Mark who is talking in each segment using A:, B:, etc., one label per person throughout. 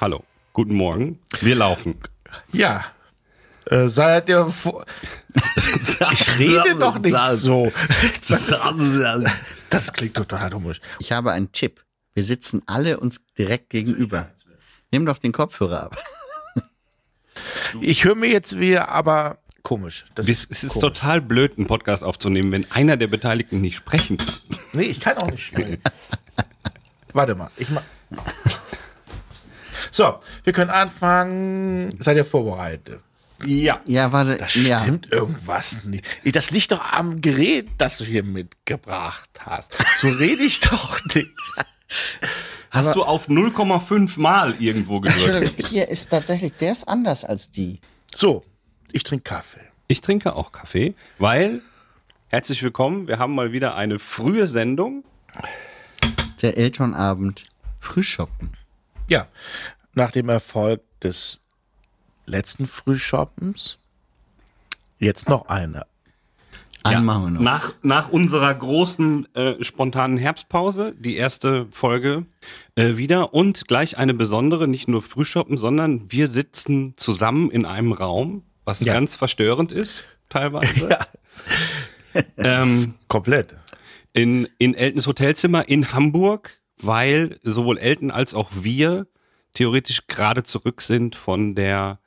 A: Hallo, guten Morgen. Wir laufen.
B: Ja. Äh, seid ihr vor. Ich rede doch nicht so. Das, das klingt total komisch.
C: Ich habe einen Tipp. Wir sitzen alle uns direkt gegenüber. Nimm doch den Kopfhörer ab.
B: Ich höre mir jetzt wieder, aber komisch. Das
A: Es es ist
B: komisch.
A: total blöd, einen Podcast aufzunehmen, wenn einer der Beteiligten nicht sprechen kann.
B: Nee, ich kann auch nicht spielen. Warte mal, ich mach. So, wir können anfangen. Seid ihr vorbereitet?
A: Ja.
C: Ja, warte.
B: Da
C: ja.
B: stimmt irgendwas nicht. Das liegt doch am Gerät, das du hier mitgebracht hast. So rede ich doch nicht.
A: Hast du auf 0,5 Mal irgendwo gehört?
C: Entschuldigung, hier ist tatsächlich, der ist anders als die.
B: So, ich trinke Kaffee.
A: Ich trinke auch Kaffee, weil herzlich willkommen. Wir haben mal wieder eine frühe Sendung.
C: Der Elternabend. Frühschoppen.
B: Ja, nach dem Erfolg des letzten Frühschoppens, jetzt noch eine.
C: Einen
A: Ja,
C: machen wir noch.
A: Nach, nach unserer großen äh, spontanen Herbstpause, die erste Folge äh, wieder und gleich eine besondere, nicht nur Frühschoppen, sondern wir sitzen zusammen in einem Raum, was
B: Ja.
A: ganz verstörend ist, teilweise.
B: Ja.
A: ähm,
B: Komplett.
A: in, in Eltons Hotelzimmer in Hamburg, weil sowohl Elton als auch wir theoretisch gerade zurück sind von der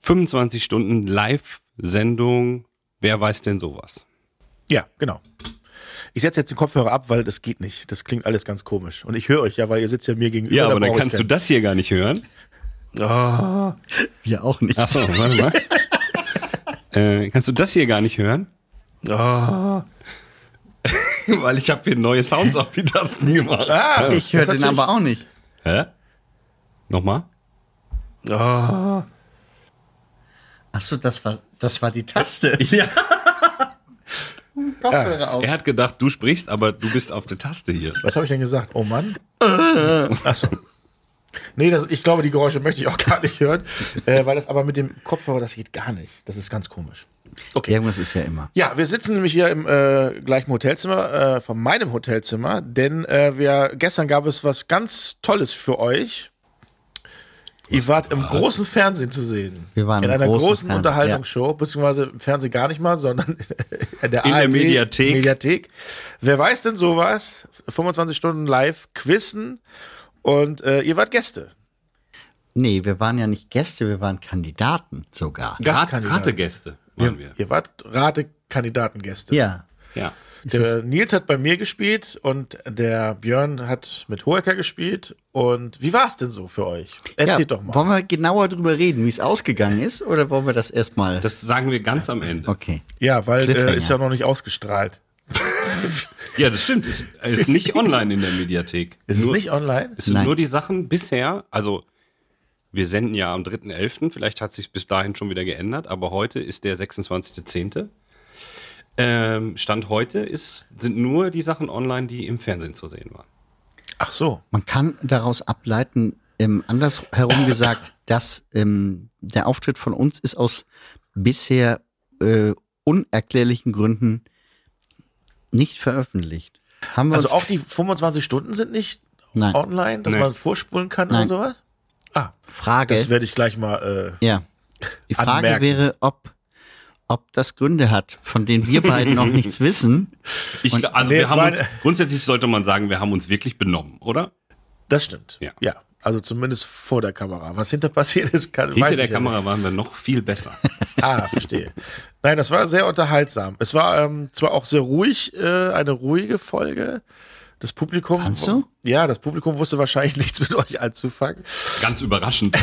A: 25 Stunden Live-Sendung. Wer weiß denn sowas?
B: Ja, genau. Ich setze jetzt den Kopfhörer ab, weil das geht nicht. Das klingt alles ganz komisch. Und ich höre euch ja, weil ihr sitzt ja mir gegenüber.
A: Ja, aber
B: da
A: dann
B: brauche ich
A: kannst du
B: keinen-
A: das hier gar nicht hören.
C: Wir auch nicht.
A: Achso, warte mal. äh, kannst du das hier gar nicht hören?
B: Ah.
A: Weil ich habe hier neue Sounds auf die Tasten gemacht.
B: Ah,
C: ich höre
B: das
C: den
B: natürlich-
C: aber auch nicht.
A: Hä? Nochmal?
B: Ah.
C: Achso, das war, das war die Taste.
A: Ja.
C: Kopfhörer auf.
A: Er hat gedacht, du sprichst, aber du bist auf der Taste hier.
B: Was habe ich denn gesagt? Oh Mann.
C: Äh.
B: Achso. Nee, das, ich glaube, die Geräusche möchte ich auch gar nicht hören, äh, weil das aber mit dem Kopfhörer, das geht gar nicht. Das ist ganz komisch.
C: Irgendwas ist ja immer.
B: Ja, wir sitzen nämlich hier im äh, gleichen Hotelzimmer, äh, von meinem Hotelzimmer, denn äh, wir, gestern gab es was ganz Tolles für euch. Ihr wart im großen Fernsehen zu sehen.
C: Wir waren
B: in
C: im
B: einer
C: großen
B: großen
C: Fernsehen,
B: Unterhaltungsshow, beziehungsweise im Fernsehen gar nicht mal, sondern in
A: In der
B: der, ARD
A: Mediathek.
B: Mediathek. Wer weiß denn sowas? 25 Stunden live, Quizzen und äh, ihr wart Gäste.
C: Nee, wir waren ja nicht Gäste, wir waren Kandidaten sogar.
A: Rat-
B: Gastkandidaten.
A: Rategäste waren wir.
B: Ihr wart Ratekandidatengäste.
C: Ja.
A: Ja.
B: Der Nils hat bei mir gespielt und der Björn hat mit Hoeker gespielt. Und wie war es denn so für euch? Erzählt
C: ja,
B: doch mal.
C: Wollen wir genauer drüber reden, wie es ausgegangen ist? Oder wollen wir das erstmal?
A: Das sagen wir ganz am Ende.
C: Okay.
B: Ja, weil
C: Cliffhanger.
B: äh, ist ja noch nicht ausgestrahlt.
A: Ja, das stimmt. Ist, ist nicht online in der Mediathek.
B: Ist
A: nur,
B: es nicht online?
A: Es sind
C: Nein.
A: nur die Sachen bisher, also wir senden ja am 3.11., vielleicht hat sich bis dahin schon wieder geändert, aber heute ist der 26.10. Ähm, Stand heute ist, sind nur die Sachen online, die im Fernsehen zu sehen waren.
B: Ach so.
C: Man kann daraus ableiten, ähm, andersherum gesagt, dass ähm, der Auftritt von uns ist aus bisher äh, unerklärlichen Gründen nicht veröffentlicht. Haben wir
B: Also
C: uns
B: auch die 25 Stunden sind nicht
C: Nein.
B: online, dass
A: Nee.
B: man vorspulen kann
C: Nein.
B: oder sowas? Ah,
C: Frage.
B: das werde ich gleich mal. Äh,
C: ja. Die Frage
B: anmerken.
C: wäre, ob, ob das Gründe hat, von denen wir beiden noch nichts wissen.
A: Ich,
C: Und-
A: also
B: Nee,
A: wir
B: es
A: haben
B: war-
A: uns, grundsätzlich sollte man sagen, wir haben uns wirklich benommen, oder?
B: das stimmt.
A: Ja.
B: Also zumindest vor der Kamera. Was hinter passiert ist, kann
A: Hinter
B: weiß
A: der
B: ich ja nicht.
A: Kamera waren wir noch viel besser.
B: Ah, verstehe. Nein, das war sehr unterhaltsam. Es war ähm, zwar auch sehr ruhig, äh, eine ruhige Folge. Das Publikum.
C: Fandst du?
B: Ja, das Publikum wusste wahrscheinlich nichts mit euch anzufangen.
A: Ganz überraschend.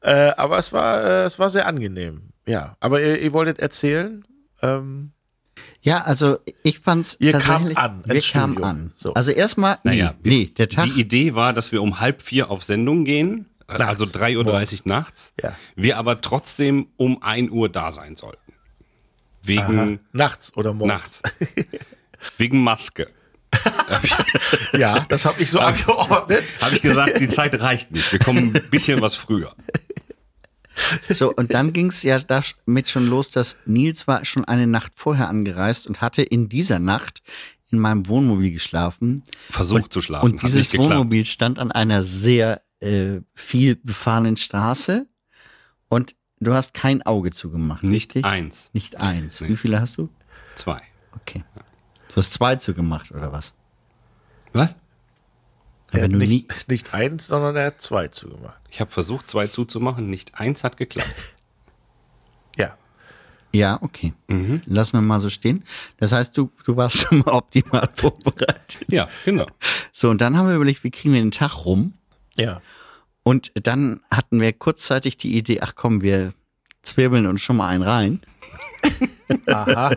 B: Äh, aber es war, äh, es war sehr angenehm. Ja. Aber ihr, ihr wolltet erzählen? Ähm,
C: Ja, also ich fand's
B: Ihr
C: tatsächlich.
B: kamt an
C: wir
B: ins
C: kamen
B: Studio.
C: an.
B: So.
C: Also erstmal, nee,
A: Naja, wir-
C: nee, der Tag.
A: Die Idee war, dass wir um halb vier auf Sendung gehen, also 3.30 Uhr nachts,
B: Ja.
A: wir aber trotzdem um 1 Uhr da sein sollten. Wegen
B: nachts oder morgens?
A: nachts. Wegen Maske.
B: Ja, das habe ich so abgeordnet.
A: Habe ich gesagt, die Zeit reicht nicht. Wir kommen ein bisschen was früher.
C: So, und dann ging's ja damit schon los, dass Nils war schon eine Nacht vorher angereist und hatte in dieser Nacht in meinem Wohnmobil geschlafen.
A: Versucht zu schlafen.
C: und dieses Wohnmobil stand an einer sehr äh, viel befahrenen Straße und du hast kein Auge zugemacht.
A: Nicht
C: richtig?
A: eins,
C: Nicht eins.
A: Nee.
C: Wie viele hast du?
A: zwei.
C: Okay. Du hast zwei zugemacht, oder was?
A: Was?
C: Aber
B: Er hat
C: du nie,
B: Äh, nicht, nicht eins, sondern er hat zwei zugemacht.
A: Ich habe versucht, zwei zuzumachen, nicht eins hat geklappt.
B: Ja.
C: ja, okay.
A: Mhm.
C: Lassen wir mal so stehen. Das heißt, du, du warst schon mal optimal vorbereitet.
A: Ja, genau.
C: So, und dann haben wir überlegt, wie kriegen wir den Tag rum?
B: Ja.
C: Und dann hatten wir kurzzeitig die Idee, ach komm, wir zwirbeln uns schon mal einen rein.
B: Aha.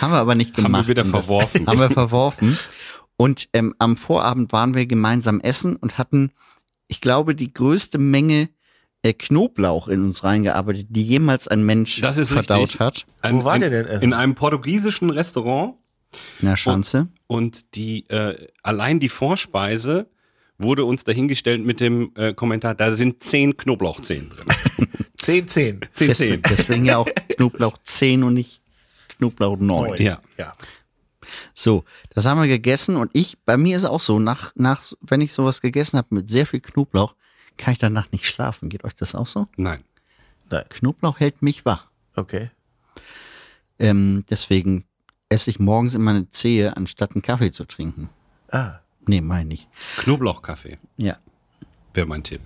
C: Haben wir aber nicht
A: Haben wir
C: gemacht.
A: wieder
C: Und das
A: verworfen.
C: Haben wir verworfen. Und ähm, am Vorabend waren wir gemeinsam essen und hatten, ich glaube, die größte Menge äh, Knoblauch in uns reingearbeitet, die jemals ein Mensch
A: Das ist
C: verdaut
A: richtig.
C: hat.
A: Ein-
B: wart
A: ein-
B: ihr denn essen?
C: Also-
A: In einem portugiesischen Restaurant
C: In der Schanze.
A: und die äh, allein die Vorspeise wurde uns dahingestellt mit dem äh, Kommentar, da sind zehn Knoblauchzehen drin.
B: Zehn, zehn.
A: Zehn
C: Deswegen,
A: Zehen.
C: deswegen ja auch Knoblauch 10 und nicht Knoblauch 9.
B: Neun.
A: Ja.
B: Ja.
C: So, das haben wir gegessen und ich, bei mir ist auch so, nach, nach, wenn ich sowas gegessen habe mit sehr viel Knoblauch, kann ich danach nicht schlafen. Geht euch das auch so?
A: Nein.
B: Nein.
C: Knoblauch hält mich wach.
B: Okay.
C: Ähm, deswegen esse ich morgens immer eine Zehe, anstatt einen Kaffee zu trinken.
B: Ah.
C: Nee, meine ich.
A: Knoblauchkaffee
C: Ja.
A: wäre mein Tipp.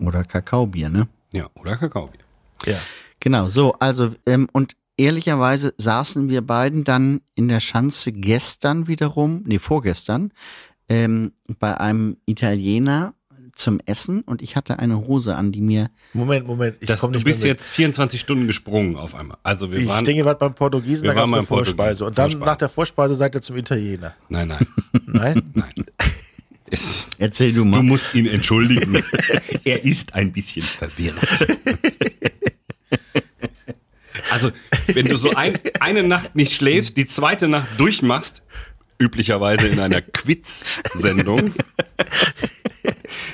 C: Oder Kakaobier, ne?
A: Ja, oder Kakaobier.
B: Ja.
C: Genau, so, also, ähm, und ehrlicherweise saßen wir beiden dann in der Schanze gestern wiederum, nee, vorgestern, ähm, bei einem Italiener zum Essen und ich hatte eine Hose an, die mir
B: Moment, Moment. Ich
A: Das,
B: komm
A: du
B: nicht mehr
A: bist
B: mit.
A: jetzt 24 Stunden gesprungen auf einmal. Also wir
B: Ich
A: waren.
B: denke, ihr wart beim Portugiesen,
A: Wir
B: dann gab
A: waren
B: es eine
A: beim Portugiesen.
B: Vorspeise. Und dann
A: Vorspeise.
B: nach der Vorspeise seid ihr zum Italiener.
A: nein, nein,
B: Nein?
A: nein. Es,
C: Erzähl du mal.
A: du musst ihn entschuldigen. er ist ein bisschen verwirrt. Also, wenn du so ein, eine Nacht nicht schläfst, die zweite Nacht durchmachst, üblicherweise in einer Quiz-Sendung,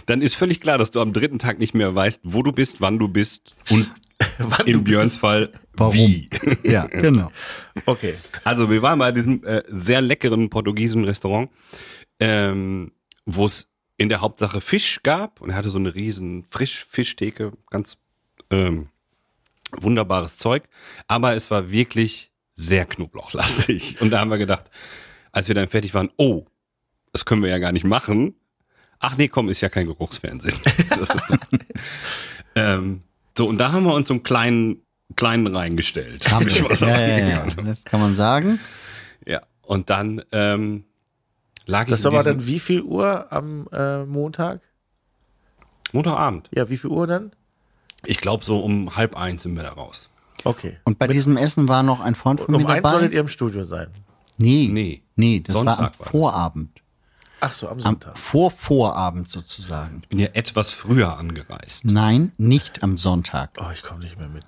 A: dann ist völlig klar, dass du am dritten Tag nicht mehr weißt, wo du bist, wann du bist und
B: Wann
A: in
B: du
A: Björns Fall
C: Warum?
A: wie.
C: ja, genau.
B: Okay.
A: Also wir waren bei diesem äh, sehr leckeren portugiesischen Restaurant, ähm, wo es in der Hauptsache Fisch gab und er hatte so eine riesen Frischfischtheke, ganz ähm, wunderbares Zeug, aber es war wirklich sehr knoblauchlastig und da haben wir gedacht, als wir dann fertig waren, oh, das können wir ja gar nicht machen. Ach nee, komm, ist ja kein Geruchsfernsehen. ähm, so, und da haben wir uns so einen kleinen, kleinen reingestellt.
C: Haben wir.
A: Was
C: Ja, ja, ja,
A: abgegangen.
C: das kann man sagen.
A: Ja, und dann ähm, lag ich
B: Das
A: in
B: war
A: diesem
B: dann wie viel Uhr am äh, Montag?
A: Montagabend.
B: Ja, wie viel Uhr dann?
A: Ich glaube, so um halb eins sind wir da raus.
B: Okay.
C: Und bei diesem Essen war noch ein Freund von
B: Und um
C: mir
B: eins solltet
C: dabei.
B: ihr im Studio sein.
C: Nee, nee,
A: Nee.
C: nee, das war am
A: Sonntag war das.
C: Vorabend.
B: Ach so, am
C: Am
B: Sonntag.
C: Vorvorabend sozusagen.
A: Ich bin ja etwas früher angereist.
C: Nein, nicht am Sonntag.
B: Oh, ich komme nicht mehr mit.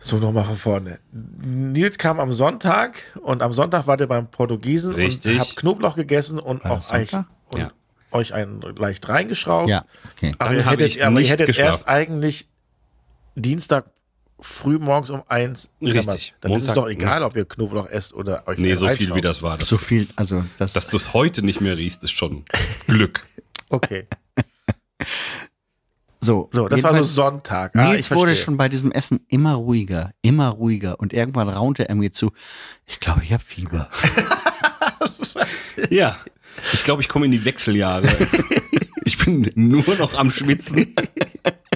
B: So, nochmal von vorne. Nils kam am Sonntag und am Sonntag wart ihr beim Portugiesen
A: Richtig.
B: und habt Knoblauch gegessen und
C: War das
B: auch euch,
C: Sonntag?
B: und
A: Ja.
B: euch einen leicht reingeschraubt.
C: Ja, okay.
B: Aber
A: Dann
B: ihr
A: habe
B: hättet,
A: ich
B: aber ihr
A: nicht
B: hättet
A: geschlafen.
B: erst eigentlich Dienstag früh morgens um eins.
A: Richtig.
B: Dann ist
A: Montag-
B: es
A: ne?
B: doch egal, ob ihr Knoblauch esst oder euch
A: Nee,
B: einen
A: so viel wie
B: reinschraubt.
A: das war. Das,
C: So viel, also das.
A: dass du es heute nicht mehr riechst, ist schon Glück.
B: Okay.
C: so,
B: So, das war so
C: jedenfalls-
B: Sonntag. Ah,
C: Nils
B: ich
C: wurde
B: verstehe.
C: schon bei diesem Essen immer ruhiger, immer ruhiger. Und irgendwann raunte er mir zu, ich glaube, ich habe Fieber.
A: Ja, ich glaube, ich komme in die Wechseljahre. Ich bin nur noch am Schwitzen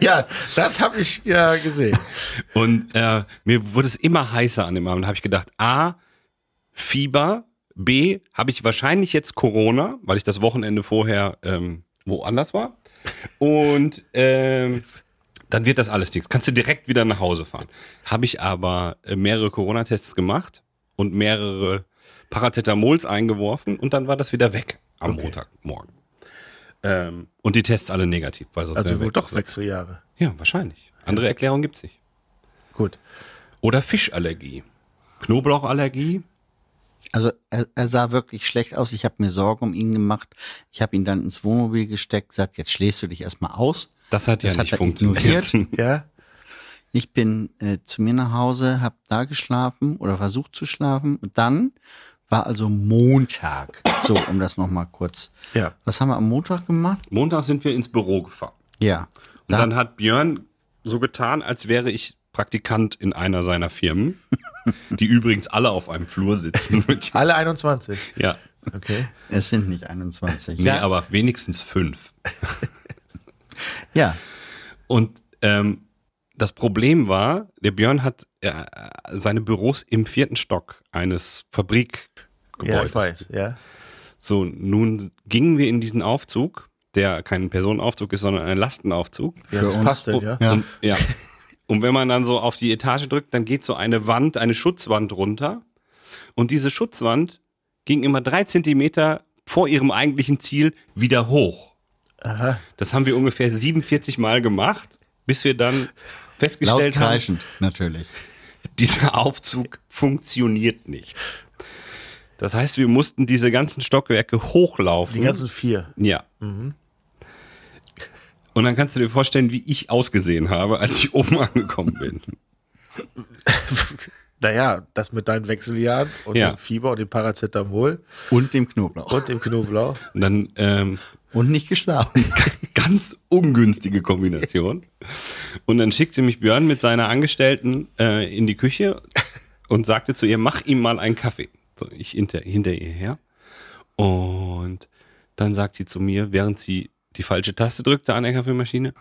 B: Ja, das habe ich ja gesehen.
A: und äh, mir wurde es immer heißer an dem Abend. Da habe ich gedacht, A, Fieber, B, habe ich wahrscheinlich jetzt Corona, weil ich das Wochenende vorher ähm, woanders war. Und ähm, dann wird das alles nichts. Kannst du direkt wieder nach Hause fahren. Habe ich aber äh, mehrere Corona-Tests gemacht und mehrere Paracetamols eingeworfen und dann war das wieder weg am Montagmorgen. Ähm, und die Tests alle negativ, weil sonst
B: Also
A: wäre
B: wohl
A: weg.
B: doch Wechseljahre.
A: Ja, wahrscheinlich. Andere Erklärung gibt's nicht.
B: Gut.
A: Oder Fischallergie. Knoblauchallergie.
C: Also er, er sah wirklich schlecht aus. Ich habe mir Sorgen um ihn gemacht. Ich habe ihn dann ins Wohnmobil gesteckt, gesagt, jetzt schläfst du dich erstmal aus.
A: Das hat
C: Das
A: ja
C: hat
A: nicht
C: er
A: funktioniert.
B: Ja,
C: Ich bin äh, zu mir nach Hause, habe da geschlafen oder versucht zu schlafen. Und dann War also Montag. So, um das nochmal kurz.
B: Ja.
C: Was haben wir am Montag gemacht?
A: Montag sind wir ins Büro gefahren.
C: Ja.
A: Und dann hat Björn so getan, als wäre ich Praktikant in einer seiner Firmen, die übrigens alle auf einem Flur sitzen.
B: Alle 21.
A: ja.
B: Okay.
C: es sind nicht 21.
A: Nee, aber wenigstens fünf.
C: Ja.
A: Und ähm, das Problem war, der Björn hat äh, seine Büros im vierten Stock eines
B: Ja, ich
A: Fabrikgebäudes.
B: weiß. Ja.
A: so, nun gingen wir in diesen Aufzug, der kein Personenaufzug ist, sondern ein Lastenaufzug.
B: ja
C: Für
B: das
C: uns.
B: passt denn, Oh, ja.
A: Und, ja. Und wenn man dann so auf die Etage drückt, dann geht so eine Wand, eine Schutzwand runter. Und diese Schutzwand ging immer drei Zentimeter vor ihrem eigentlichen Ziel wieder hoch.
B: Aha.
A: Das haben wir ungefähr 47 Mal gemacht, bis wir dann
C: Laut
A: festgestellt haben,
C: kreischend, natürlich.
A: dieser Aufzug funktioniert nicht. Das heißt, wir mussten diese ganzen Stockwerke hochlaufen.
B: Die ganzen vier.
A: ja. Und dann kannst du dir vorstellen, wie ich ausgesehen habe, als ich oben angekommen bin.
B: Naja, das mit deinen Wechseljahren und
A: Ja.
B: dem Fieber und dem Paracetamol
C: Und dem Knoblauch.
B: und dem Knoblauch.
A: Und dann ähm,
C: Und nicht geschlafen.
A: ganz ungünstige Kombination. Und dann schickte mich Björn mit seiner Angestellten äh, in die Küche und sagte zu ihr, mach ihm mal einen Kaffee. So, ich hinter, hinter ihr her. Und dann sagt sie zu mir, während sie die falsche Taste drückte an der Kaffeemaschine,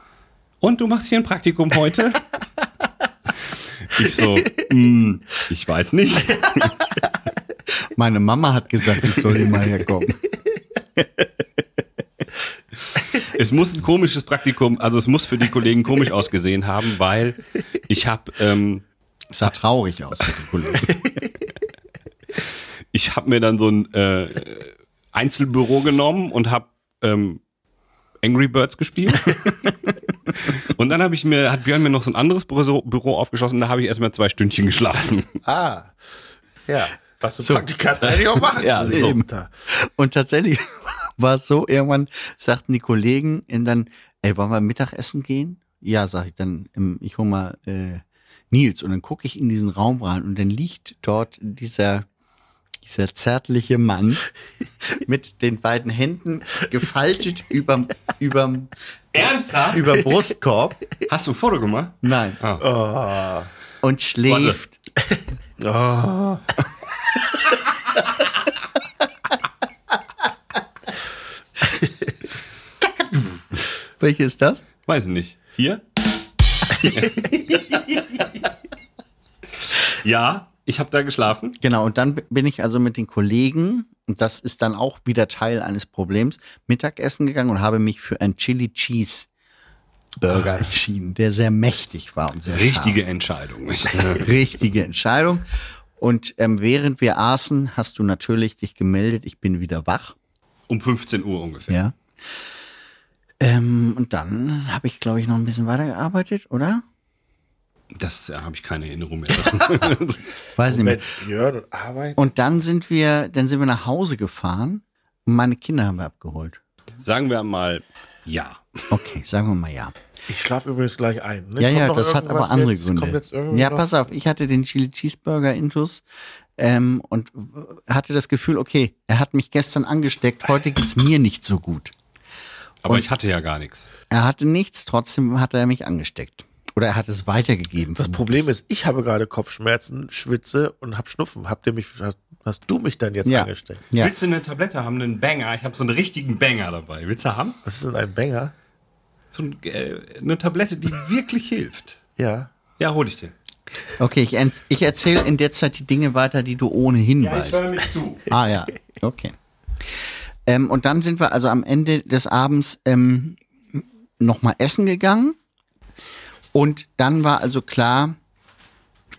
A: und du machst hier ein Praktikum heute? ich so, "Mm, ich weiß nicht.
C: Meine Mama hat gesagt, ich soll hier mal herkommen.
A: Es muss ein komisches Praktikum, also es muss für die Kollegen komisch ausgesehen haben, weil ich habe... Ähm,
C: Sah traurig aus mit dem Kollegen.
A: ich habe mir dann so ein äh, Einzelbüro genommen und habe ähm, Angry Birds gespielt. und dann habe ich mir, hat Björn mir noch so ein anderes Büro, Büro aufgeschossen, da habe ich erstmal zwei Stündchen geschlafen.
B: Ah. Ja. Was du Praktikant eigentlich auch machen.
A: Ja,
B: kannst.
A: so.
B: Eben. Da.
C: Und tatsächlich war es so, irgendwann sagten die Kollegen und dann, ey, wollen wir Mittagessen gehen? Ja, sag ich dann, ähm, ich hol mal äh, Nils. Und dann gucke ich in diesen Raum rein und dann liegt dort dieser, dieser zärtliche Mann mit den beiden Händen gefaltet überm, überm,
A: Ernsthaft?
C: überm Brustkorb.
A: Hast du ein Foto gemacht? Ah,
C: Nein. Und schläft. Also
B: Oh.
C: Welche ist das?
A: Weiß nicht. Hier? ja, ich habe da geschlafen.
C: Genau, und dann bin ich also mit den Kollegen, und das ist dann auch wieder Teil eines Problems, Mittagessen gegangen und habe mich für einen Chili Cheese Burger entschieden, der sehr mächtig war und sehr
A: Richtige Entscheidung.
C: scharf. richtige Entscheidung. Und ähm, während wir aßen, hast du natürlich dich gemeldet, ich bin wieder wach.
A: Um 15 Uhr ungefähr.
C: Ja. Ähm, und dann habe ich, glaube ich, noch ein bisschen weitergearbeitet, oder?
A: Das äh, habe ich keine Erinnerung mehr. dran.
C: Weiß nicht mehr.
B: Mit Björn und Arbeit.
C: Und dann sind wir, dann sind wir nach Hause gefahren und meine Kinder haben wir abgeholt.
A: Sagen wir mal ja.
C: Okay, sagen wir mal ja.
B: Ich schlafe übrigens gleich ein. Ne?
C: Ja,
B: Kommt
C: ja,
B: noch
C: das hat
B: irgendwas
C: aber andere
B: jetzt? Kommt
C: Gründe.
B: jetzt irgendwas
C: Ja,
B: noch?
C: pass auf, ich hatte den Chili Cheeseburger Intus ähm, und hatte das Gefühl, okay, er hat mich gestern angesteckt, heute geht's mir nicht so gut.
A: Aber
C: Und-
A: ich hatte ja gar nichts.
C: Er hatte nichts, trotzdem hat er mich angesteckt. Oder er hat es weitergegeben.
B: Das Problem ist, ich habe gerade Kopfschmerzen, schwitze und hab Schnupfen. Habt ihr mich, hast, hast du mich dann jetzt
C: ja.
B: angesteckt?
C: ja.
A: Willst du eine Tablette haben, einen Banger? Ich habe so einen richtigen Banger dabei. Willst du haben?
B: Was ist denn ein Banger?
A: So ein, äh, eine Tablette, die wirklich hilft.
B: Ja.
A: Ja, hol ich dir.
C: Okay, ich, en- ich erzähle in der Zeit die Dinge weiter, die du ohnehin weißt.
A: mich zu.
C: Ah ja, okay. Ähm, und dann sind wir also am Ende des Abends ähm, nochmal essen gegangen. Und dann war also klar,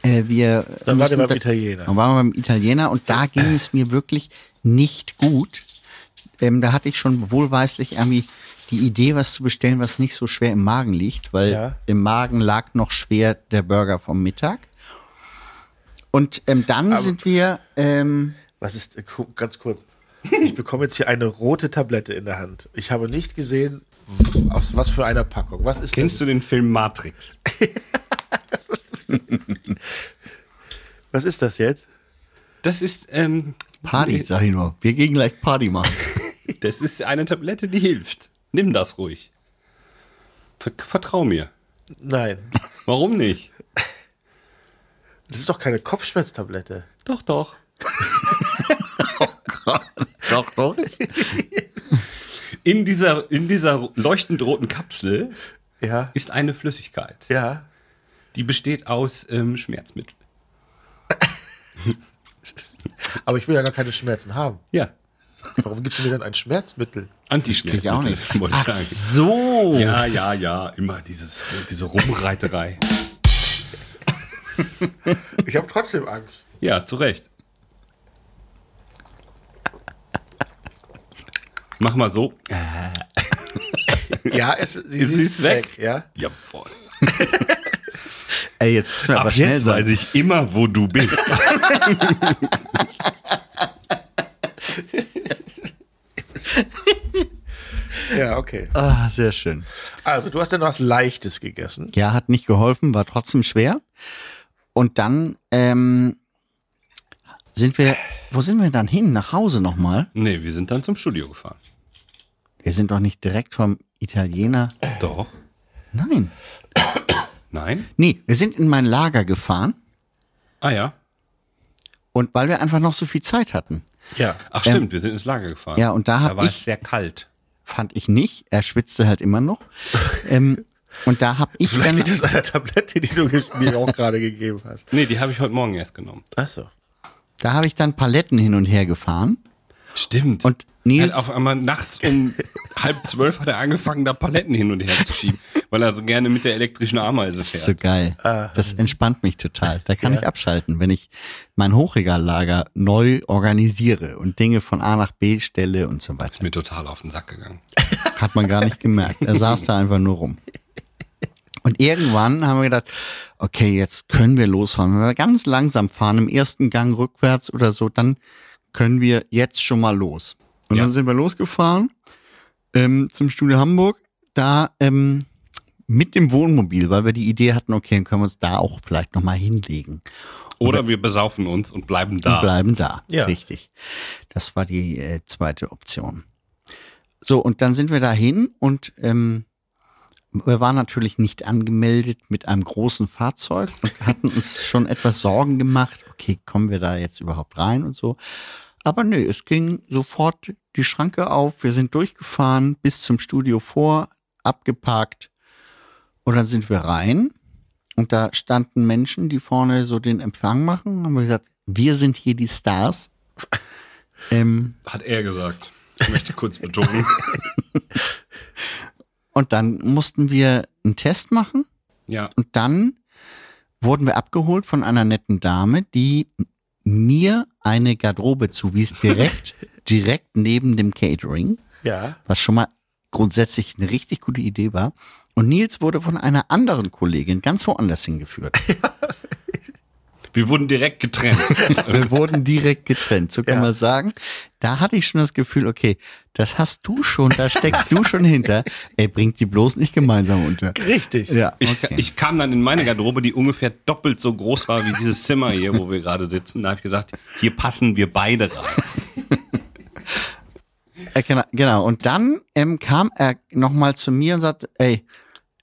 C: äh, wir.
B: Dann wart ihr
C: müssen
B: beim
C: da-
B: Italiener.
C: Dann waren wir beim Italiener und da ging es mir wirklich nicht gut. Ähm, da hatte ich schon wohlweislich irgendwie die Idee, was zu bestellen, was nicht so schwer im Magen liegt, weil
B: Ja.
C: im Magen lag noch schwer der Burger vom Mittag. Und ähm, dann sind wir. Ähm,
B: Was ist, äh, gu- ganz kurz. Ich bekomme jetzt hier eine rote Tablette in der Hand. Ich habe nicht gesehen, aus was für einer Packung. Was ist
A: Kennst
B: denn,
A: du den Film Matrix?
B: Was ist das jetzt?
A: Das ist ähm,
C: Party, sag ich nur. Wir gehen gleich Party machen.
A: Das ist eine Tablette, die hilft. Nimm das ruhig. Ver vertrau mir.
B: Nein.
A: Warum nicht?
B: Das ist doch keine Kopfschmerztablette.
A: Doch, doch.
C: doch, doch.
A: In dieser, in dieser leuchtend roten Kapsel
B: Ja.
A: ist eine Flüssigkeit.
B: Ja.
A: Die besteht aus ähm, Schmerzmittel.
B: Aber ich will ja gar keine Schmerzen haben.
A: Ja.
B: Warum gibst du mir dann ein Schmerzmittel?
A: Antischmerzmittel.
C: Geht ja auch nicht.
A: Wollte ich
C: Ach
A: sagen.
C: so.
A: Ja, ja, ja. Immer dieses, diese Rumreiterei.
B: Ich habe trotzdem Angst.
A: Ja, zu Recht. Mach mal so.
B: Ja, es, sie,
A: Sie ist weg.
B: Ja.
A: Jawohl.
C: Ey, jetzt müssen wir aber
A: Ab
C: schnell
A: jetzt
C: sein.
A: weiß ich immer, wo du bist.
B: Ja, okay.
C: Ah, sehr schön.
B: Also, du hast ja noch was Leichtes gegessen.
C: Ja, hat nicht geholfen, war trotzdem schwer. Und dann ähm, sind wir, wo sind wir dann hin? Nach Hause nochmal?
A: nee, wir sind dann zum Studio gefahren.
C: Wir sind doch nicht direkt vom Italiener.
A: Doch.
C: Nein.
A: Nein?
C: Nee, wir sind in mein Lager gefahren.
A: Ah ja.
C: Und weil wir einfach noch so viel Zeit hatten,
B: Ja.
A: Ach stimmt, wir sind ins Lager gefahren.
C: Ähm, Ja, und da hab
A: war
C: ich-
A: es sehr kalt.
C: fand ich nicht. Er schwitzte halt immer noch. ähm, und da habe ich
B: Vielleicht
C: dann,
B: liegt das an der Tablette, die du mir auch gerade gegeben hast.
A: Nee, die habe ich heute Morgen erst genommen.
B: Achso.
C: da habe ich dann Paletten hin und her gefahren.
A: Stimmt.
C: Und Nils-
A: Hat auf einmal nachts um halb zwölf hat er angefangen, da Paletten hin und her zu schieben, weil er so gerne mit der elektrischen Ameise
C: Das ist so
A: fährt.
C: geil. Das entspannt mich total. Da kann ich abschalten, wenn ich mein Hochregallager neu organisiere und Dinge von A nach B stelle und so weiter.
A: Mir total auf den Sack gegangen.
C: Hat man gar nicht gemerkt. Er saß da einfach nur rum. Und irgendwann haben wir gedacht, okay, jetzt können wir losfahren. Wenn wir ganz langsam fahren, im ersten Gang rückwärts oder so, dann können wir jetzt schon mal los. Und
A: Ja.
C: dann sind wir losgefahren ähm, zum Studio Hamburg. Da ähm, mit dem Wohnmobil, weil wir die Idee hatten, okay, dann können wir uns da auch vielleicht nochmal hinlegen
A: Oder wir besaufen uns und bleiben
C: und
A: da.
C: bleiben da.
B: Ja.
C: Richtig. Das war die äh, zweite Option. So, und dann sind wir dahin und ähm, wir waren natürlich nicht angemeldet mit einem großen Fahrzeug und hatten uns schon etwas Sorgen gemacht. Okay, kommen wir da jetzt überhaupt rein und so. Aber nö, es ging sofort die Schranke auf. Wir sind durchgefahren bis zum Studio vor, abgeparkt und dann sind wir rein. Und da standen Menschen, die vorne so den Empfang machen, haben wir gesagt, wir sind hier die Stars. ähm,
A: Hat er gesagt. Ich möchte kurz betonen.
C: und dann mussten wir einen Test machen
A: ja.
C: und dann wurden wir abgeholt von einer netten Dame, die mir eine Garderobe zuwies, direkt, direkt neben dem Catering,
B: Ja.
C: was schon mal grundsätzlich eine richtig gute Idee war. Und Nils wurde von einer anderen Kollegin ganz woanders hingeführt.
A: Wir wurden direkt getrennt.
C: Wir wurden direkt getrennt, so kann
B: Ja.
C: man sagen. Da hatte ich schon das Gefühl, okay, das hast du schon, da steckst du schon hinter. Er bringt die bloß nicht gemeinsam unter.
B: Richtig.
C: Ja,
A: Ich,
C: okay.
A: ich kam dann in meine Garderobe, die ungefähr doppelt so groß war wie dieses Zimmer hier, wo wir gerade sitzen. Da habe ich gesagt, hier passen wir beide rein.
C: Äh, genau, genau. Und dann ähm, kam er nochmal zu mir und sagte, ey,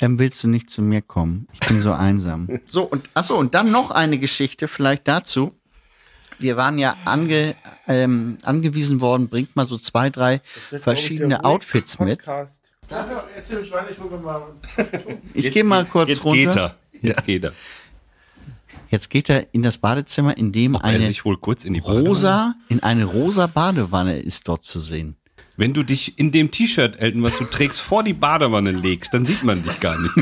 C: ähm, willst du nicht zu mir kommen? Ich bin so einsam. So, und ach so und dann noch eine Geschichte vielleicht dazu. Wir waren ja ange, ähm, angewiesen worden, bringt mal so zwei, drei verschiedene Outfits mit.
B: Darf ich, erzähl mich weiter, ich gucke mal.
C: Ich gehe mal kurz
A: Jetzt
C: runter.
A: geht er. Jetzt geht er.
C: Jetzt geht er in das Badezimmer, in dem
A: Also
C: eine
A: ich hol kurz in die Badewanne.
C: rosa, in eine rosa Badewanne ist dort zu sehen.
A: Wenn du dich in dem T-Shirt, Elton, was du trägst, vor die Badewanne legst, dann sieht man dich gar nicht.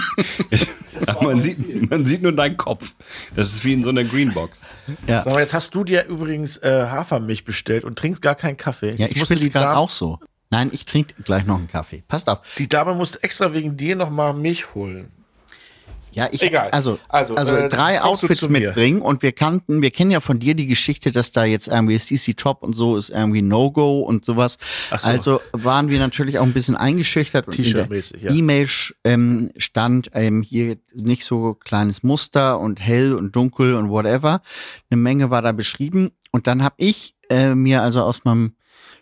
A: man, sieht, man sieht nur deinen Kopf. Das ist wie in so einer Greenbox.
C: Ja,
B: Sag mal, jetzt hast du dir übrigens äh, Hafermilch bestellt und trinkst gar keinen Kaffee.
C: ja
B: Jetzt
C: ich
B: musst du
C: spitze
B: die
C: gerade
B: Dame-
C: auch so. Nein, ich trinke gleich noch einen Kaffee. Passt auf.
B: Die Dame muss extra wegen dir nochmal Milch holen.
C: Ja, ich
B: Egal.
C: also also,
B: Also, äh,
C: drei
B: kommst du
C: Outfits
B: zu mir?
C: mitbringen und wir kannten, wir kennen ja von dir die Geschichte, dass da jetzt irgendwie CC Top und so ist irgendwie No Go und sowas.
B: so.
C: Also waren wir natürlich auch ein bisschen eingeschüchtert und in der
B: T-Shirt-mäßig, ja.
C: E-Mail ähm, stand ähm, hier nicht so kleines Muster und hell und dunkel und whatever. Eine Menge war da beschrieben Und dann habe ich äh, mir also aus meinem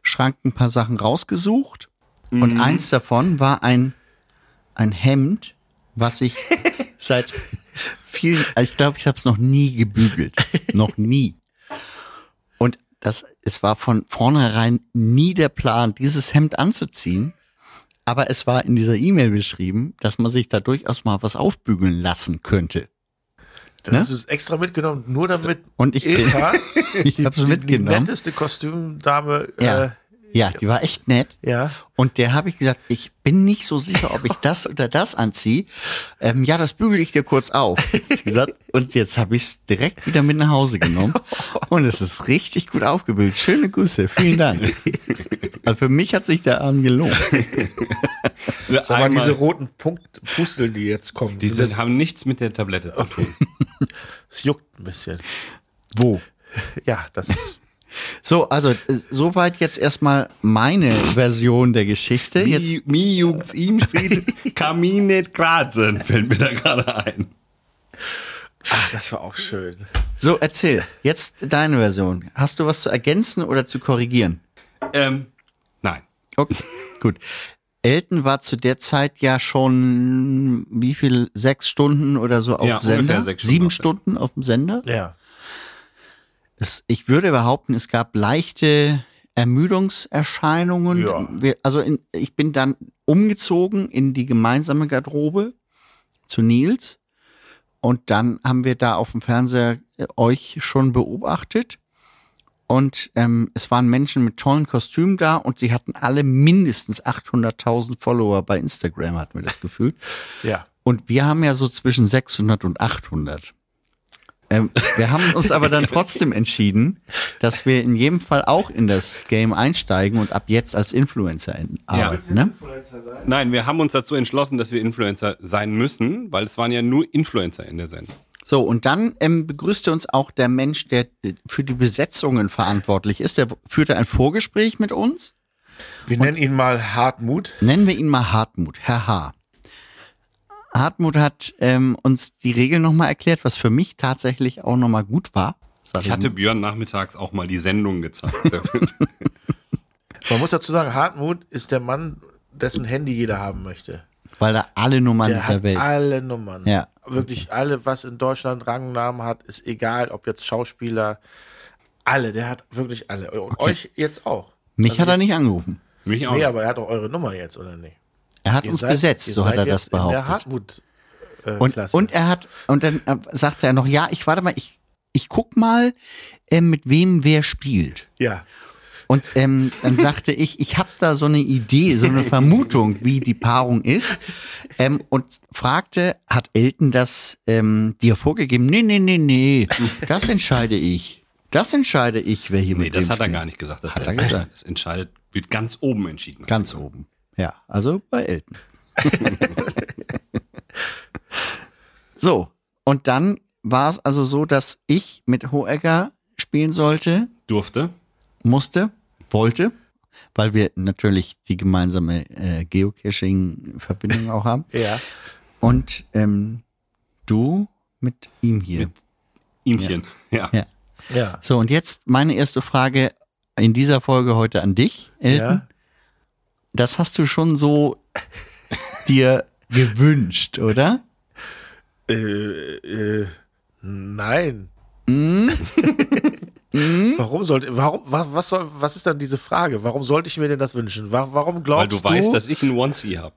C: Schrank ein paar Sachen rausgesucht. Und
B: Mhm.
C: eins davon war ein, ein Hemd, was ich seit vielen, ich glaube, ich habe es noch nie gebügelt. noch nie. Und das, es war von vornherein nie der Plan, dieses Hemd anzuziehen. Aber es war in dieser E-Mail beschrieben, dass man sich da durchaus mal was aufbügeln lassen könnte.
B: Dann
C: Ne?
B: hast du es extra mitgenommen, nur damit
C: Und ich,
B: Eva,
C: ich habe es
B: die
C: mitgenommen.
B: netteste Kostümdame,
C: Ja.
B: äh,
C: Ja, die war echt nett.
B: ja.
C: Und der habe ich gesagt, ich bin nicht so sicher, ob ich das oder das anziehe. Ähm, ja, das bügel ich dir kurz auf. Hat sie Gesagt. Und jetzt habe ich es direkt wieder mit nach Hause genommen. Und es ist richtig gut aufgebildet. Schöne Grüße, vielen Dank. Also für mich hat sich der Abend gelohnt.
B: Sag mal,
A: Einmal-
B: diese roten Punkt Pusteln, die jetzt kommen,
A: die
B: das,
A: sind, haben nichts mit der Tablette zu tun.
B: das juckt ein bisschen.
C: Wo?
B: Ja, das
C: So, also äh, soweit jetzt erstmal meine Version der Geschichte. Jetzt,
A: Mi, mi juckt's ihm steht Kaminet Kratzen, fällt mir da gerade ein.
B: ach, das war auch schön.
C: so, erzähl. Jetzt deine Version. Hast du was zu ergänzen oder zu korrigieren?
A: Ähm, nein.
C: Okay, gut. Elton war zu der Zeit ja schon, wie viel, sechs Stunden oder so auf
A: Ja,
C: dem Sender?
A: ungefähr sechs Stunden
C: Sieben
A: auf Sender.
C: Stunden auf dem Sender?
B: Ja.
C: Es, ich würde behaupten, es gab leichte Ermüdungserscheinungen.
B: Ja.
C: Wir, also in, ich bin dann umgezogen in die gemeinsame Garderobe zu Nils. Und dann haben wir da auf dem Fernseher äh, euch schon beobachtet. Und ähm, es waren Menschen mit tollen Kostümen da und sie hatten alle mindestens 800.000 Follower bei Instagram, hat mir das Gefühl.
B: Ja.
C: Und wir haben ja so zwischen 600 und 800. Ähm, wir haben uns aber dann trotzdem entschieden, dass wir in jedem Fall auch in das Game einsteigen und ab jetzt als Influencer in- arbeiten. Ne?
A: Nein, wir haben uns dazu entschlossen, dass wir Influencer sein müssen, weil es waren ja nur Influencer in der Sendung.
C: So, und dann ähm, begrüßte uns auch der Mensch, der äh, für die Besetzungen verantwortlich ist. Der w- führte ein Vorgespräch mit uns.
B: Wir nennen ihn mal Hartmut.
C: Nennen wir ihn mal Hartmut, Herr H. Hartmut hat ähm, uns die Regeln nochmal erklärt, was für mich tatsächlich auch nochmal gut war. Sag
A: Ich hatte Björn nachmittags auch mal die Sendung gezeigt.
B: Man muss dazu sagen, Hartmut ist der Mann, dessen Handy jeder haben möchte.
C: weil da alle Nummern
B: Der
C: dieser
B: hat
C: Welt.
B: alle Nummern.
C: Ja.
B: Wirklich alle, was in Deutschland Rangnamen hat, ist egal, ob jetzt Schauspieler, alle, der hat wirklich alle. Und euch jetzt auch. Also
C: Mich hat er nicht angerufen.
A: Mich auch.
B: Nee, aber er hat auch eure Nummer jetzt, oder nicht?
C: Er hat
B: Ihr
C: uns
B: seid-
C: besetzt,
B: ihr
C: so hat
B: seid
C: er
B: jetzt
C: das
B: In der
C: behauptet.
B: Hartmut. äh,
C: Und,
B: Klasse.
C: und er hat, und dann äh, sagte er noch, ja, ich warte mal, ich, ich guck mal, äh, mit wem wer spielt.
B: ja.
C: Und ähm, dann sagte ich, ich habe da so eine Idee, so eine Vermutung, wie die Paarung ist. Ähm, und fragte, hat Elton das ähm, dir vorgegeben? Nee, nee, nee, nee, das entscheide ich. Das entscheide ich, wer hier
A: Nee,
C: mit
A: das
C: wem
A: hat er
C: spielt.
A: gar nicht gesagt. Das
C: Hat er
A: entscheidet-
C: gesagt.
A: Das entscheidet, wird ganz oben entschieden.
C: Ganz oben. Ja, also bei Elton. so, und dann war es also so, dass ich mit Hoegger spielen sollte,
A: Durfte.
C: musste, wollte, weil wir natürlich die gemeinsame äh, Geocaching-Verbindung auch haben.
B: Ja.
C: Und ähm, du mit ihm hier.
A: Mit- Ihmchen. Ja.
C: Ja.
B: Ja.
C: So, und jetzt meine erste Frage in dieser Folge heute an dich, Elton.
B: ja.
C: das hast du schon so dir gewünscht, oder?
B: Äh, äh, nein.
C: Hm?
B: warum sollte, warum, was, was soll, was ist dann diese Frage? Warum sollte ich mir denn das wünschen? Wa- Warum
A: Weil
B: glaubst
A: du
B: du?
A: weißt, dass ich ein One-C habe.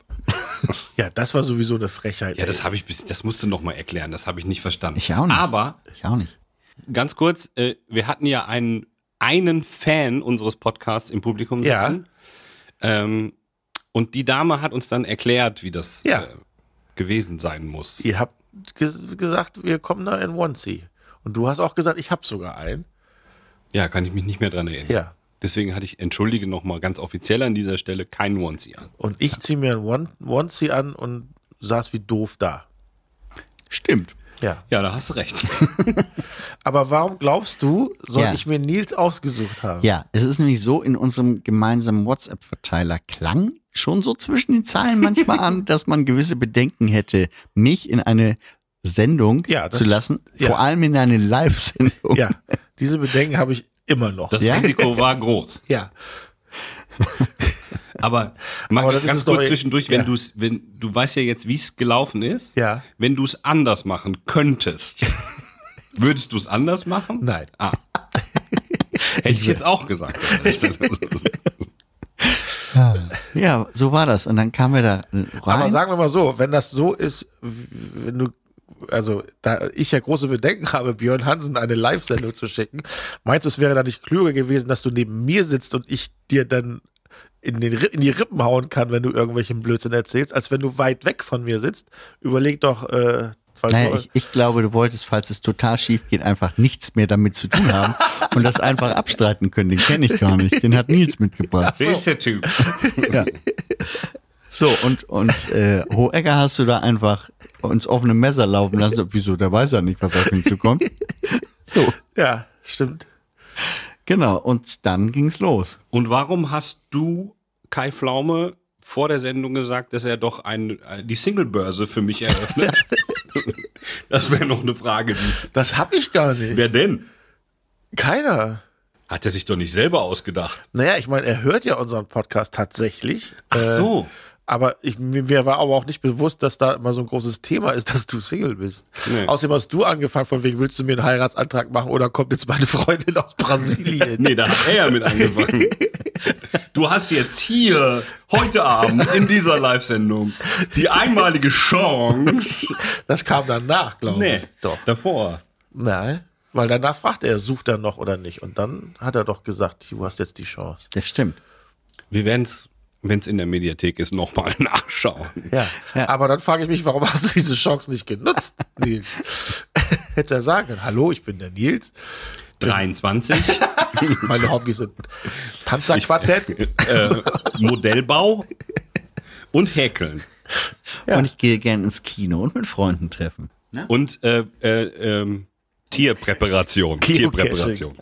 B: ja, das war sowieso eine Frechheit.
A: Ja, das habe ich bis, das musst du noch mal erklären. Das habe ich nicht verstanden.
C: Ich auch nicht.
A: Aber
C: Ich auch nicht.
A: ganz kurz, äh, wir hatten ja einen, einen Fan unseres Podcasts im Publikum
B: Ja.
A: sitzen. Ähm, und die Dame hat uns dann erklärt, wie das
B: Ja.
A: äh, gewesen sein muss.
B: Ihr habt ge gesagt, wir kommen da in Onesie. Und du hast auch gesagt, ich habe sogar einen.
A: Ja, kann ich mich nicht mehr dran erinnern.
B: Ja.
A: Deswegen hatte ich, entschuldige nochmal ganz offiziell an dieser Stelle, kein Onesie an.
B: Und ich ziehe mir einen One- Onesie an und saß wie doof da.
C: Stimmt.
B: Ja.
A: Ja, da hast du recht.
B: Aber warum glaubst du, soll
C: Ja.
B: ich mir Nils ausgesucht haben?
C: Ja, es ist nämlich so, in unserem gemeinsamen WhatsApp-Verteiler klang schon so zwischen den Zeilen manchmal an, dass man gewisse Bedenken hätte, mich in eine Sendung
B: Ja, das-
C: zu lassen,
B: ja.
C: vor allem in eine Live-Sendung.
B: Ja, Diese Bedenken habe ich immer noch.
A: Das
C: Ja?
A: Risiko war groß.
B: ja.
A: Aber mach
B: Aber dann ist
A: ganz
B: es doch
A: kurz
B: eh-
A: zwischendurch, wenn
B: ja.
A: du es, wenn du weißt ja jetzt, wie es gelaufen ist,
B: Ja.
A: wenn du es anders machen könntest, würdest du es anders machen?
B: Nein.
A: Ah. Hätte ich jetzt auch gesagt. an der Stelle.
C: Ja, so war das. Und dann kamen wir da
B: Aber
C: rein.
B: sagen wir mal so, wenn das so ist, w- wenn du, also da ich ja große Bedenken habe, Björn Hansen eine Live-Sendung zu schicken, meinst du, es wäre da nicht klüger gewesen, dass du neben mir sitzt und ich dir dann in, den, Ri- in die Rippen hauen kann, wenn du irgendwelchen Blödsinn erzählst, als wenn du weit weg von mir sitzt? Überleg doch, äh, weil
C: Naja,
B: du-
C: ich, ich glaube, du wolltest, falls es total schief geht, einfach nichts mehr damit zu tun haben und das einfach abstreiten können. Den kenne ich gar nicht. Den hat Nils mitgebracht.
A: Wer ist der Typ?
C: So, und, und äh, Hoegger hast du da einfach ins offene Messer laufen lassen. Wieso? Der weiß ja nicht, was auf ihn zukommt. So,
B: ja, stimmt.
C: genau. Und dann ging's los.
A: Und warum hast du Kai Pflaume vor der Sendung gesagt, dass er doch ein, äh, die Singlebörse für mich eröffnet? das wäre noch eine Frage. die-
B: Das hab ich gar nicht.
A: Wer denn?
B: Keiner.
A: Hat er sich doch nicht selber ausgedacht.
B: Naja, ich meine, er hört ja unseren Podcast tatsächlich. Äh,
A: Ach so.
B: Aber ich, mir mir war aber auch nicht bewusst, dass da immer so ein großes Thema ist, dass du Single bist.
A: Nee.
B: Außerdem hast du angefangen, von wegen willst du mir einen Heiratsantrag machen oder kommt jetzt meine Freundin aus Brasilien?
A: Nee, da hat er ja mit angefangen. Du hast jetzt hier, heute Abend, in dieser Live-Sendung, die einmalige Chance.
B: Das kam danach, glaube
A: Nee,
B: ich. Doch.
A: davor.
B: Nein. Weil danach fragte er, sucht er noch oder nicht? Und dann hat er doch gesagt, du hast jetzt die Chance.
C: Das stimmt.
A: Wir werden es, wenn es in der Mediathek ist, nochmal nachschauen.
B: Ja.
C: Ja.
B: Aber dann frage ich mich, warum hast du diese Chance nicht genutzt, Nils? Hättest ja sagen können, hallo, ich bin der Nils.
A: 23,
B: Meine Hobbys sind Panzerquartett.
A: äh, Modellbau und Häkeln.
B: Ja.
C: Und ich gehe gern ins Kino und mit Freunden treffen. Ne?
A: Und äh, äh, ähm, Tierpräparation.
B: Geocaching.
A: Tierpräparation.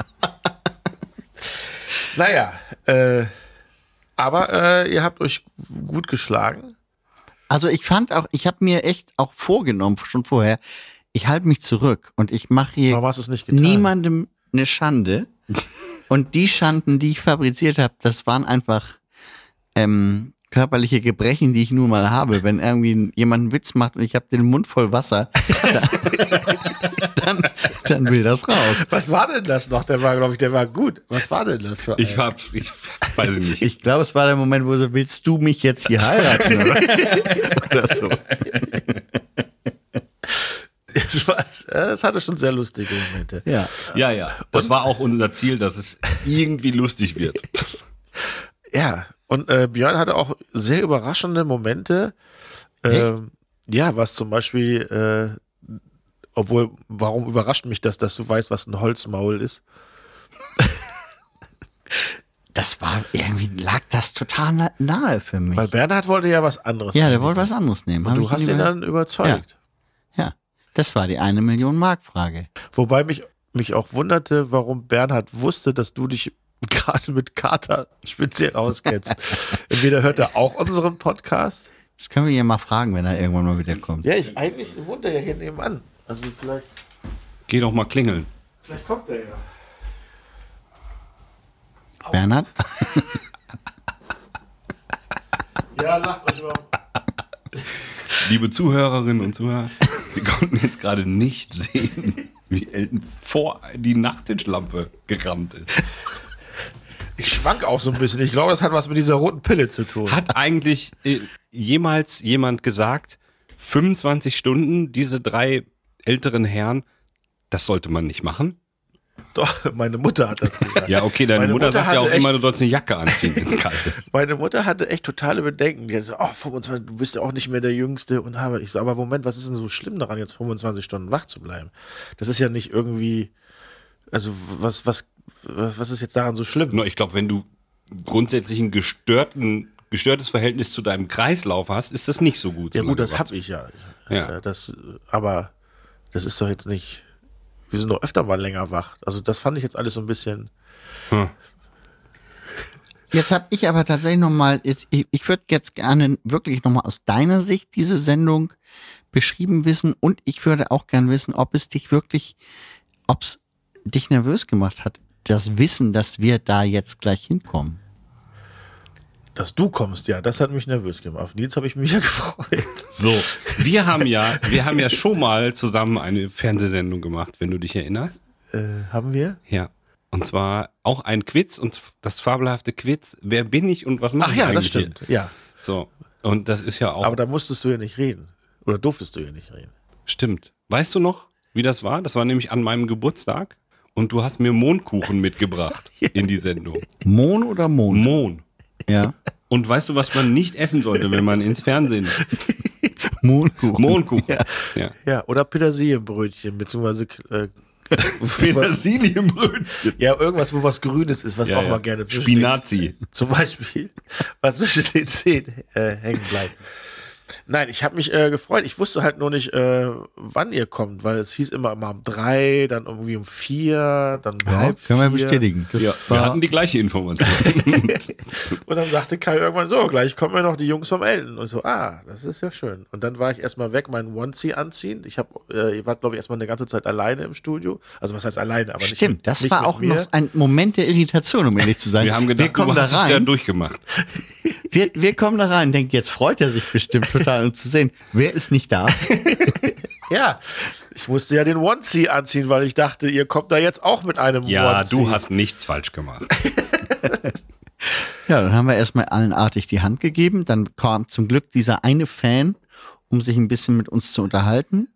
B: Naja, äh, aber äh, ihr habt euch gut geschlagen.
C: Also ich fand auch, ich habe mir echt auch vorgenommen, schon vorher, ich halte mich zurück und ich mache hier
B: Warum hast du es nicht getan?
C: niemandem eine Schande. Und die Schanden, die ich fabriziert habe, das waren einfach ähm, körperliche Gebrechen, die ich nun mal habe. Wenn irgendwie jemand einen Witz macht und ich habe den Mund voll Wasser, dann, dann, dann will das raus.
B: Was war denn das noch? Der war, glaube ich, der war gut. Was war denn das für
A: Ich
B: einer?
A: hab, ich weiß es nicht.
C: Ich glaube, es war der Moment, wo so, willst du mich jetzt hier heiraten? Oder, oder so.
B: das, war,
C: Äh,
B: das hatte schon sehr lustige Momente.
C: Ja.
A: Ja, ja. Das war auch unser Ziel, dass es irgendwie lustig wird.
B: Ja, und äh, Björn hatte auch sehr überraschende Momente. Ähm, ja, was zum Beispiel, äh, obwohl, warum überrascht mich das, dass du weißt, was ein Holzmaul ist?
C: Das war irgendwie, lag das total na- nahe für mich.
B: Weil Bernhard wollte ja was anderes.
C: Ja, der wollte was anderes nehmen. Hab
B: Und du
C: ich
B: hast ihn
C: über-
B: dann überzeugt.
C: Ja, das war die eine Million Mark Frage.
B: Wobei mich, mich auch wunderte, warum Bernhard wusste, dass du dich gerade mit Kater speziell auskennst. Entweder hört er auch unseren Podcast.
C: Das können wir ja mal fragen, wenn er irgendwann mal wieder kommt.
B: Ja, ich eigentlich wohnt er ja hier nebenan. Also vielleicht,
A: Geh doch mal klingeln.
B: vielleicht kommt er ja.
C: Bernhard?
B: Ja, lacht euch mal.
A: Liebe Zuhörerinnen und Zuhörer, Sie konnten jetzt gerade nicht sehen, wie Elton vor die Nachttischlampe gerammt ist.
B: Ich schwank auch so ein bisschen. Ich glaube, das hat was mit dieser roten Pille zu tun.
A: Hat eigentlich äh, jemals jemand gesagt, 25 Stunden, diese drei älteren Herren, das sollte man nicht machen?
B: Doch, meine Mutter hat das gesagt.
A: Ja, okay, deine
B: Meine
A: Mutter,
B: Mutter
A: sagt ja
B: hatte
A: auch immer,
B: echt-
A: du sollst eine Jacke anziehen ins Kalte.
B: Meine Mutter hatte echt totale Bedenken. Die hat so, oh, 25, du bist ja auch nicht mehr der Jüngste und habe ich so, aber Moment, was ist denn so schlimm daran, jetzt 25 Stunden wach zu bleiben? Das ist ja nicht irgendwie, also was, was, was was ist jetzt daran so schlimm?
A: Nur ich glaube, wenn du grundsätzlich ein gestörten, gestörtes Verhältnis zu deinem Kreislauf hast, ist das nicht so gut.
B: ja
A: so
B: gut,
A: lange
B: das
A: wach zu
B: habe ich ja.
A: Ja.
B: Äh, Das, aber das ist doch jetzt nicht, wir sind doch öfter mal länger wach. Also das fand ich jetzt alles so ein bisschen,
C: Jetzt habe ich aber tatsächlich nochmal, ich, ich würde jetzt gerne wirklich nochmal aus deiner Sicht diese Sendung beschrieben wissen und ich würde auch gern wissen, ob es dich wirklich, ob es dich nervös gemacht hat, das Wissen, dass wir da jetzt gleich hinkommen.
B: Dass du kommst, ja, das hat mich nervös gemacht. Auf Nils habe ich mich ja gefreut.
A: So, wir haben ja, wir haben ja schon mal zusammen eine Fernsehsendung gemacht, wenn du dich erinnerst.
B: Äh, haben wir?
A: Ja. Und zwar auch ein Quiz und das fabelhafte Quiz, wer bin ich und was mache
B: Ach
A: ich
B: ja,
A: eigentlich
B: das stimmt.
A: Hier?
B: Ja.
A: So, und das ist ja auch
B: Aber da musstest du ja nicht reden. Oder durftest du ja nicht reden.
A: Stimmt. Weißt du noch, wie das war? Das war nämlich an meinem Geburtstag und du hast mir Mohnkuchen mitgebracht in die Sendung.
C: Mon oder Mond?
A: Mohn.
C: ja.
A: Und weißt du, was man nicht essen sollte, wenn man ins Fernsehen?
C: Mondkuchen.
A: Mohnkuchen. Ja. ja.
B: Ja, oder Petersilienbrötchen, beziehungsweise äh,
A: Petersilienbrötchen.
B: ja, irgendwas, wo was Grünes ist, was
A: Ja,
B: auch
A: ja.
B: mal gerne zwischen
A: Spinazi.
B: Den, zum Beispiel, was zwischen den Zähnen äh, hängen bleibt. Nein, ich habe mich äh, gefreut. Ich wusste halt nur nicht, äh, wann ihr kommt, weil es hieß immer, immer um drei, dann irgendwie um vier, dann um
C: Ja,
B: halb
C: können wir
B: vier.
C: bestätigen. Das
A: Ja, wir hatten die gleiche Information.
B: Und dann sagte Kai irgendwann so, gleich kommen ja noch die Jungs vom Elden. Und so, ah, das ist ja schön. Und dann war ich erstmal weg, meinen Onesie anziehen. Ich habe, äh, ihr wart, glaube ich, erstmal eine ganze Zeit alleine im Studio. Also was heißt alleine, aber nicht
C: Stimmt,
B: mit,
C: das
B: nicht
C: war
B: mit
C: auch
B: mir.
C: noch ein Moment der Irritation, um ehrlich zu sein.
A: Wir haben
C: wir
A: gedacht,
C: kommen
A: du
C: da
A: hast es ja
C: rein.
A: durchgemacht.
C: wir, wir kommen da rein, denkt, jetzt freut er sich bestimmt total, um zu sehen, wer ist nicht da.
B: Ja, ich musste ja den Onesie anziehen, weil ich dachte, ihr kommt da jetzt auch mit einem
A: Ja,
B: Onesie.
A: du hast nichts falsch gemacht.
C: Ja, dann haben wir erstmal allen artig die Hand gegeben. Dann kam zum Glück dieser eine Fan, um sich ein bisschen mit uns zu unterhalten.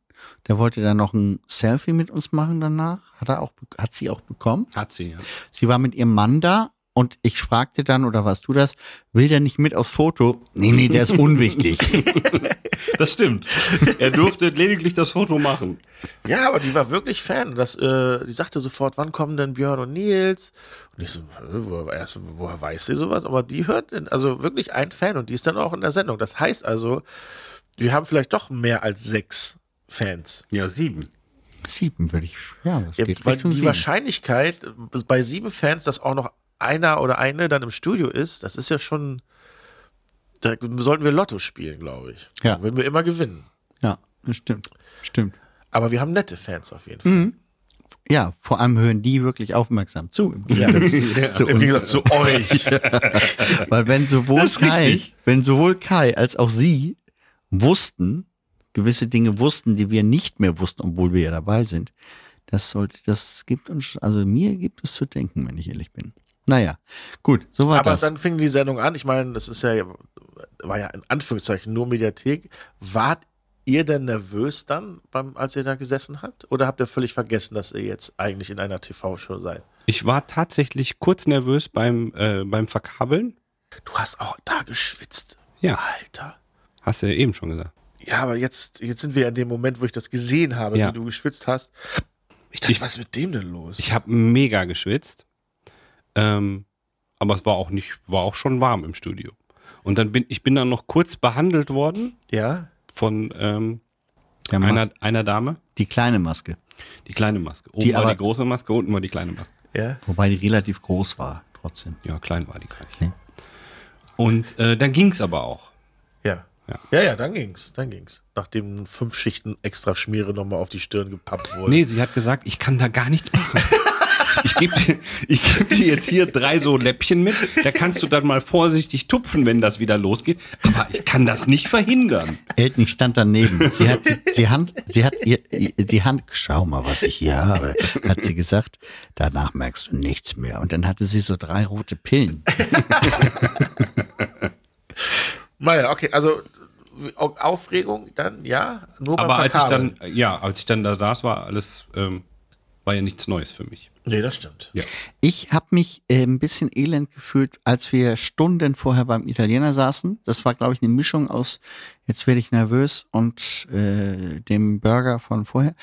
C: Der wollte dann noch ein Selfie mit uns machen danach. Hat er auch, be- hat sie auch bekommen.
A: Hat sie, ja.
C: Sie war mit ihrem Mann da und ich fragte dann, oder warst du das, will der nicht mit aufs Foto? Nee, nee, der ist unwichtig.
A: Das stimmt. Er durfte lediglich das Foto machen.
B: Ja, aber die war wirklich Fan. Das, äh, die sagte sofort, wann kommen denn Björn und Nils? Und ich so, äh, wo, erst, woher weiß sie sowas? Aber die hört, denn- also wirklich ein Fan und die ist dann auch in der Sendung. Das heißt also, wir haben vielleicht doch mehr als sechs Fans.
A: Ja, sieben.
C: Sieben würde ich, ja, das
B: Ja,
C: geht
B: weil
C: Richtung
B: die
C: sieben.
B: Wahrscheinlichkeit äh, bei sieben Fans, dass auch noch einer oder eine dann im Studio ist, das ist ja schon, da sollten wir Lotto spielen, glaube ich.
C: Ja.
B: Dann würden wir immer gewinnen.
C: Ja, das stimmt, stimmt.
B: Aber wir haben nette Fans auf jeden Fall.
C: Ja, vor allem hören die wirklich aufmerksam zu. Im Gegensatz zu
B: Im
C: uns.
B: Gegensatz zu euch.
C: Weil wenn sowohl
A: Das ist
C: Kai,
A: richtig.
C: wenn sowohl Kai als auch sie wussten, gewisse Dinge wussten, die wir nicht mehr wussten, obwohl wir ja dabei sind, das sollte, das gibt uns, also mir gibt es zu denken, wenn ich ehrlich bin. Naja, gut, so war
B: Aber
C: das.
B: dann fing die Sendung an. Ich meine, das ist ja, war ja in Anführungszeichen nur Mediathek. Wart ihr denn nervös dann, beim, als ihr da gesessen habt? Oder habt ihr völlig vergessen, dass ihr jetzt eigentlich in einer TV-Show seid?
A: Ich war tatsächlich kurz nervös beim, äh, beim Verkabeln.
B: Du hast auch da geschwitzt.
A: Ja.
B: Alter.
A: Hast du ja eben schon gesagt.
B: Ja, aber jetzt, jetzt sind wir in dem Moment, wo ich das gesehen habe,
A: Ja.
B: wie du geschwitzt hast. Ich dachte,
A: Ich-
B: was ist mit dem denn los?
A: Ich habe mega geschwitzt. Ähm, aber es war auch nicht, war auch schon warm im Studio. Und dann bin ich bin dann noch kurz behandelt worden
B: ja?
A: von ähm,
C: Der Mas-
A: einer, einer Dame.
C: die kleine Maske,
A: Die kleine Maske. Oben
C: Die
A: war
C: aber-
A: die große Maske, unten war die kleine Maske.
B: Ja?
C: wobei die relativ groß war, trotzdem.
A: Ja, klein war die gar nicht.
C: Nee.
A: Und äh, dann ging's aber auch.
B: Ja.
A: Ja.
B: Ja, ja, dann ging's, dann ging's. Nachdem fünf Schichten extra Schmiere nochmal auf die Stirn gepappt wurden.
A: Nee, sie hat gesagt, ich kann da gar nichts machen. Ich gebe dir, ich geb dir jetzt hier drei so Läppchen mit, da kannst du dann mal vorsichtig tupfen, wenn das wieder losgeht. Aber ich kann das nicht verhindern.
C: Elton stand daneben. Sie hat, sie Hand, sie hat ihr, ihr- die Hand, schau mal, was ich hier habe, hat sie gesagt. Danach merkst du nichts mehr. Und dann hatte sie so drei rote Pillen.
B: Naja, okay, also w- Au- Aufregung dann, ja. Nur beim
A: Aber als ich
B: Verkabeln.
A: dann, ja, als ich dann da saß, war alles, ähm, war ja nichts Neues für mich.
B: Nee, das stimmt.
A: Ja.
C: Ich habe mich äh, ein bisschen elend gefühlt, als wir Stunden vorher beim Italiener saßen. Das war, glaube ich, eine Mischung aus, jetzt werde ich nervös und äh, dem Burger von vorher.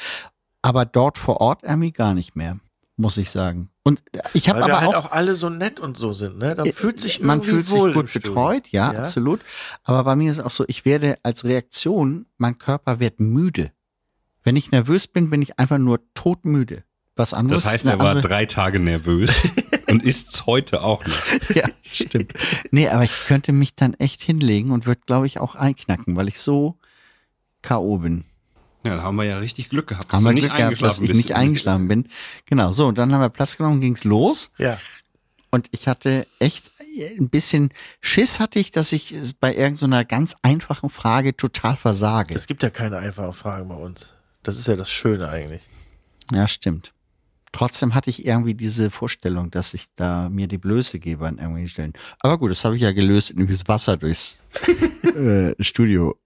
C: Aber dort vor Ort, Ermi, gar nicht mehr, muss ich sagen. Und ich
B: Weil
C: habe
B: da
C: aber
B: halt
C: auch
B: auch alle so nett und so sind, ne? Dann
C: äh,
B: fühlt sich
C: man
B: irgendwie
C: fühlt sich
B: wohl im
C: gut
B: Studio.
C: betreut, ja, absolut. Aber bei mir ist es auch so, ich werde als Reaktion, mein Körper wird müde. Wenn ich nervös bin, bin ich einfach nur todmüde. Was anderes.
A: Das heißt,
C: ist eine
A: er war
C: andere-
A: drei Tage nervös und ist's heute auch noch.
C: Ja, stimmt. Nee, aber ich könnte mich dann echt hinlegen und würde, glaube ich, auch einknacken, weil ich so K.O. bin.
A: Ja, da haben wir ja richtig Glück gehabt,
C: Haben
A: du
C: wir Glück gehabt, dass ich
A: bist.
C: nicht eingeschlafen bin. Genau, so, und dann haben wir Platz genommen, ging's los.
B: Ja.
C: Und ich hatte echt ein bisschen Schiss hatte ich, dass ich es bei irgendeiner ganz einfachen Frage total versage.
B: Es gibt ja keine einfachen Fragen bei uns. Das ist ja das Schöne eigentlich.
C: Ja, stimmt. Trotzdem hatte ich irgendwie diese Vorstellung, dass ich da mir die Blöße gebe an irgendwelchen Stellen. Aber gut, das habe ich ja gelöst, indem ich das Wasser durchs äh, Studio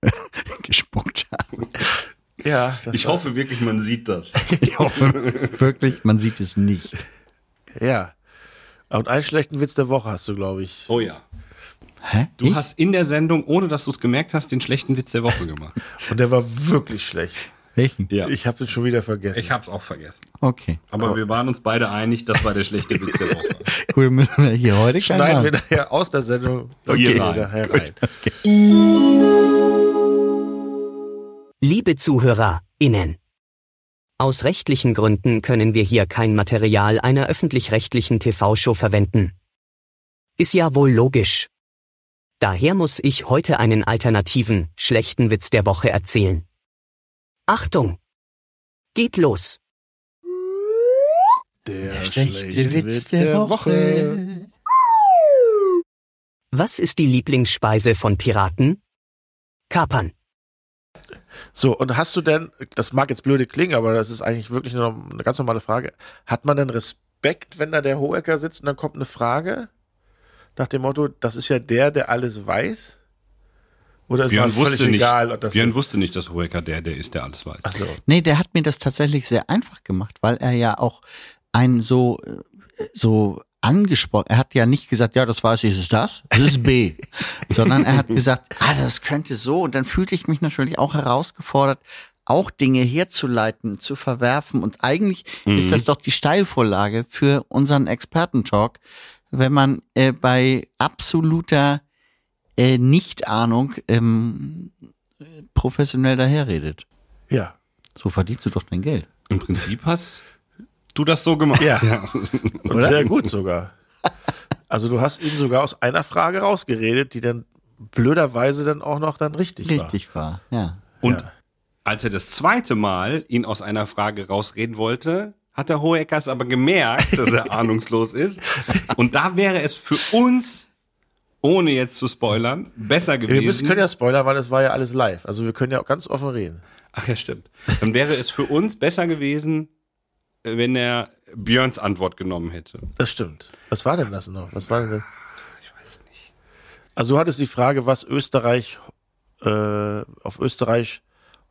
C: gespuckt habe.
B: Ja, das
A: Ich
B: war-
A: hoffe wirklich, man sieht das.
C: Ich hoffe wirklich, man sieht es nicht.
B: Ja. Und einen schlechten Witz der Woche hast du, glaube ich.
A: Oh ja.
C: Hä?
A: Du
C: ich?
A: hast in der Sendung, ohne dass du es gemerkt hast, den schlechten Witz der Woche gemacht.
B: Und der war wirklich schlecht.
C: Welchen?
A: Ja. Ich,
B: Ich habe den schon wieder vergessen.
A: ich hab's auch vergessen.
C: Okay.
A: Aber wir waren uns beide einig, das war der schlechte Witz der Woche.
C: Gut, müssen wir hier heute keinen
B: Schneiden wir
C: haben.
B: daher aus der Sendung
A: Hier
B: Gehen wir
A: rein.
B: daher
A: Gut.
B: rein.
D: Liebe ZuhörerInnen. Aus rechtlichen Gründen können wir hier kein Material einer öffentlich-rechtlichen TV-Show verwenden. Ist ja wohl logisch. Daher muss ich heute einen alternativen, schlechten Witz der Woche erzählen. Achtung! Geht los!
B: Der
C: Schlechte Witz der Woche.
D: Was ist die Lieblingsspeise von Piraten? Kapern.
B: So, und hast du denn, das mag jetzt blöde klingen, aber das ist eigentlich wirklich nur eine ganz normale Frage. Hat man denn Respekt, wenn da der Hohecker sitzt und dann kommt eine Frage nach dem Motto, das ist ja der, der alles weiß? Oder ist
A: Björn
B: man völlig
A: wusste, nicht,
B: egal, ob das
A: Björn
B: ist?
A: wusste nicht, dass Hoeker der, der ist, der alles weiß.
B: Ach so.
C: Nee, der hat mir das tatsächlich sehr einfach gemacht, weil er ja auch einen so, äh, so angesprochen, er hat ja nicht gesagt, ja, das weiß ich, es ist das, es ist B, sondern er hat gesagt, ah, das könnte so und dann fühlte ich mich natürlich auch herausgefordert, auch Dinge herzuleiten, zu verwerfen und eigentlich ist das doch die Steilvorlage für unseren Expertentalk, wenn man äh, bei absoluter äh, Nichtahnung ähm, professionell daherredet.
B: Ja.
C: So verdienst du doch dein Geld.
A: Im Prinzip hast du das so gemacht.
B: Ja. Und sehr gut sogar. Also du hast ihn sogar aus einer Frage rausgeredet, die dann blöderweise dann auch noch dann richtig, war.
C: Richtig war. Ja.
A: Und
B: Ja.
A: als er das zweite Mal ihn aus einer Frage rausreden wollte, hat der Hohecker es aber gemerkt, dass er ahnungslos ist. Und da wäre es für uns, ohne jetzt zu spoilern, besser
B: Wir müssen,
A: gewesen.
B: können ja spoilern, weil es war ja alles live. Also wir können ja auch ganz offen reden.
A: Ach ja, stimmt. Dann wäre es für uns besser gewesen, äh, wenn er Björns Antwort genommen hätte.
B: Das stimmt. Was war denn das noch? Was war denn das? Ich weiß nicht. Also du hattest die Frage, was Österreich äh, auf Österreich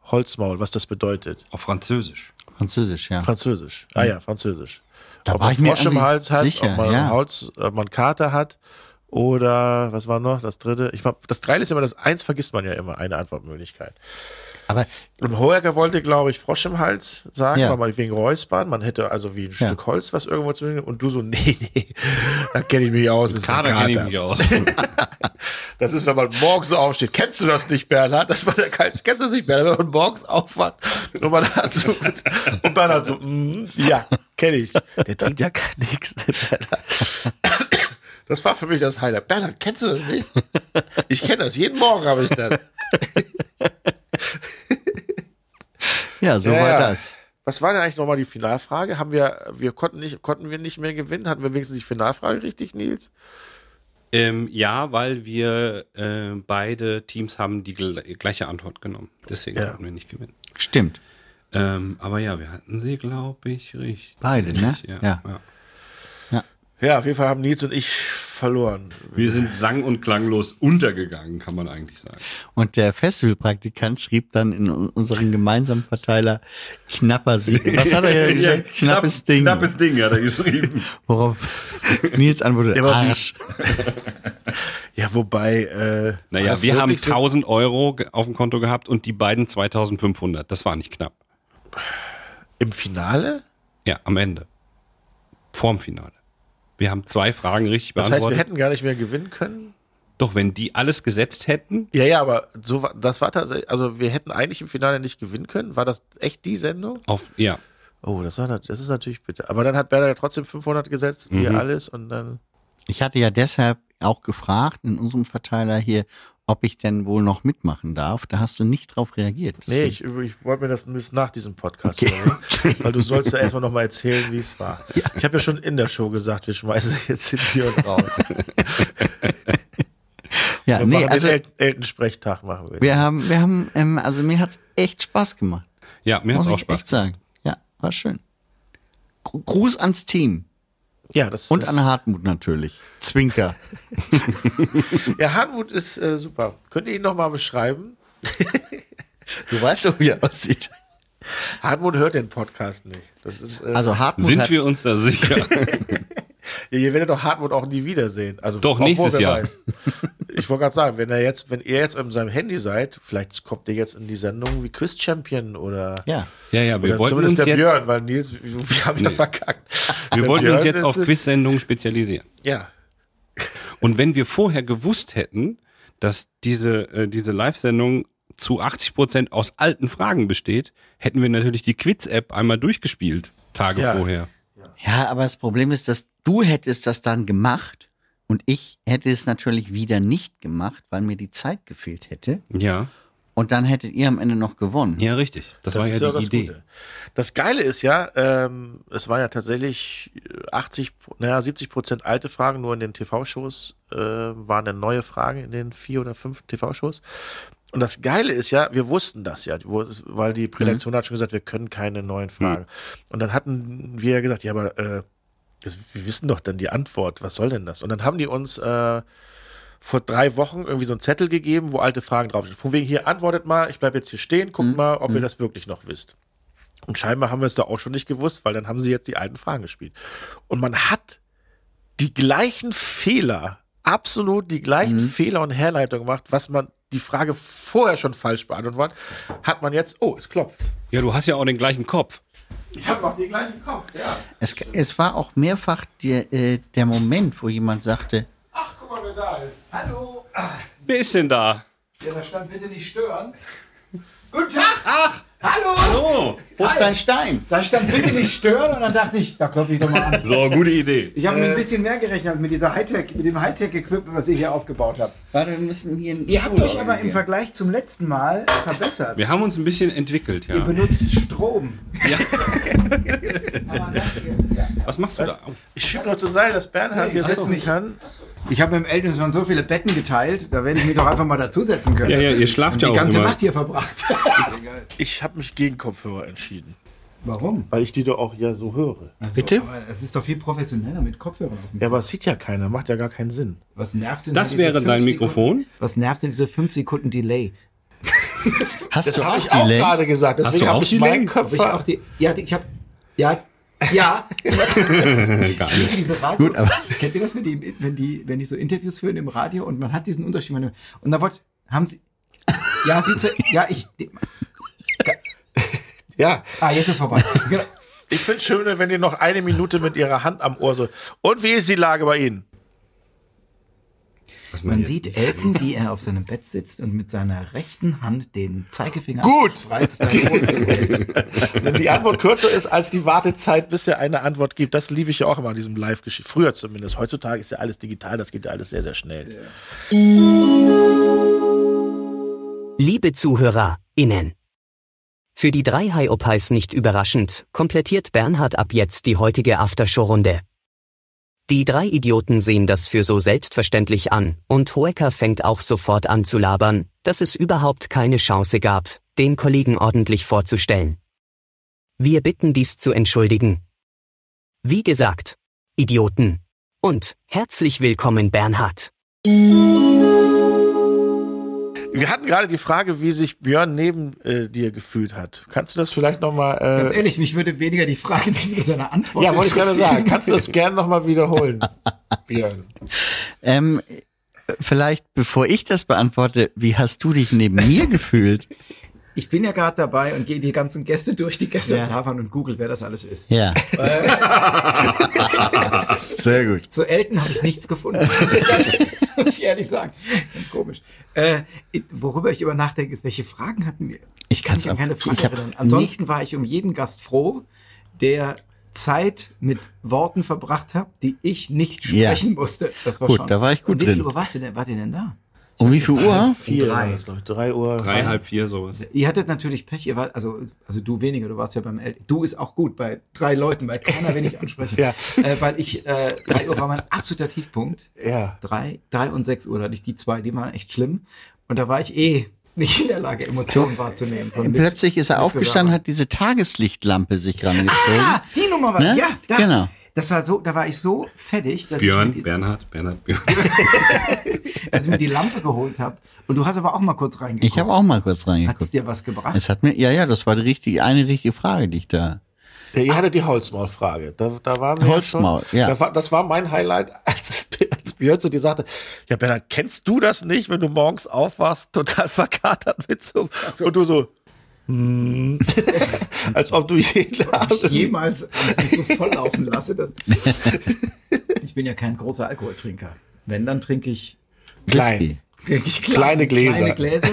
B: Holzmaul, was das bedeutet.
A: Auf Französisch.
C: Französisch, ja.
B: Französisch. Ah ja, Französisch.
C: Da
B: ob
C: war
B: man
C: ich mir
B: Frosch im
C: irgendwie
B: Hals hat,
C: sicher,
B: ob man
C: ja.
B: Holz, ob man Kater hat oder was war noch das dritte? Ich war, das Dreile ist immer das Eins vergisst man ja immer eine Antwortmöglichkeit.
C: Aber
B: Und Hoeker wollte, glaube ich, Frosch im Hals sagen,
C: Ja.
B: weil man wegen Räuspern, man hätte also wie ein
C: Ja.
B: Stück Holz was irgendwo zwischen und du so nee, nee, da kenne ich mich aus, das ist ein
A: Kader kenne ich mich aus.
B: Das ist, wenn man morgens so aufsteht. Kennst du das nicht, Bernhard? Das war der kalt. Kennst du das nicht, Bernhard? Wenn man morgens aufwacht und man hat so, und Bernhard so, mm, ja, kenne ich. Der trinkt ja gar nichts, der Bernhard. Das war für mich das Highlight. Bernhard, kennst du das nicht? Ich kenne das. Jeden Morgen habe ich das.
C: ja, so
B: Ja,
C: war
B: ja.
C: das.
B: Was war denn eigentlich nochmal die Finalfrage? Haben wir, wir konnten nicht, konnten wir nicht mehr gewinnen? Hatten wir wenigstens die Finalfrage richtig, Nils?
A: ähm, ja, weil wir äh, beide Teams haben die gl gleiche Antwort genommen. Deswegen
B: Ja.
A: konnten wir nicht gewinnen.
C: Stimmt.
A: Ähm, aber ja, wir hatten sie, glaube ich, richtig.
C: Beide, ne?
A: Ja,
C: Ja.
A: ja.
B: Ja, auf jeden Fall haben Nils und ich verloren.
A: Wir sind sang- und klanglos untergegangen, kann man eigentlich sagen.
C: Und der Festivalpraktikant schrieb dann in un- unseren gemeinsamen Verteiler knapper Sieg. Was hat er hier gesagt? Knappes Ding.
A: Knappes Ding hat er geschrieben.
C: Worauf Nils antwortet,
B: Der war wie-
C: Arsch.
B: Ja, wobei. Äh, war
A: Naja,
B: das
A: wir haben
B: wirklich so-
A: 1000 Euro ge- auf dem Konto gehabt und die beiden 2500. Das war nicht knapp.
B: Im Finale?
A: Ja, am Ende. Vorm Finale. Wir haben zwei Fragen richtig
B: Das heißt, wir
A: beantwortet.
B: hätten gar nicht mehr gewinnen können?
A: Doch, wenn die alles gesetzt hätten,
B: Ja, ja, aber so war, das war tatsächlich, also wir hätten eigentlich im Finale nicht gewinnen können. War das echt die Sendung?
A: auf, ja,
B: Oh, das, war, nat- das ist natürlich bitter. Aber dann hat Berner ja trotzdem 500 gesetzt,
A: Mhm.
B: hier alles und dann.
C: Ich hatte ja deshalb auch gefragt in unserem Verteiler hier, ob ich denn wohl noch mitmachen darf. Da hast du nicht drauf reagiert.
B: Nee, ich, ich wollte mir das bis nach diesem Podcast überlegen, weil du sollst ja erstmal nochmal erzählen, wie es war. Ich habe ja schon in der Show gesagt, wir schmeißen jetzt den Bier und raus.
C: ja,
B: Wir
C: nee,
B: machen
C: also
B: den El Elternsprechtag machen wir.
C: wir haben, wir haben, ähm, also mir hat's echt Spaß gemacht.
A: Ja, mir hat's
C: muss
A: auch
C: ich
A: Spaß.
C: echt sagen. Ja, war schön. Gru- Gruß ans Team
B: Ja, das
C: und an Hartmut natürlich. Zwinker.
B: ja, Hartmut ist äh, super. Könnt ihr ihn nochmal beschreiben?
C: Du weißt doch, wie er aussieht.
B: Hartmut hört den Podcast nicht. Das ist, äh,
C: Also Hartmut
A: Sind
C: hat,
A: wir uns da sicher?
B: ihr, ihr werdet doch Hartmut auch nie wiedersehen. Also
A: Doch,
B: obwohl,
A: nächstes
B: wer
A: Jahr.
B: weiß. Ich wollte gerade sagen, wenn er jetzt, wenn ihr jetzt an seinem Handy seid, vielleicht kommt ihr jetzt in die Sendung wie Quiz Champion oder.
C: ja.
A: Ja, ja, wir
B: Oder
A: wollten uns
B: zumindest
A: jetzt,
B: der Björn, weil Nils, wir wir haben ja verkackt.
A: wir
B: Der
A: wollten uns
B: Björn
A: jetzt
B: ist
A: auf
B: es-
A: Quiz-Sendungen spezialisieren.
B: Ja.
A: Und wenn wir vorher gewusst hätten, dass diese, äh, diese Live-Sendung zu 80 Prozent aus alten Fragen besteht, hätten wir natürlich die Quiz-App einmal durchgespielt, Tage
B: Ja.
A: vorher.
C: Ja, aber das Problem ist, dass du hättest das dann gemacht und ich hätte es natürlich wieder nicht gemacht, weil mir die Zeit gefehlt hätte.
A: Ja,
C: Und dann hättet ihr am Ende noch gewonnen.
A: ja, richtig. Das, war ja
B: ist
A: die
B: das
A: Idee.
B: Gute. Das Geile ist ja, ähm, es waren ja tatsächlich 80, Pro- naja, 70 Prozent alte Fragen, nur in den TV-Shows äh, waren dann neue Fragen in den vier oder fünf TV-Shows. Und das Geile ist ja, wir wussten das ja, wo- weil die Prädaktion
A: Mhm.
B: hat schon gesagt, wir können keine neuen Fragen. Und dann hatten wir ja gesagt, ja, aber äh, das, wir wissen doch dann die Antwort, was soll denn das? Und dann haben die uns äh, vor drei Wochen irgendwie so einen Zettel gegeben, wo alte Fragen draufstehen. Von wegen hier, antwortet mal, ich bleibe jetzt hier stehen, guckt mal, ob ihr das wirklich noch wisst. Und scheinbar haben wir es da auch schon nicht gewusst, weil dann haben sie jetzt die alten Fragen gespielt. Und man hat die gleichen Fehler, absolut die gleichen Fehler und Herleitungen gemacht, was man die Frage vorher schon falsch beantwortet hat, hat man jetzt, oh, es klopft.
A: Ja, du hast ja auch den gleichen Kopf.
B: Ich habe noch den gleichen Kopf, ja.
C: Es, es war auch mehrfach der, äh, der Moment, wo jemand sagte,
B: Ach, guck mal, wer da ist.
E: Hallo,
A: Wer ist denn da?
E: ja, da stand bitte nicht stören. Guten Tag! Ach! Hallo!
A: Oh,
C: wo ist dein Stein?
E: Da stand bitte nicht stören und dann dachte ich, da klopfe ich doch mal an. Äh.
A: so, gute Idee.
E: Ich habe mir ein bisschen mehr gerechnet mit dieser Hightech, mit dem Hightech-Equipment, was ihr hier aufgebaut habt.
C: Warte, wir müssen hier einen
E: Ihr habt
C: Stuhl
E: euch aber im
C: organisieren.
E: Vergleich zum letzten Mal verbessert.
A: Wir haben uns ein bisschen entwickelt,
E: Ihr
A: ja.
E: benutzt Strom.
A: Ja.
E: Aber das hier, ja.
A: Was machst du da?
B: Ich schieb noch zur Seite, dass Bernhard hier
E: ach so.
B: sitzen kann.
E: Ich habe mit dem Eltern schon so viele Betten geteilt, da werde ich mich doch einfach mal dazusetzen können.
A: Ja, ja, ihr schlaft
E: Und
A: ja
E: die
A: auch
E: ganze
A: immer.
E: Nacht hier verbracht.
B: Ich habe mich gegen Kopfhörer entschieden,
E: Warum?
B: weil ich die doch auch ja so höre.
E: Bitte? Also, Es ist doch viel professioneller mit Kopfhörern auf dem
B: Ja, aber es sieht ja keiner, macht ja gar keinen Sinn.
E: Was nervt denn
A: Das
E: da diese
A: wäre
E: fünf
A: dein
E: Sekunden-
A: Mikrofon?
E: Was nervt denn diese 5 Sekunden Delay?
C: Hast du
B: Hab
C: auch Delay?
B: gesagt.
A: Hast du
B: hab
A: auch
B: ich
A: die
B: meinen
A: Länge?
E: Ob ich auch die. Ja, die- ich hab. Ja. Ja,
A: Gar nicht.
E: diese Radio. Gut, aber kennt ihr das, wenn die, wenn die, wenn die so Interviews führen im Radio und man hat diesen Unterschied. Man, und da wollt, haben sie. Ja, sie zu, ja, ich.
B: Ja,
E: Ah, jetzt ist vorbei. Genau.
B: ich finde es schöner, wenn ihr noch eine Minute mit ihrer Hand am Ohr so. Und wie ist die Lage bei Ihnen?
E: Man sieht Elton, wie er auf seinem Bett sitzt und mit seiner rechten Hand den Zeigefinger
B: Gut.
E: spreizt seinen Mund zu.
B: Wenn die Antwort kürzer ist als die Wartezeit, bis er eine Antwort gibt, das liebe ich ja auch immer an diesem Live-Geschichte. Früher zumindest. Heutzutage ist ja alles digital, das geht ja alles sehr, sehr schnell.
D: Liebe ZuhörerInnen. Für die drei high opies nicht überraschend, komplettiert Bernhard ab jetzt die heutige Aftershow-Runde. Die drei Idioten sehen das für so selbstverständlich an, und Hoeker fängt auch sofort an zu labern, dass es überhaupt keine Chance gab, den Kollegen ordentlich vorzustellen. Wir bitten dies zu entschuldigen. Wie gesagt, Idioten. Und herzlich willkommen Bernhard.
B: Wir hatten gerade die Frage, wie sich Björn neben äh, dir gefühlt hat. Kannst du das vielleicht nochmal.
E: Ganz
B: Äh,
E: ehrlich, mich würde weniger die Frage nach seiner Antwort
B: ja, wollte ich gerade
E: interessieren.
B: sagen. Kannst du das gerne nochmal wiederholen, Björn?
C: Ähm, vielleicht, bevor ich das beantworte, wie hast du dich neben mir gefühlt?
E: Ich bin ja gerade dabei und gehe die ganzen Gäste durch, die gestern
C: Ja.
E: da waren und google, wer das alles ist.
C: Ja. Sehr gut.
E: Zu Elton habe ich nichts gefunden. Muss ich ganz- muss ich ehrlich sagen. Ganz komisch. Äh, ich- worüber ich über nachdenke, ist, welche Fragen hatten wir?
C: Ich kann's
E: mich an
C: ab-
E: keine Fragen
C: ich hab
E: erinnern. Ansonsten war ich um jeden Gast froh, der Zeit mit Worten verbracht hat, die ich nicht
C: Ja.
E: sprechen musste. Das war
C: Gut,
E: schon.
C: da war ich gut
E: und wie
C: drin.
E: Viel Uhr warst du denn, wart ihr denn da?
C: Um wie viel Uhr?
B: Vier,
E: Drei.
B: war das, glaub ich. drei Uhr.
A: Drei, halb vier, sowas.
E: Ihr hattet natürlich Pech, ihr wart, also, also du weniger, du warst ja beim El Du ist auch gut bei drei Leuten, bei keiner will ich ansprechen.
B: Ja.
E: äh, weil ich, äh, 3 Uhr war mein absoluter Tiefpunkt.
B: Ja.
E: Drei, drei und sechs Uhr da hatte ich die zwei, die waren echt schlimm. Und da war ich eh nicht in der Lage, Emotionen wahrzunehmen. Von mit-
C: Plötzlich ist er
E: Mitbewerbern.
C: aufgestanden, hat diese Tageslichtlampe sich rangezogen.
E: Ah, die Nummer war,
C: Ne?
E: ja, da.
C: Genau.
E: Das war so, da war ich so fertig, dass ich,
A: Björn,
E: mir diese-
A: Bernhard, Bernhard, Björn.
E: dass ich mir die Lampe geholt habe. Und du hast aber auch mal kurz reingeguckt.
C: Ich habe auch mal kurz
E: Hat es
C: reingeguckt.
E: dir was gebracht?
C: Es hat mir, ja, ja, das war die richtige, eine richtige Frage, die ich da.
B: Ja, ihr hattet die Holzmaul-Frage. Da, da waren wir
C: Ah. Holzmaul,
B: schon,
C: ja.
B: Da war, das war mein Highlight, als, als Björn zu dir sagte, ja Bernhard, kennst du das nicht, wenn du morgens aufwachst, total verkatert mit so, und du so, hm. als ob du jeden Abend
E: ich jemals mich so volllaufen lasse. Dass ich bin ja kein großer Alkoholtrinker. Wenn, dann trinke ich,
C: Whisky.
B: klein.
E: trinke ich
B: Kleine Gläser.
E: Kleine Gläser.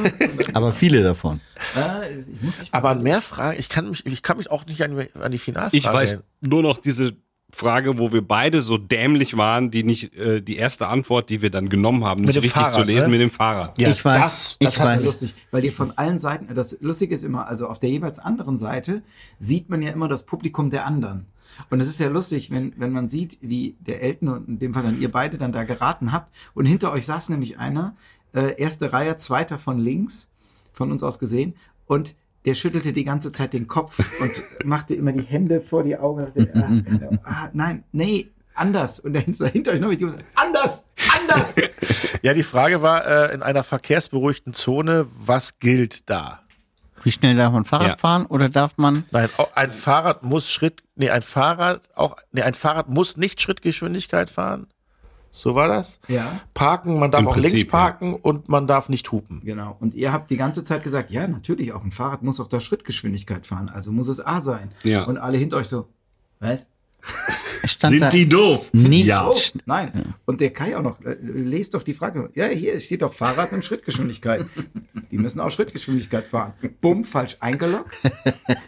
C: Aber viele davon.
E: Ah, ich muss nicht
B: Aber an mehr Fragen, ich kann mich, ich kann mich auch nicht an, an die Finalfrage
A: Ich weiß
B: erinnern.
A: nur noch diese Frage, wo wir beide so dämlich waren, die nicht äh, die erste Antwort, die wir dann genommen haben, nicht
B: dem
A: richtig
B: Fahrrad,
A: zu lesen
B: ne?
A: mit dem Fahrrad.
B: Ja,
C: ich weiß,
B: das-
C: ich
B: das hat mir
E: Das
C: weiß.
E: ist lustig, weil dir von allen Seiten, das Lustige ist immer, also auf der jeweils anderen Seite sieht man ja immer das Publikum der anderen. Und es ist ja lustig, wenn, wenn man sieht, wie der Elton und in dem Fall dann ihr beide dann da geraten habt. Und hinter euch saß nämlich einer, äh, erste Reihe, zweiter von links, von uns aus gesehen. Und der schüttelte die ganze Zeit den Kopf und machte immer die Hände vor die Augen. und Sagte, ah, das kann doch- ah, nein, nee, anders. Und dahinter, hinter euch noch mit jemand, anders, anders.
B: Ja, die Frage war, äh, in einer verkehrsberuhigten Zone, was gilt da?
C: Wie schnell darf man Fahrrad
A: Ja.
C: fahren oder darf man?
B: Nein, au- ein Fahrrad muss Schritt, nee, ein Fahrrad auch, nee, ein Fahrrad muss nicht Schrittgeschwindigkeit fahren. So war das?
E: Ja.
B: Parken, man darf
A: Im
B: auch
A: Prinzip,
B: links parken und man darf nicht hupen.
E: Genau. Und ihr habt die ganze Zeit gesagt, ja, natürlich auch ein Fahrrad muss auf der Schrittgeschwindigkeit fahren, also muss es A sein.
A: Ja.
E: Und alle hinter euch so, was?
C: Es Stand da
A: doof?
C: nicht
E: Oh,
C: sch-
E: nein. Und der Kai auch noch, äh, lest doch die Frage. Ja, hier steht doch Fahrrad und Schrittgeschwindigkeit. die müssen auch Schrittgeschwindigkeit fahren. Bumm, falsch eingeloggt.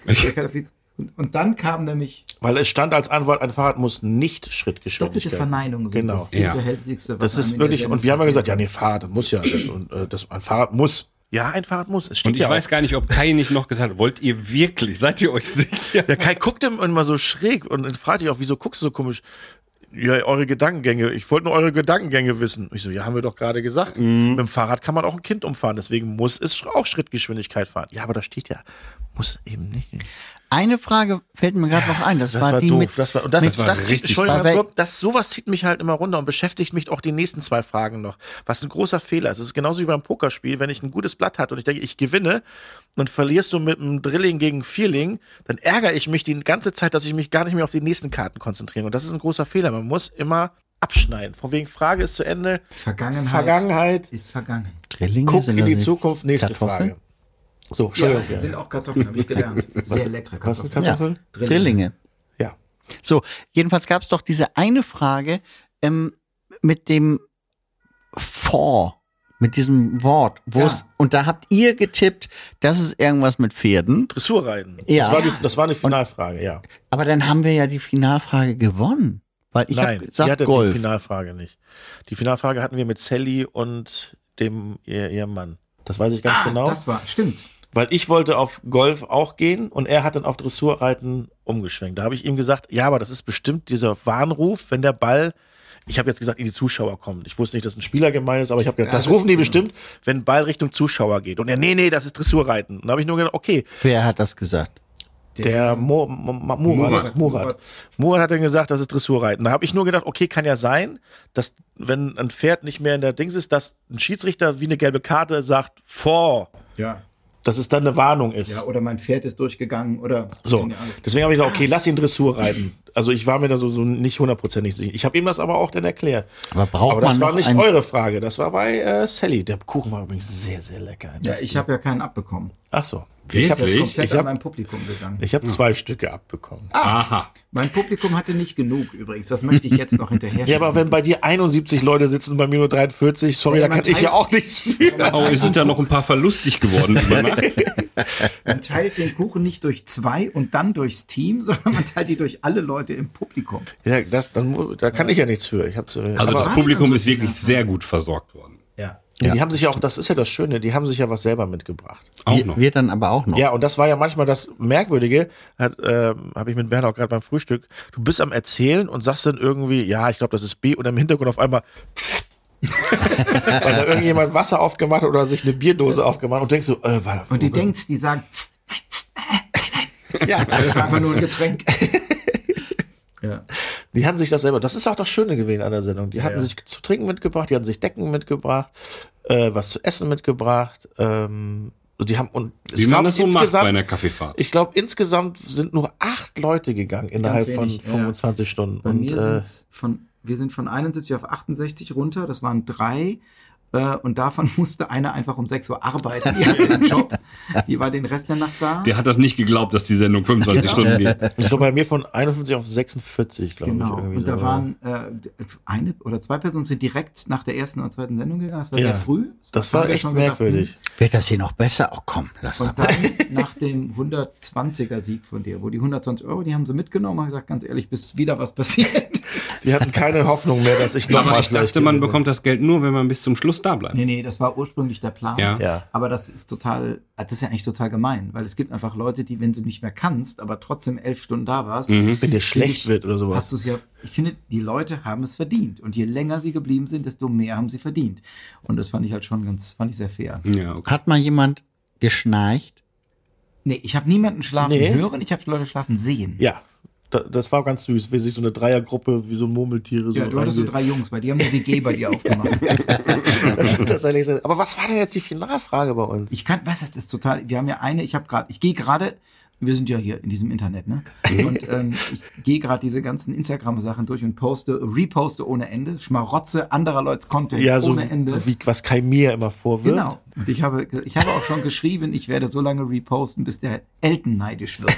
E: Und der Kai hat viel- und, und dann kam nämlich
B: Weil es stand als Antwort, ein Fahrrad muss nicht
E: doppelte
B: Schrittgeschwindigkeit.
E: Verneinung. sind
B: Genau.
E: Das
A: Ja.
E: hinterhältigste, was
B: Das ist
E: einem in der
B: wirklich, und wir haben ja
E: Sendung
B: gesagt, ja,
E: passiert.
B: nee, Fahrrad muss ja, das, und, äh, das, ein Fahrrad muss. Ja, ein Fahrrad muss. Es steht
A: Und ich
B: ja
A: weiß gar nicht, ob Kai nicht noch gesagt hat, wollt ihr wirklich, seid ihr euch sicher?
B: Der Kai guckt ihm immer so schräg und dann fragt dich auch, wieso guckst du so komisch? Ja, eure Gedankengänge. Ich wollte nur eure Gedankengänge wissen. Ich so, ja, haben wir doch gerade gesagt. Mit dem Fahrrad kann man auch ein Kind umfahren. Deswegen muss es auch Schrittgeschwindigkeit fahren. Ja, aber da steht ja, muss eben nicht.
C: Eine Frage fällt mir gerade noch ein. Das,
B: Das
C: war,
B: war,
C: die
B: doof.
C: mit.
B: das war, und das,
A: mit-
B: das,
A: war
B: zieht-
A: richtig
B: Entschuldigung,
C: doof.
B: das, wirkt- das, sowas zieht mich halt immer runter und beschäftigt mich auch die nächsten zwei Fragen noch. Was ein großer Fehler ist. Es ist genauso wie beim Pokerspiel. Wenn ich ein gutes Blatt hatte und ich denke, ich gewinne und verlierst du mit einem Drilling gegen Vierling, dann ärgere ich mich die ganze Zeit, dass ich mich gar nicht mehr auf die nächsten Karten konzentriere. Und das ist ein großer Fehler. Man muss immer abschneiden. Von wegen Frage ist zu Ende.
E: Vergangenheit,
B: Vergangenheit.
E: ist vergangen.
C: Drillinge
B: Guck
C: sind
B: in
C: das
B: die
C: nicht.
B: Zukunft. Nächste
C: Kartoffeln?
B: Frage. So,
E: Ja,
B: Entschuldigung.
E: sind auch Kartoffeln, habe ich gelernt. Sehr leckere
B: Was genau? sind
E: Kartoffeln.
C: Ja,
B: Kartoffeln?
C: Drillinge.
B: Ja.
C: So, jedenfalls gab es doch diese eine Frage ähm, mit dem For, mit diesem Wort. Wo
E: Ja.
C: es, und da habt ihr getippt, das ist irgendwas mit Pferden.
B: Dressurreiten.
C: Ja.
B: Das war, die, das war eine Finalfrage, ja.
C: Aber dann haben wir ja die Finalfrage gewonnen. Weil ich habe
B: Nein, sie
C: gesagt,
B: hatte die
C: Golf.
B: Finalfrage nicht. Die Finalfrage hatten wir mit Sally und dem ihr, ihrem Mann. Das weiß ich ganz genau.
E: Ah, Das war, stimmt.
B: Weil ich wollte auf Golf auch gehen und er hat dann auf Dressurreiten umgeschwenkt. Da habe ich ihm gesagt, ja, aber das ist bestimmt dieser Warnruf, wenn der Ball, ich habe jetzt gesagt, in die Zuschauer kommt. Ich wusste nicht, dass ein Spieler gemeint ist, aber ich habe gedacht,
E: Ja,
B: das
E: das-
B: rufen die bestimmt, wenn Ball Richtung Zuschauer geht. Und er, nee, nee, das ist Dressurreiten. Und da habe ich nur gedacht, okay,
C: Wer hat das gesagt?
B: der Mo, Mo, Mo, Murat,
E: Murat.
B: Murat. Murat hat dann gesagt, das ist Dressurreiten. Da habe ich nur gedacht, okay, kann ja sein, dass wenn ein Pferd nicht mehr in der Dings ist, dass ein Schiedsrichter wie eine gelbe Karte sagt, vor,
E: Ja.
B: dass es dann eine Warnung ist.
E: Ja, oder mein Pferd ist durchgegangen oder
B: so,
E: Kann ja alles.
B: deswegen habe ich gesagt, okay, lass ihn Dressur reiten. Also ich war mir da so, so nicht hundertprozentig sicher. Ich habe ihm das aber auch dann erklärt.
C: Aber braucht
B: aber das
C: man
B: war
C: noch
B: nicht
C: ein-
B: eure Frage, das war bei äh, Sally. Der Kuchen war übrigens sehr, sehr lecker.
E: ja, ich habe ja keinen abbekommen.
B: Ach so.
A: Wirklich?
B: Ich habe
E: Das ist komplett
B: ich hab-
E: an Hm. mein Publikum gegangen.
B: ich hab zwei Stücke abbekommen.
A: Aha.
E: Mein Publikum hatte nicht genug übrigens. Das möchte ich jetzt noch hinterher
B: Ja, aber wenn bei dir 71 Leute sitzen und bei mir nur 43, sorry,
E: Ja,
B: da
E: man
B: kann ich ja
E: teilt-
B: auch nichts für.
A: Oh, es sind da noch ein paar verlustig geworden über Nacht.
E: man teilt den Kuchen nicht durch zwei und dann durchs Team, sondern man teilt die durch alle Leute im Publikum.
B: Ja, das, dann, mu- da kann ich ja nichts für. Ich hab's, äh,
A: Also
B: aber
A: das Publikum ist wirklich sehr gut versorgt worden.
E: Ja.
B: Nee,
C: Ja,
B: die haben sich ja auch, das ist ja das Schöne, die haben sich ja was selber mitgebracht.
A: Auch
C: wir,
A: noch.
C: wir dann aber auch noch.
B: Ja, und das war ja manchmal das Merkwürdige, hat, ähm, habe ich mit Bernd auch gerade beim Frühstück. Du bist am Erzählen und sagst dann irgendwie, ja, ich glaube, das ist B und im Hintergrund auf einmal. weil da irgendjemand Wasser aufgemacht hat oder sich eine Bierdose aufgemacht und denkst so, äh, war,
E: Und die denkt, die sagen, "Psst, nein, psst, äh, nein, nein.
B: Ja.
E: Aber das war einfach nur ein Getränk. ja.
B: Die haben sich das selber, das ist auch das Schöne gewesen an der Sendung. Die hatten sich zu trinken mitgebracht, die hatten sich Decken mitgebracht, äh, was zu essen mitgebracht. Ähm, die haben und es
A: Wie
B: gab
A: man das so macht bei
B: insgesamt-
A: einer Kaffeefahrt.
B: ich glaube, insgesamt sind nur acht Leute gegangen innerhalb
E: wenig, ja.
B: von 25 Stunden.
E: Bei
B: und
E: mir
B: äh,
E: sind's von, wir sind von 71 auf 68 runter, das waren drei. äh, Und davon musste einer einfach um 6 Uhr arbeiten. Die hatte einen Job. Die war den Rest der Nacht da.
A: Der hat das nicht geglaubt, dass die Sendung 25 Stunden geht.
B: ich glaube, bei mir von 51 auf 46, glaube
E: Genau.
B: ich. irgendwie
E: Und da
B: so.
E: waren äh, eine oder zwei Personen sind direkt nach der ersten und zweiten Sendung gegangen. Das war
B: Ja.
E: sehr früh.
B: Das
E: Haben
B: war
E: wir
B: echt
E: schon gedacht, hm.
B: merkwürdig.
C: Wird das hier noch besser? Oh komm, lass
E: Und
C: mal.
E: dann nach dem 120er Sieg von dir, wo die 120 Euro, die haben sie mitgenommen und gesagt, ganz ehrlich, bis wieder was passiert.
B: Die hatten keine Hoffnung mehr, dass ich nochmal
A: Aber ich dachte, man bekommt das Geld nur, wenn man bis zum Schluss da bleibt.
E: nee, nee, das war ursprünglich der Plan.
A: Ja.
B: Ja.
E: Aber das ist total, das ist ja eigentlich total gemein, weil es gibt einfach Leute, die, wenn du nicht mehr kannst, aber trotzdem elf Stunden da warst,
B: Wenn dir
E: finde
B: schlecht
E: ich,
B: wird oder sowas.
E: Hast du es ja, ich finde, die Leute haben es verdient. Und je länger sie geblieben sind, desto mehr haben sie verdient. Und das fand ich halt schon ganz, fand ich sehr fair.
A: Ja, okay.
C: Hat mal jemand geschnarcht?
E: Nee, ich habe niemanden schlafen
B: Nee.
E: hören, ich habe Leute schlafen sehen.
B: ja. Da, das war ganz süß, wie sich so eine Dreiergruppe, wie so Murmeltiere.
E: Ja,
B: so
E: du hattest so drei Jungs, weil die haben eine WG bei dir aufgemacht.
B: das, das war nicht so- Aber was war denn jetzt die Finalfrage bei uns?
E: Ich kann, was ist das total? Wir haben ja eine, ich habe gerade, ich gehe gerade, wir sind ja hier in diesem Internet, ne? Und ähm, ich gehe gerade diese ganzen Instagram-Sachen durch und poste, reposte ohne Ende, schmarotze anderer Leute's Content
B: ja, so,
E: ohne Ende.
B: so wie was Kai mir immer vorwirft.
E: genau. Und ich habe, ich habe auch schon geschrieben, ich werde so lange reposten, bis der Elton neidisch wird.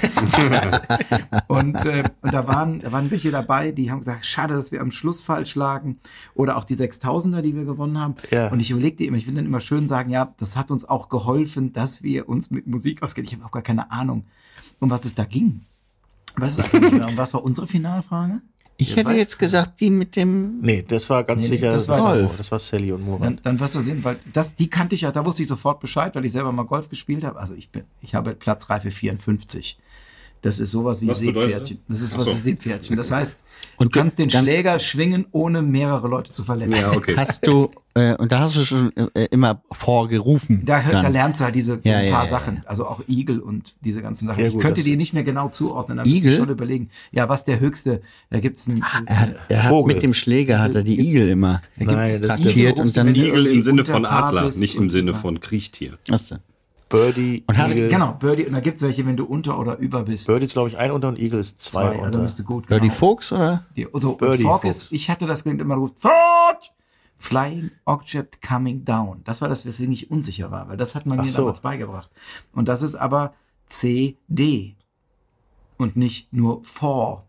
E: und äh, und da, waren, da waren welche dabei, die haben gesagt, schade, dass wir am Schluss falsch lagen. Oder auch die 6000er, die wir gewonnen haben.
B: Ja.
E: Und ich überlegte immer, ich will dann immer schön sagen, ja, das hat uns auch geholfen, dass wir uns mit Musik auskennen. Ich habe auch gar keine Ahnung, um was es da ging. Was, ist, und was war unsere Finalfrage?
C: Ich hätte
B: weiß
C: jetzt gesagt, die mit dem.
B: Nee, das war ganz
E: Nee, nee,
B: sicher.
E: das war
C: Golf.
B: das war Sally und Murat.
E: Dann, dann wirst du sehen, weil das, die kannte ich ja, da wusste ich sofort Bescheid, weil ich selber mal Golf gespielt habe. Also ich bin, ich habe Platzreife 54. Das ist sowas wie
A: Was bedeutet
E: Seepferdchen. Das ist sowas wie Seepferdchen. Das heißt,
C: Und
E: du kannst den
C: ganz-
E: Schläger schwingen, ohne mehrere Leute zu verletzen.
A: Ja, okay.
C: Hast du, äh, und da hast du schon äh, immer vorgerufen.
E: Da, hört-
C: dann.
E: da lernst du halt diese
C: Ja,
E: ein
C: ja,
E: paar
C: ja,
E: Sachen. Also auch Igel und diese ganzen Sachen.
B: Ja,
E: ich
B: gut,
E: könnte
B: das-
E: die nicht mehr genau zuordnen, da müsste ich
C: Igel? Ah,
E: schon überlegen. Ja, was der höchste, da gibt's einen.
C: Er hat, er hat
B: Vogel.
C: mit dem Schläger hat er die Igel immer.
E: da gibt's
B: Nein, das-
C: Taktiert
E: Igel,
C: und dann-
E: wenn du
A: Igel
E: irgendwie
A: im Sinne
E: unter
A: von
E: Paar
A: Adler,
E: bist
A: nicht im
E: und-
A: Sinne von Kriechtier.
C: Hast du.
B: Birdie,
C: Und hast-
B: Igel.
E: Genau, Birdie, und da gibt's welche, wenn du unter oder über bist.
B: Birdie ist, glaube ich, ein unter und Igel ist zwei,
E: zwei, also
B: unter.
E: bist du gut.
C: Birdie
E: genau.
C: Fuchs oder?
E: Die, so, und
B: Birdie
E: Fork
B: Fox.
E: ist, ich hatte das Kind immer ruft, Fork! Flying Object Coming Down. Das war das, weswegen ich unsicher war, weil das hat man
B: Ach
E: mir
B: so.
E: damals beigebracht. Und das ist aber CD und nicht nur For.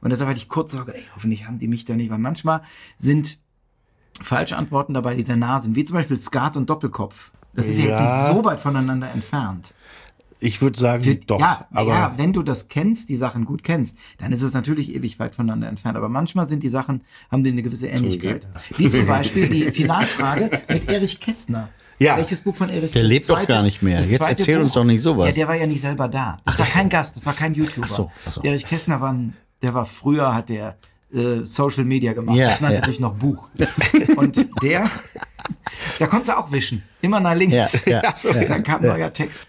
E: Und deshalb hatte ich kurz Sorge, ey, hoffentlich haben die mich da nicht, weil manchmal sind falsche Antworten dabei, die sehr nah sind, wie zum Beispiel Skat und Doppelkopf. Das ist ja, jetzt
B: Ja.
E: nicht so weit voneinander entfernt.
B: Ich würde sagen,
E: Wir-
B: doch.
E: ja,
B: aber
E: ja, wenn du das kennst, die Sachen gut kennst, dann ist es natürlich ewig weit voneinander entfernt. Aber manchmal sind die Sachen, haben die eine gewisse Ähnlichkeit. Wie zum Beispiel die Finalfrage mit Erich Kästner.
B: Ja.
E: Welches Buch von Erich
C: Der
E: das
C: lebt doch gar nicht mehr.
E: das
C: Jetzt
E: zweite
C: erzähl uns doch nicht sowas.
E: Ja, der war ja nicht selber da. Das war kein Gast, das war kein YouTuber.
C: Ach so, ach so.
E: Erich Kästner war, ein, der war früher, hat der äh, Social Media gemacht.
C: Ja,
E: das nannte
C: ja.
E: sich noch Buch. Und der, da konntest du auch wischen. Immer nach links.
C: Ja, ja,
E: Ja, so, Dann kam neuer Text.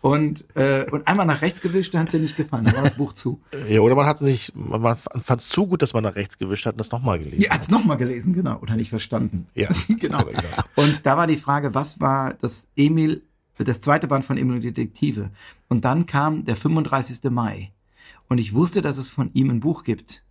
E: Und, äh, und einmal nach rechts gewischt, dann hat es dir nicht gefallen. Dann war das Buch zu.
B: ja, oder man hat sich, man, man fand es zu gut, dass man nach rechts gewischt hat und das nochmal gelesen.
E: Die hat es nochmal gelesen, genau. Oder nicht verstanden.
B: Ja.
E: genau. Und da war die Frage, was war das Emil, das zweite Band von Emil und die Detektive? Und dann kam der 35. Mai. Und ich wusste, dass es von ihm ein Buch gibt.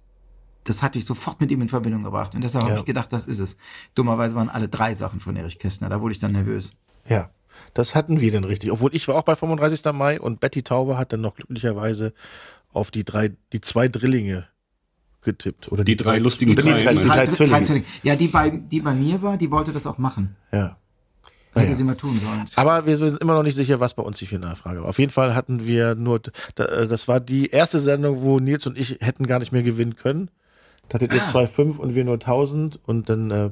E: Das hatte ich sofort mit ihm in Verbindung gebracht. Und deshalb habe
B: Ja.
E: ich gedacht, das ist es. Dummerweise waren alle drei Sachen von Erich Kästner. Da wurde ich dann nervös.
B: Ja, das hatten wir dann richtig. Obwohl ich war auch bei 35. Mai und Betty Taube hat dann noch glücklicherweise auf die drei, die zwei Drillinge getippt. Oder
A: Die drei lustigen
B: die drei,
A: drei,
B: die
A: meinst
B: drei
E: Dr-
B: Zwillinge.
E: Ja, die bei, die bei mir war, die wollte das auch machen.
B: Ah, Ja.
E: Hätte
B: Naja.
E: sie mal tun sollen.
B: Aber wir wir sind immer noch nicht sicher, was bei uns die Finalfrage war. Auf jeden Fall hatten wir nur, da- äh, das war die erste Sendung, wo Nils und Ah. ich hätten gar nicht mehr gewinnen können. Da hattet ihr 2,5 und wir nur 1000 und dann äh,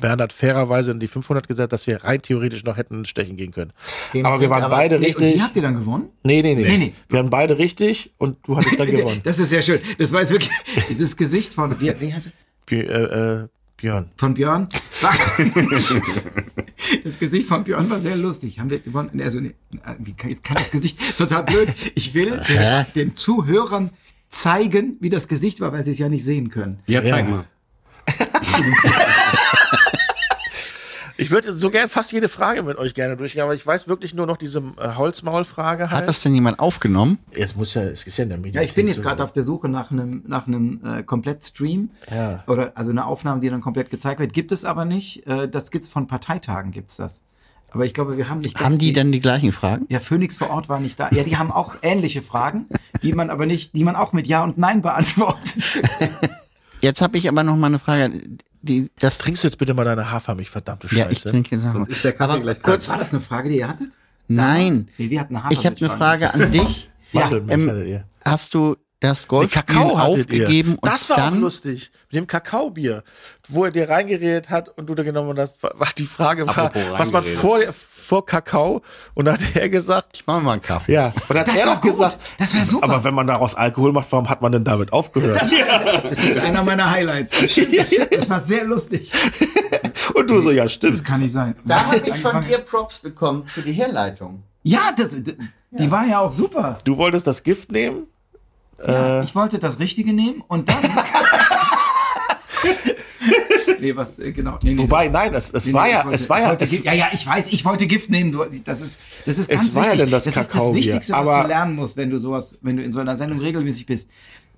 B: Bernd hat fairerweise in die 500 gesagt, dass wir rein theoretisch noch hätten stechen gehen können.
F: Den
B: aber wir
F: sind
B: waren
F: aber-
B: beide
E: Nee, und
B: richtig.
E: die habt ihr dann gewonnen?
B: Nee, nee, nee,
E: Nee, nee.
B: Wir haben beide richtig und du hattest dann gewonnen.
E: Das ist sehr schön. Das war jetzt wirklich dieses Gesicht von, wie, wie heißt er?
B: Bj äh, äh, Björn.
E: von Björn. War, das Gesicht von Björn war sehr lustig. Haben wir gewonnen? Nee, Also, nee, wie kann, jetzt kann das Gesicht total blöd. Ich will den, den Zuhörern zeigen, wie das Gesicht war, weil sie es ja nicht sehen können.
A: Ja, zeig
B: Ja.
A: mal.
B: Ich würde so gern fast jede Frage mit euch gerne durchgehen, aber ich weiß wirklich nur noch diese äh, Holzmaulfrage halt.
C: Hat das denn jemand aufgenommen?
B: es muss ja, es ist ja in der Medien.
E: Ja, ich bin jetzt gerade auf der Suche nach einem nach einem äh, Komplettstream
B: Ja.
E: oder also eine Aufnahme, die dann komplett gezeigt wird. Gibt es aber nicht. Äh, das gibt's von Parteitagen gibt's das. Aber ich glaube, wir haben nicht. ganz
C: Haben die denn die gleichen Fragen?
E: Ja, Phoenix vor Ort war nicht da. Ja, die haben auch ähnliche Fragen, die man aber nicht, die man auch mit Ja und Nein beantwortet.
C: Jetzt habe ich aber noch mal eine Frage. Die, das trinkt.
B: Trinkst du jetzt bitte mal deine Hafermilch, verdammte Scheiße.
C: Ja, ich trinke jetzt nochmal.
A: Ist der Kaffee gleich kalt?
E: War das eine Frage, die ihr hattet?
C: Nein,
E: Nee, wir hatten
C: ich habe eine Frage an dich.
B: Mandelmilch
C: ähm,
B: hattet ihr.
C: Hast du das
B: Den
C: Golfspiel
B: Kakao hattet
C: aufgegeben
B: ihr. Das
C: und
B: war auch
C: dann
B: lustig. Mit dem Kakaobier, wo er dir reingeredet hat und du da genommen hast, war, war die Frage, war,
A: Apropos
B: was man
A: reingeredet.
B: vor, vor Kakao und da hat er gesagt,
C: ich mache mal einen Kaffee.
B: ja. Und hat
E: Das
B: er
E: war
B: doch
E: gut.
B: gesagt,
E: Das war super.
B: Aber wenn man daraus Alkohol macht, warum hat man denn damit aufgehört?
E: Das ist einer meiner Highlights. Das, stimmt, das, stimmt. das war sehr lustig.
B: und du so, ja, stimmt.
E: Das kann nicht sein.
C: Da habe ich von
E: Angefangen-
C: dir Props bekommen für die Herleitung.
E: Ja, das, d- die war ja auch super.
B: Du wolltest das Gift nehmen?
E: Ja, ich wollte das Richtige nehmen und dann. nee, was, äh, genau. Nee, nee,
B: Wobei, nein, es, es
E: Nee, nee,
B: war
E: ich
B: ja,
E: wollte-
B: es war
E: ich
B: ja,
E: wollte
B: es,
E: Gift, ja, ja, ich weiß, ich wollte Gift nehmen. Du, das ist, das ist
B: Es
E: ganz
B: war ja
E: wichtig.
B: denn das
E: ist das
B: Kakaobier,
E: Wichtigste, was
B: aber-
E: du lernen musst, wenn du sowas, wenn du in so einer Sendung regelmäßig bist,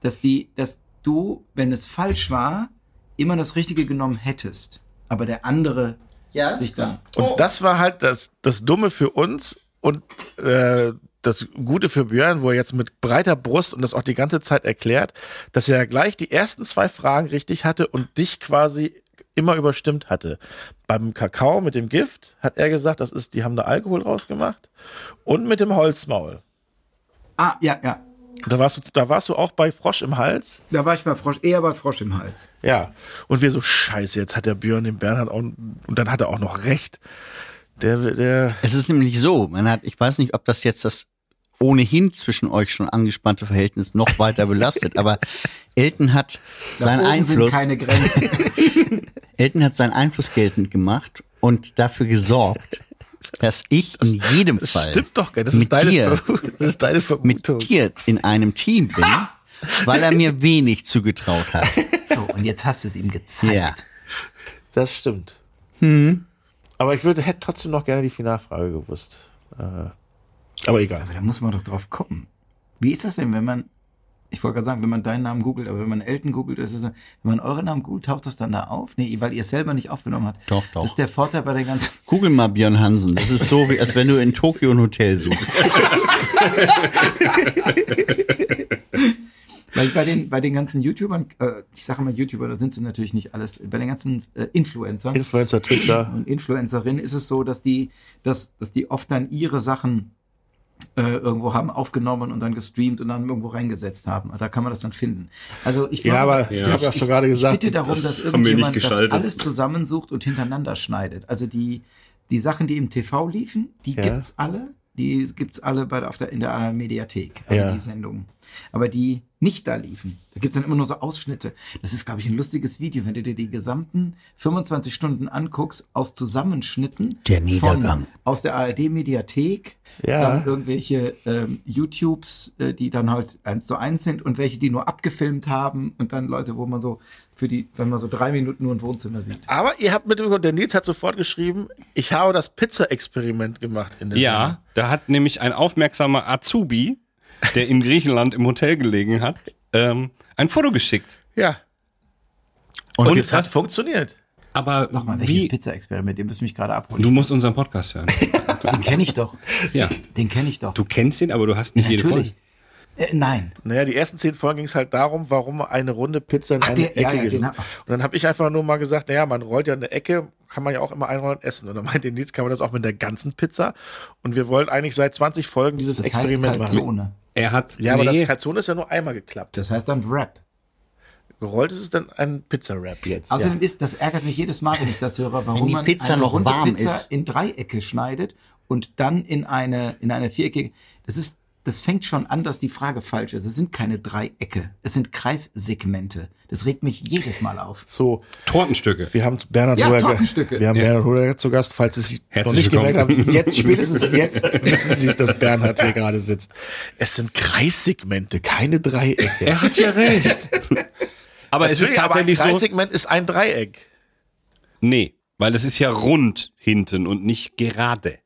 E: dass die, dass du, wenn es falsch war, immer das Richtige genommen hättest, aber der andere
C: Ja, das
E: sich
C: ist
E: dann.
C: klar.
B: Und das war halt das, das Dumme für uns und äh, das Gute für Björn, wo er jetzt mit breiter Brust und das auch die ganze Zeit erklärt, dass er gleich die ersten zwei Fragen richtig hatte und dich quasi immer überstimmt hatte. Beim Kakao mit dem Gift hat er gesagt, das ist, die haben da Alkohol rausgemacht und mit dem Holzmaul.
E: Ah, ja, ja.
B: Da warst du, da warst du auch bei Frosch im Hals.
E: Da war ich bei Frosch, eher bei Frosch im Hals.
B: Ja. Und wir so, scheiße, jetzt hat der Björn den Bernhard auch, und dann hat er auch noch recht. Der, der,
C: Es ist nämlich so, man hat, ich weiß nicht, ob das jetzt das ohnehin zwischen euch schon angespannte Verhältnis noch weiter belastet, aber Elton hat
E: Da
C: seinen
E: oben sind
C: Einfluss,
E: keine Grenzen.
C: Elton hat seinen Einfluss geltend gemacht und dafür gesorgt, dass ich in jedem
B: Das
C: Fall
B: stimmt doch, gell? Das,
C: mit
B: ist deine
C: dir,
B: Vermu- das ist deine
C: mit
B: Vermutung.
C: dir in einem Team bin, weil er mir wenig zugetraut hat.
E: So, und jetzt hast du es ihm gezeigt.
C: Ja.
B: Das stimmt. Hm. Aber ich würde, hätte trotzdem noch gerne die Finalfrage gewusst. Äh, aber egal.
E: Aber da muss man doch drauf gucken. Wie ist das denn, wenn man, ich wollte gerade sagen, wenn man deinen Namen googelt, aber wenn man Elton googelt, ist es, so, wenn man euren Namen googelt, taucht das dann da auf? Nee, weil ihr es selber nicht aufgenommen habt.
C: Doch, doch.
E: Das ist der Vorteil bei der ganzen.
C: Google mal Björn Hansen. Das ist so, wie, als wenn du in Tokio ein Hotel suchst.
E: Weil bei den, bei den ganzen YouTubern, äh, ich sage immer YouTuber, da sind sie natürlich nicht alles, bei den ganzen äh, Influencern
B: Influencer, Twitter.
E: und Influencerinnen ist es so, dass die, dass, dass die oft dann ihre Sachen äh, irgendwo haben aufgenommen und dann gestreamt und dann irgendwo reingesetzt haben. Da kann man das dann finden. Also ich
B: Ja,
E: war-
B: aber ich habe ja schon gerade gesagt,
E: Ich bitte darum, dass
A: haben wir nicht
E: irgendjemand das
A: geschaltet.
E: alles zusammensucht und hintereinander schneidet. Also die, die Sachen, die im TV liefen, die
B: Ja.
E: gibt's alle. Die gibt's alle bei der, auf der, in der Mediathek, also
B: Ja.
E: die Sendungen. Aber die nicht da liefen, da gibt's dann immer nur so Ausschnitte. Das ist, glaube ich, ein lustiges Video, wenn du dir die gesamten 25 Stunden anguckst, aus Zusammenschnitten
C: Der Niedergang.
E: von, aus der ARD-Mediathek,
B: Ja.
E: dann irgendwelche ähm, YouTubes, äh, die dann halt eins zu eins sind und welche, die nur abgefilmt haben und dann Leute, wo man so für die, wenn man so drei Minuten nur ein Wohnzimmer sieht.
B: aber ihr habt mitbekommen, der Nils hat sofort geschrieben, ich habe das Pizza-Experiment gemacht in der
A: Ja, da hat nämlich ein aufmerksamer Azubi, der in Griechenland im Hotel gelegen hat, ähm, ein Foto geschickt.
B: Sendung. Ja. Und, es hat funktioniert.
A: Aber
E: Nochmal, welches
A: wie?
E: Pizza-Experiment? Ihr müsst mich gerade
A: Du
E: abholen.
A: musst unseren Podcast hören.
E: den kenne ich doch.
A: ja.
E: Den kenne ich doch.
A: Du kennst ihn, aber du hast nicht jede Folge.
E: Natürlich. Äh, nein.
B: Naja, die ersten zehn Folgen ging es halt darum, warum eine runde Pizza in
E: Ach,
B: eine
E: der-
B: Ecke
E: ja, ja,
B: geht.
E: den
B: Und
E: hab-
B: dann habe ich einfach nur mal gesagt, naja, man rollt ja eine Ecke, kann man ja auch immer einrollen und essen. Und dann meinte Nils, kann man das auch mit der ganzen Pizza? Und wir wollten eigentlich seit 20 Folgen dieses
E: Das heißt
B: Experiment machen.
E: Calzone.
A: Er hat.
B: Ja, aber
A: nee,
B: das Calzone ist ja nur einmal geklappt.
E: Das heißt dann Wrap.
B: gerollt ist es dann ein Pizza-Wrap jetzt.
E: Außerdem ist, das ärgert mich jedes Mal, wenn ich das höre, warum
C: Wenn die
E: man
C: Pizza
E: eine
C: noch
E: runde
C: warm
E: Pizza
C: ist.
E: in Dreiecke schneidet und dann in eine, in eine Vierecke. Das ist, das fängt schon an, dass die Frage falsch ist. Es sind keine Dreiecke. Es sind Kreissegmente. Das regt mich jedes Mal auf.
B: So,
A: Tortenstücke.
B: wir haben Bernhard
E: Ja,
B: Hoher,
E: Tortenstücke.
B: wir haben Bernhard Hoher zu Gast, falls Sie es noch
A: Herzlich
B: nicht gemerkt
A: willkommen.
B: haben. Jetzt, spätestens jetzt wissen Sie es, dass Bernhard hier gerade sitzt. Es sind Kreissegmente, keine Dreiecke.
A: Er hat ja recht. aber es ist
B: Natürlich, aber
A: tatsächlich
B: ein
A: so.
B: Kreissegment ist ein Dreieck.
A: Nee, weil es ist ja rund hinten und nicht gerade.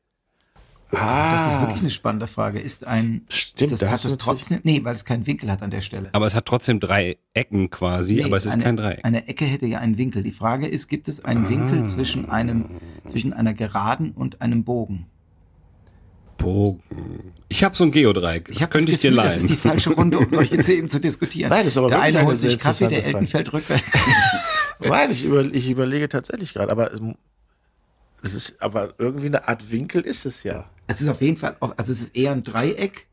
E: Ah. Das ist wirklich eine spannende Frage. Ist ein,
B: Stimmt,
E: ist
B: da
E: das,
B: hast
E: hat
B: du
E: das trotzdem, nee, weil es keinen Winkel hat an der Stelle.
A: Aber es hat trotzdem drei Ecken quasi,
E: Nee,
A: aber es ist
E: eine,
A: kein Dreieck. Ah.
E: Eine Ecke hätte ja einen Winkel. Die Frage ist, gibt es einen Winkel zwischen einem, zwischen einer Geraden und einem Bogen?
A: Bogen. Ich habe so ein Geodreieck. Das
E: hab
A: könnte ich dir
E: Gefühl, Das ist die
A: leihen.
E: falsche Runde, um solche Themen zu diskutieren.
B: Nein, das ist aber
E: der
B: wirklich
E: eine
B: eine
E: holt sich
B: sehr
E: Kaffee, der
B: interessante
E: Elten fällt rückwärts.
B: Nein, ich, über, ich überlege tatsächlich gerade, aber es, es ist, aber irgendwie eine Art Winkel ist es ja.
E: Es ist auf jeden Fall, also es ist eher ein Dreieck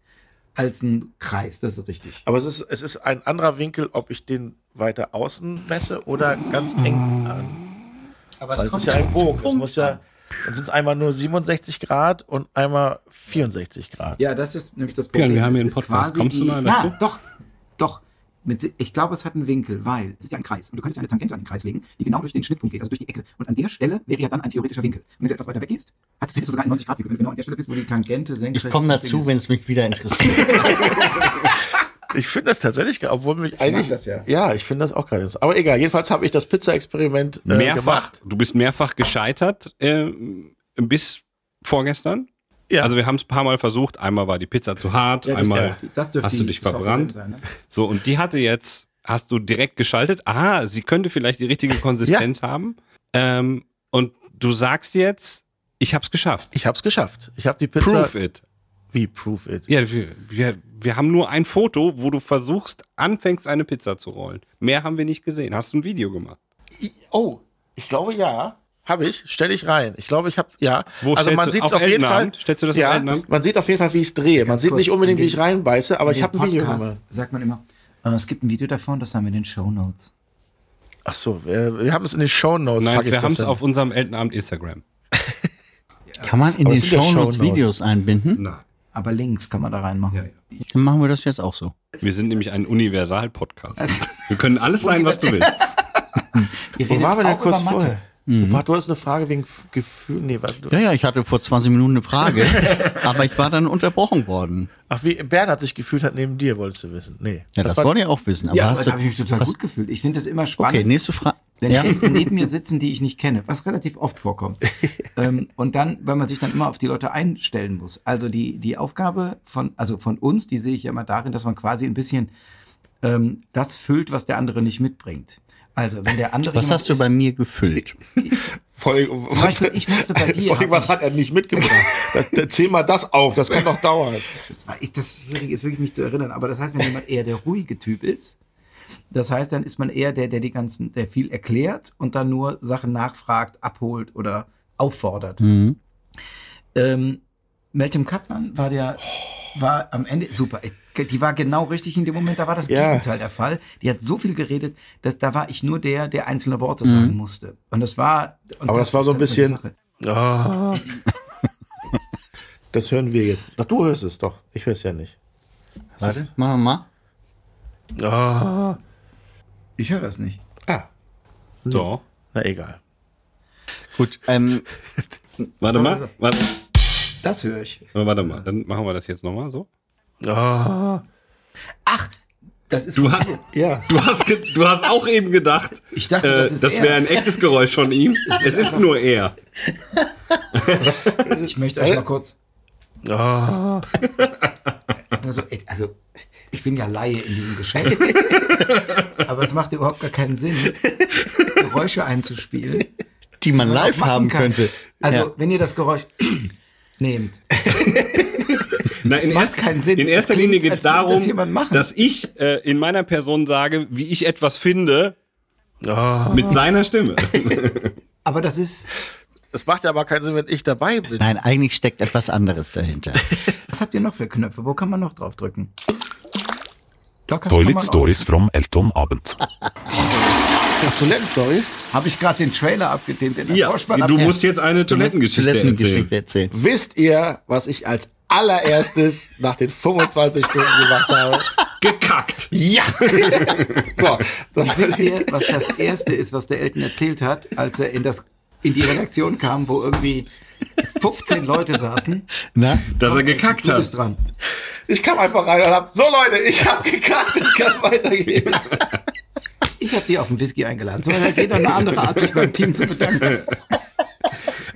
E: als ein Kreis, das ist richtig.
B: Aber es ist, es ist ein anderer Winkel, ob ich den weiter außen messe oder ganz eng an.
C: Aber
B: Weil es ist ja ein Bogen. Es muss ja, dann sind es einmal nur 67 Grad und einmal 64 Grad.
E: Ja, das ist nämlich das
A: Björn,
E: Problem.
A: wir haben
E: Es
A: hier einen
E: ist
A: Podcast.
E: quasi
A: Kommst du
E: die-
A: mal dazu?
E: Na, doch, doch. Mit, si- ich glaube, es hat einen Winkel, weil es ist ja ein Kreis. Und du könntest ja eine Tangente an den Kreis legen, die genau durch den Schnittpunkt geht, also durch die Ecke. Und an der Stelle wäre ja dann ein theoretischer Winkel. Und wenn du etwas weiter weggehst, hast du hättest du sogar einen 90 Grad Winkel, wenn du genau an der Stelle bist, wo die Tangente senkrecht
C: Ich komme
E: zum
C: dazu,
E: Ding
C: wenn es mich wieder interessiert.
B: Ich finde das tatsächlich, ge- obwohl mich
E: mag
B: eigentlich.
E: das ja.
B: ja, ich finde das auch gerade. Aber egal, jedenfalls habe ich das Pizza-Experiment äh,
A: mehrfach.
B: gemacht.
A: Du bist mehrfach gescheitert äh, bis vorgestern.
B: Ja.
A: Also wir haben es ein paar Mal versucht. Einmal war die Pizza zu hart,
E: ist. Ja, das,
A: einmal
E: das dürfte
A: hast du
E: die
A: dich
E: Software
A: verbrannt.
E: Sein, ne?
A: So, und die hatte jetzt, hast du direkt geschaltet, aha, sie könnte vielleicht die richtige Konsistenz haben. Ähm, und du sagst jetzt, ich hab's geschafft.
B: ich habe es geschafft. Ich habe die Pizza.
A: Proof it.
B: Wie proof it?
A: Ja, wir, wir, wir haben nur ein Foto, wo du versuchst, anfängst, eine Pizza zu rollen. Mehr haben wir nicht gesehen. Hast du ein Video gemacht?
B: I- Oh, ich glaube ja. Habe ich, stelle ich rein. Ich glaube, ich habe, ja.
A: Wo
B: also
A: stellst
B: man
A: du-
B: sieht
A: auf
B: es auf jeden Fall.
A: Eltenabend? Stellst du das auf
B: ja,
A: Eltenabend?
B: Man sieht auf jeden Fall, wie ich es drehe. Man sieht
E: kurz,
B: nicht unbedingt,
E: in
B: wie
E: dem-
B: ich reinbeiße, aber
E: In
B: ich habe
E: dem
B: ein Video
E: Podcast
B: gemacht.
E: Sagt man immer, äh, es gibt ein Video davon, das haben wir in den Show Notes.
B: Ach so, wir, wir haben es in den Shownotes.
A: Nein,
B: pack ich
A: wir
B: das
A: haben es
B: hin.
A: auf unserem Eltenabend Instagram.
C: Kann man in
B: Aber
C: die
B: es sind ja
C: Shownotes
B: Shownotes.
C: Videos einbinden?
A: Nein.
E: Aber Links kann man da reinmachen.
C: Dann machen wir das jetzt auch so.
A: Wir sind nämlich ein Universal-Podcast.
E: Also-
A: wir können alles sein, was du willst.
E: Ihr
B: Wo
E: redet
B: waren wir denn
E: auch
B: kurz
E: über Mathe.
B: vorher?
A: Mhm.
B: Warte, Du hattest eine Frage wegen F- Gefühl. Nee, warte, du,
C: Ja, ja, ich hatte vor 20 Minuten eine Frage, aber ich war dann unterbrochen worden.
B: Ach, wie Bernhard sich gefühlt hat neben dir, wolltest du wissen. Nee.
C: Ja, das,
B: war-
C: wollte ich auch wissen. Aber
E: Ja, aber
C: hast
E: da
C: du,
E: habe ich mich total
C: hast-
E: gut gefühlt. Ich finde es immer spannend,
C: Okay, nächste Frage.
E: wenn
C: Ja.
E: Gäste neben mir sitzen, die ich nicht kenne, was relativ oft vorkommt. ähm, und dann, weil man sich dann immer auf die Leute einstellen muss. Also die, die Aufgabe von, also von uns, die sehe ich ja immer darin, dass man quasi ein bisschen ähm, das füllt, was der andere nicht mitbringt. Also wenn der andere
C: Was
E: jemand
C: hast du
E: ist-
C: bei mir gefüllt?
B: Voll,
E: Zum Beispiel, ich musste bei dir-
B: Voll, was hat er nicht mitgebracht? Das, der- zähl mal das auf, das kann doch dauern.
E: Das, war, ich, das Schwierige ist wirklich mich zu erinnern. Aber das heißt, wenn jemand eher der ruhige Typ ist, das heißt, dann ist man eher der, der die ganzen, der viel erklärt und dann nur Sachen nachfragt, abholt oder auffordert.
C: Mhm.
E: Ähm, Meltem Kaplan war der, war am Ende super. Die war genau richtig in dem Moment. Da war das
B: Ja.
E: Gegenteil der Fall. Die hat so viel geredet, dass da war ich nur der, der einzelne Worte sagen musste. Und das war. Und
B: Mhm. Aber das war
E: ist
B: so ein
E: halt die
B: bisschen-
E: Sache.
B: Ah. Das hören wir jetzt. Doch, du hörst es doch. Ich höre es ja nicht. Warte.
C: Machen wir mal.
B: Ah.
E: Ich höre das nicht.
B: ah.
A: So.
B: Na egal.
C: Gut. Ähm,
A: Warte mal. Warte,
E: Das höre ich.
A: warte mal. Dann machen wir das jetzt nochmal so.
B: Ah.
E: Ach, das ist.
A: Du hast,
B: Ja.
A: du hast, ge- du hast auch eben gedacht, äh,
E: Ich dachte, das ist
A: das
E: er.
A: wäre ein echtes Geräusch von ihm. es ist nur er.
E: ich möchte
B: Äh?
E: euch mal kurz.
B: Ah.
E: Also, ey, also, ich bin ja Laie in diesem Geschäft. aber es macht überhaupt gar keinen Sinn, Geräusche einzuspielen.
C: die man
E: die man
C: live
E: auch machen
C: haben
E: kann.
C: könnte.
E: Also,
C: Ja.
E: wenn ihr das Geräusch nehmt,
A: Na, in,
E: macht
A: erster-
E: keinen Sinn.
A: in
E: Das
A: erster
E: klingt,
A: Linie geht es
E: als würde das
A: darum,
E: jemand machen.
A: dass ich äh, in meiner Person sage, wie ich etwas finde,
B: Ah.
A: mit seiner Stimme.
E: aber das ist,
B: Das macht ja aber keinen Sinn, wenn ich dabei bin.
C: Nein, eigentlich steckt etwas anderes dahinter.
E: was habt ihr noch für Knöpfe? Wo kann man noch drauf drücken? Dockers
F: Toilet Stories from Elton Abend.
B: Toilettenstories.
E: Habe ich gerade den Trailer abgedehnt, den
A: Ja,
E: Vorspann
A: du
E: abge-
A: musst jetzt eine Toilettengeschichte erzählen.
C: Toilettengeschichte erzählen.
B: Wisst ihr, was ich als allererstes nach den 25 Stunden gemacht habe?
A: Gekackt.
B: Ja! so, das
E: Wisst ihr, was das erste ist, was der Elton erzählt hat, als er in das in die Redaktion kam, wo irgendwie 15 Leute saßen.
C: Na?
A: Dass er gekackt
E: Du bist
A: hat.
E: dran.
B: Ich kam einfach rein und hab, so Leute, ich hab gekackt, es kann weitergehen.
E: Ich habe die auf den Whisky eingeladen. So hat jeder eine andere Art, sich beim Team zu bedanken.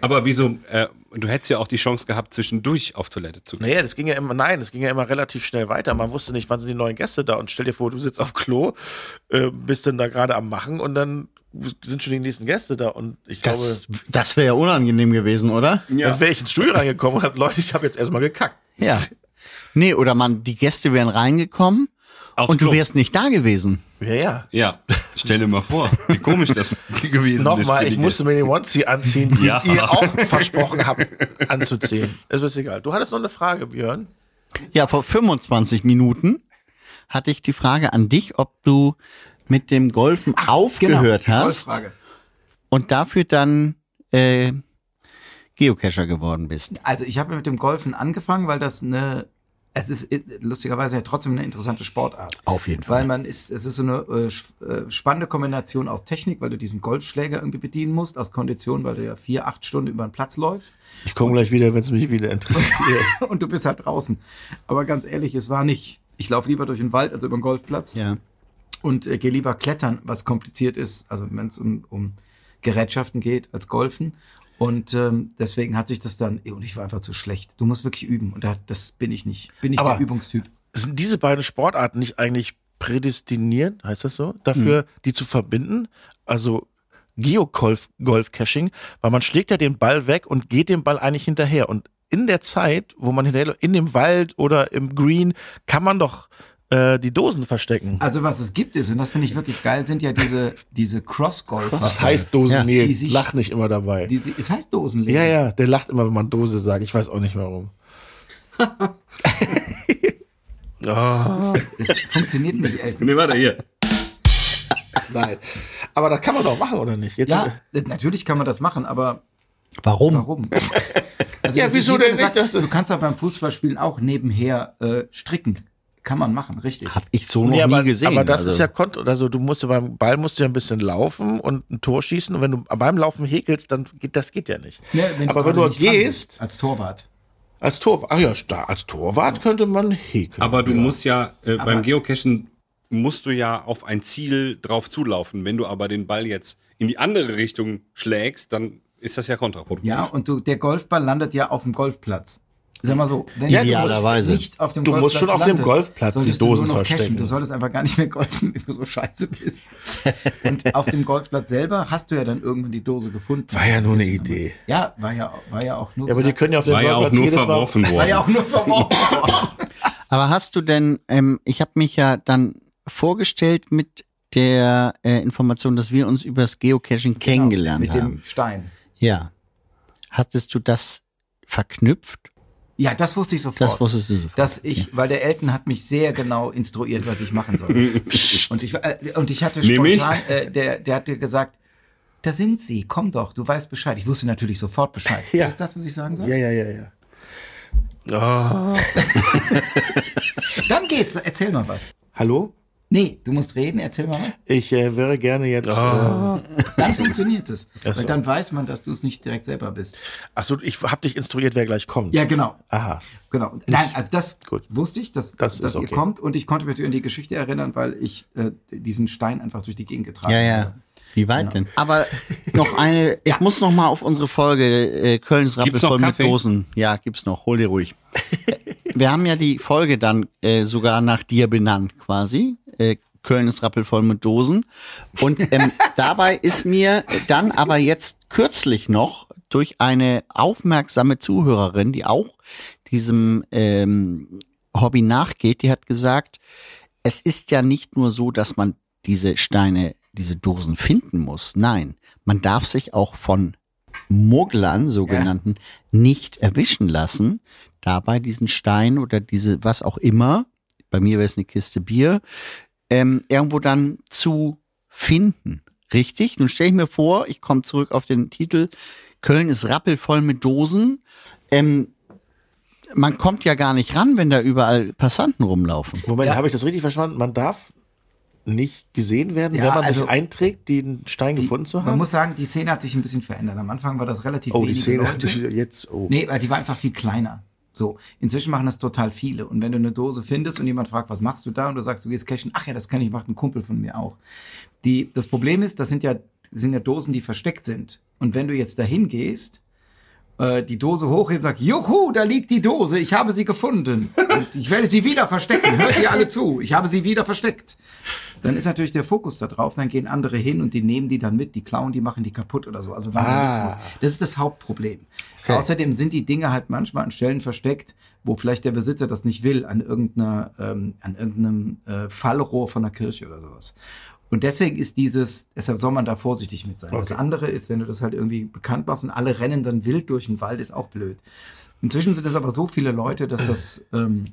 A: Aber wieso? Äh, du hättest ja auch die Chance gehabt, zwischendurch auf Toilette zu gehen.
B: Naja, das ging ja immer, nein, das ging ja immer relativ schnell weiter. Man wusste nicht, wann sind die neuen Gäste da. Und stell dir vor, du sitzt auf Klo, äh, bist dann da gerade am Machen und dann sind schon die nächsten Gäste da. Und ich
C: Das,
B: glaube,
C: das wäre ja unangenehm gewesen, oder?
B: dann wäre ich ins Studio reingekommen und hab, Leute, ich habe jetzt erstmal gekackt.
C: Ja. Nee, oder man, die Gäste wären reingekommen
A: Aufs
C: und du
A: Klo.
C: wärst nicht da gewesen.
B: Ja, ja.
A: Ja, stell dir mal vor, wie komisch das gewesen ist. für
B: Nochmal,
A: die
B: ich musste mir den Onesie anziehen, den
A: Ja.
B: ihr auch versprochen habt anzuziehen. Ist mir egal. Du hattest noch eine Frage, Björn.
C: Ja, vor 25 Minuten hatte ich die Frage an dich, ob du mit dem Golfen
B: genau,
C: aufgehört
E: die
C: hast
E: Vollfrage.
C: und dafür dann äh, Geocacher geworden bist.
E: Also ich habe mit dem Golfen angefangen, weil das eine, es ist äh, lustigerweise ja trotzdem eine interessante Sportart.
C: Auf jeden Fall.
E: Weil man ist, es ist so eine äh, sch- äh, spannende Kombination aus Technik, weil du diesen Golfschläger irgendwie bedienen musst, aus Kondition, weil du ja vier, acht Stunden über den Platz läufst
B: Ich komme gleich wieder, wenn es mich wieder interessiert.
E: und du bist halt draußen. Aber ganz ehrlich, es war nicht, ich laufe lieber durch den Wald als über den Golfplatz
C: Ja.
E: und äh, gehe lieber klettern, was kompliziert ist, also wenn es um, um Gerätschaften geht, als Golfen. Und ähm, deswegen hat sich das dann, und ich war einfach zu schlecht. Du musst wirklich üben und da, das bin ich nicht. Bin ich
B: Aber-
E: der Übungstyp.
B: Sind diese beiden Sportarten nicht eigentlich prädestiniert, heißt das so, dafür, die zu verbinden? Also Geogolf-Caching, weil man schlägt ja den Ball weg und geht dem Ball eigentlich hinterher. Und in der Zeit, wo man hinterher, in dem Wald oder im Green, kann man doch äh, die Dosen verstecken.
E: Also was es gibt ist, und das finde ich wirklich geil, sind ja diese, diese Cross-Golfer.
B: Was heißt Dosen,
C: Ja.
B: Nils?
E: Also, Die sich-
B: Lach nicht immer dabei.
E: Diese, es heißt Dosenleben.
B: ja, ja, der lacht immer, wenn man Dose sagt. Ich weiß auch nicht warum. oh,
E: Das funktioniert nicht, Elton.
A: Nee, warte, hier.
B: nein. Aber das kann man doch machen, oder nicht? Jetzt,
E: Ja, natürlich kann man das machen, aber
C: Warum?
E: warum? Also,
B: Ja,
E: das ist
B: wieso
E: wie
B: denn
E: gesagt,
B: nicht, dass du-
E: Du kannst auch beim Fußballspielen auch nebenher äh, stricken. Kann man machen, richtig.
C: Hab ich so noch
B: Nee, aber,
C: nie gesehen.
B: aber das
C: also.
B: ist ja kont also du musst ja beim Ball musst du ja ein bisschen laufen und ein Tor schießen und wenn du beim Laufen häkelst, dann geht das geht ja nicht.
E: Ja,
B: aber wenn
E: Ne, gerade
B: du
E: nicht dran
B: gehst
E: bist, als Torwart.
B: als Torwart, ach ja, sta- als Torwart könnte man häkeln.
A: Aber du
B: ja.
A: musst ja, äh, beim Geocachen musst du ja auf ein Ziel drauf zulaufen. Wenn du aber den Ball jetzt in die andere Richtung schlägst, dann ist das ja kontraproduktiv.
E: Ja, und du, der Golfball landet ja auf dem Golfplatz. Sag mal so, wenn
B: Ja,
E: du
C: idealerweise.
E: nicht auf dem
B: Du musst
E: Golfplatz
B: schon auf dem
E: landet,
B: Golfplatz die
E: solltest du
B: Dosen
E: nur noch
B: verstecken.
E: Du solltest einfach gar nicht mehr golfen, wenn du so scheiße bist. Und auf dem Golfplatz selber hast du ja dann irgendwann die Dose gefunden.
B: War ja nur eine
E: Ist-
B: Idee.
E: Ja, war ja, war ja auch nur.
B: Ja, aber die
E: gesagt-
B: können ja auf den
A: War ja auch
B: Torplatz
A: nur
B: jedes Mal-
A: verworfen
E: war
A: worden.
E: ja auch nur verworfen.
C: Aber hast du denn, ähm, ich habe mich ja dann vorgestellt mit der äh, Information, dass wir uns über das Geocaching kennengelernt
E: Mit
C: haben.
E: dem Stein.
C: Ja. Hattest du das verknüpft?
E: Ja, das wusste ich
C: Das
E: sofort.
C: wusstest du sofort.
E: dass ich, weil der Elton hat mich sehr genau instruiert, was ich machen soll. und, ich, äh, und ich hatte
A: Nämlich?
E: spontan, äh, der, der hat dir gesagt, da sind sie, komm doch, du weißt Bescheid. Ich wusste natürlich sofort Bescheid.
B: Ja.
E: Ist das das, was ich sagen soll?
B: Ja, ja, ja, ja. Ah.
E: Dann geht's, erzähl mal was.
B: Hallo?
E: Nee, du musst reden, erzähl mal was.
B: Ich äh, wäre gerne jetzt. Äh,
E: Dann funktioniert es.
B: Ach so.
E: Weil dann weiß man, dass du es nicht direkt selber bist.
B: achso, äh, ich hab dich instruiert, wer gleich kommt.
E: Ja, genau.
B: Aha.
E: Genau. Nein, also das
B: Gut.
E: wusste ich, dass,
B: Das ist
E: dass ihr
B: okay.
E: kommt und ich konnte mich an die Geschichte erinnern, weil ich äh, diesen Stein einfach durch die Gegend getragen
C: ja,
E: habe.
C: ja. Wie weit denn? Aber noch eine, ich muss noch mal auf unsere Folge äh, Kölns Rappel
A: Gibt's noch
C: voll mit
A: Kaffee?
C: Dosen. Ja, gibt's noch. Hol dir ruhig. Wir haben ja die Folge dann äh, sogar nach dir benannt quasi. Äh, Köln ist rappelvoll mit Dosen. Und ähm, dabei ist mir dann aber jetzt kürzlich noch durch eine aufmerksame Zuhörerin, die auch diesem ähm, Hobby nachgeht, die hat gesagt, es ist ja nicht nur so, dass man diese Steine, diese Dosen finden muss. Nein, man darf sich auch von Mugglern, sogenannten, nicht erwischen lassen, dabei diesen Stein oder diese, was auch immer, bei mir wäre es eine Kiste Bier, ähm, irgendwo dann zu finden. Richtig? Nun stelle ich mir vor, ich komme zurück auf den Titel, Köln ist rappelvoll mit Dosen. Ähm, man kommt ja gar nicht ran, wenn da überall Passanten rumlaufen.
B: Moment, habe ich das richtig verstanden? Man darf nicht gesehen werden,
E: Ja,
B: wenn man
E: also-
B: sich einträgt, den Stein gefunden zu
E: Man
B: haben?
E: muss sagen, die Szene hat sich ein bisschen verändert. Am Anfang war das relativ
B: oh, die
E: wenige
B: Szene
E: Leute.
B: hat sich jetzt. Oh.
E: Nee, weil die war einfach viel kleiner. So, inzwischen machen das total viele. Und wenn du eine Dose findest und jemand fragt, was machst du da? Und du sagst, du gehst cashen. Ach ja, das kann ich, macht ein Kumpel von mir auch. Die, das Problem ist, das sind ja, sind ja Dosen, die versteckt sind. Und wenn du jetzt dahin gehst, äh, die Dose hochheben, sagst, juhu, da liegt die Dose, ich habe sie gefunden. Und ich werde sie wieder verstecken. Hört ihr alle zu? Ich habe sie wieder versteckt. Dann ist natürlich der Fokus da drauf, dann gehen andere hin und die nehmen die dann mit, die klauen, die machen die kaputt oder so. Also Vandalismus. Das ist das Hauptproblem. Außerdem sind die Dinge halt manchmal an Stellen versteckt, wo vielleicht der Besitzer das nicht will, an irgendeiner, ähm, an irgendeinem äh, Fallrohr von der Kirche oder sowas. Und deswegen ist dieses, deshalb soll man da vorsichtig mit sein. Das andere ist, wenn du das halt irgendwie bekannt machst und alle rennen dann wild durch den Wald, ist auch blöd. Inzwischen sind es aber so viele Leute, dass das, ähm,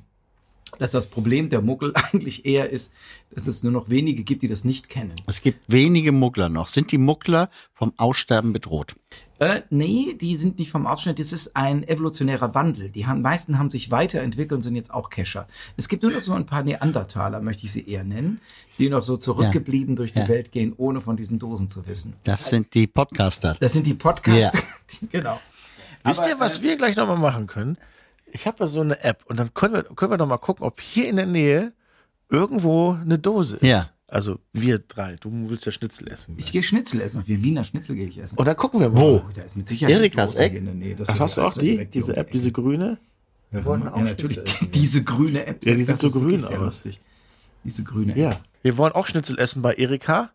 E: dass das Problem der Muggel eigentlich eher ist, dass es nur noch wenige gibt, die das nicht kennen.
C: Es gibt wenige Muggler noch. Sind die Muggler vom Aussterben bedroht?
E: Äh, nee, die sind nicht vom Ausschnitt. Das ist ein evolutionärer Wandel. Die haben, meisten haben sich weiterentwickelt und sind jetzt auch Kescher. Es gibt nur noch so ein paar Neandertaler, möchte ich sie eher nennen, die noch so zurückgeblieben durch die
C: Ja.
E: Welt gehen, ohne von diesen Dosen zu wissen.
C: Das sind die Podcaster.
E: Das sind die Podcasts.
C: Ja.
E: Die, genau.
B: Wisst ihr, was wir gleich nochmal machen können? Ich habe ja so eine App und dann können wir, können wir doch mal gucken, ob hier in der Nähe irgendwo eine Dose ist.
C: Ja.
B: Also wir drei. Du willst ja Schnitzel essen.
E: Ich gehe Schnitzel essen. Auf jeden Wiener Schnitzel gehe ich essen. Oh,
B: und dann gucken wir mal. Wo?
E: da ist mit Sicherheit eine
C: Erikas
E: Dose
C: Eck?
E: hier in der Nähe. Das
B: Ach,
E: ist
B: hast du auch
E: da
B: die?
E: direkt hier
B: Diese
E: um
B: App,
E: die
B: diese
E: Ecke.
B: grüne?
E: Wir wollen auch ja, natürlich diese grüne App.
B: Ja, die sieht
E: Das
B: so
E: ist wirklich
B: grün
E: sehr
B: aus.
E: lustig. Diese grüne App.
B: Ja. Wir wollen auch Schnitzel essen bei Erika.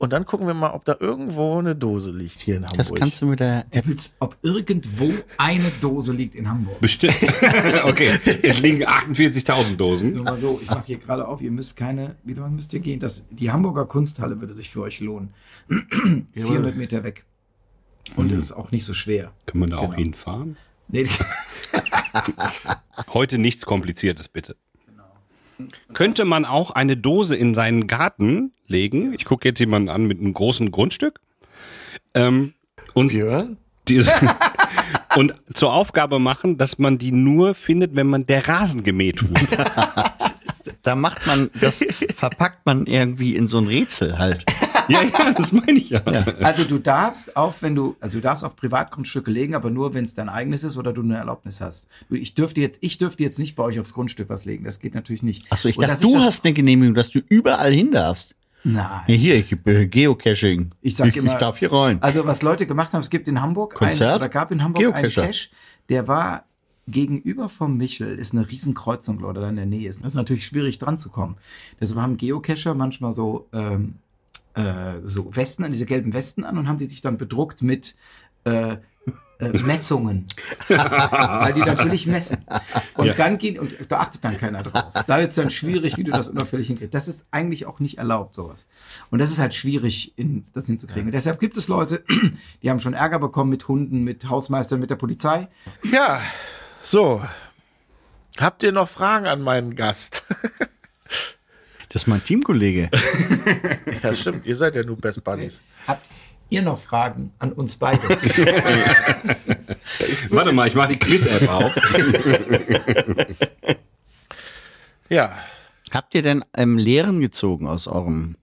B: Und dann gucken wir mal, ob da irgendwo eine Dose liegt hier in Hamburg.
C: Das kannst du mit der App.
E: Willst, ob irgendwo eine Dose liegt in Hamburg.
A: Bestimmt. okay, es liegen 48.000 Dosen.
E: Nur mal so, ich mache hier gerade auf, ihr müsst keine, wie lange müsst ihr gehen? Das, die Hamburger Kunsthalle würde sich für euch lohnen. Ist 400 Meter weg. Und ist auch nicht so schwer.
A: Können wir da
E: Genau.
A: auch hinfahren?
E: Nee,
A: Heute nichts Kompliziertes, bitte. Könnte man auch eine Dose in seinen Garten legen? Ich gucke jetzt jemanden an mit einem großen Grundstück. Ähm, und
B: Björn?
A: die, und zur Aufgabe machen, dass man die nur findet, wenn man der Rasen gemäht wurde.
C: Da macht man, das verpackt man irgendwie in so ein Rätsel halt.
A: ja, ja, das meine ich ja.
E: also du darfst auch, wenn du, also du darfst auf Privatgrundstücke legen, aber nur, wenn es dein eigenes ist oder du eine Erlaubnis hast. Du, Ich dürfte jetzt, ich dürfte jetzt nicht bei euch aufs Grundstück was legen. Das geht natürlich nicht.
C: Achso, ich
E: Und
C: dachte,
E: das ist
C: du
E: das-
C: hast eine Genehmigung, dass du überall hin darfst.
E: Nein.
C: Ja, hier, ich äh, Geocaching.
E: Ich sag immer,
C: ich darf hier rein.
E: Also was Leute gemacht haben, es gibt in Hamburg
C: Konzert?
E: Einen, oder gab in Hamburg einen
C: Geocacher.
E: Cache, der war gegenüber vom Michel, ist eine Riesenkreuzung oder da in der Nähe ist. Das ist natürlich schwierig dran zu kommen. Deshalb haben Geocacher manchmal so ähm, äh, so Westen an, diese gelben Westen an und haben die sich dann bedruckt mit äh, äh, Messungen. Weil die natürlich messen. Und dann gehen, und da achtet dann keiner drauf. Da wird es dann schwierig, wie du das unauffällig hinkriegst. Das ist eigentlich auch nicht erlaubt, sowas. Und das ist halt schwierig, in, das hinzukriegen. Und deshalb gibt es Leute, die haben schon Ärger bekommen mit Hunden, mit Hausmeistern, mit der Polizei.
B: Ja, so. Habt ihr noch Fragen an meinen Gast?
C: Das ist mein Teamkollege.
B: ja, stimmt. Ihr seid ja nur Best Buddies.
E: Habt ihr noch Fragen an uns beide?
A: Warte mal, ich mache die Quiz-App auf.
B: Ja,
C: Habt ihr denn ähm, Lehren gezogen aus eurem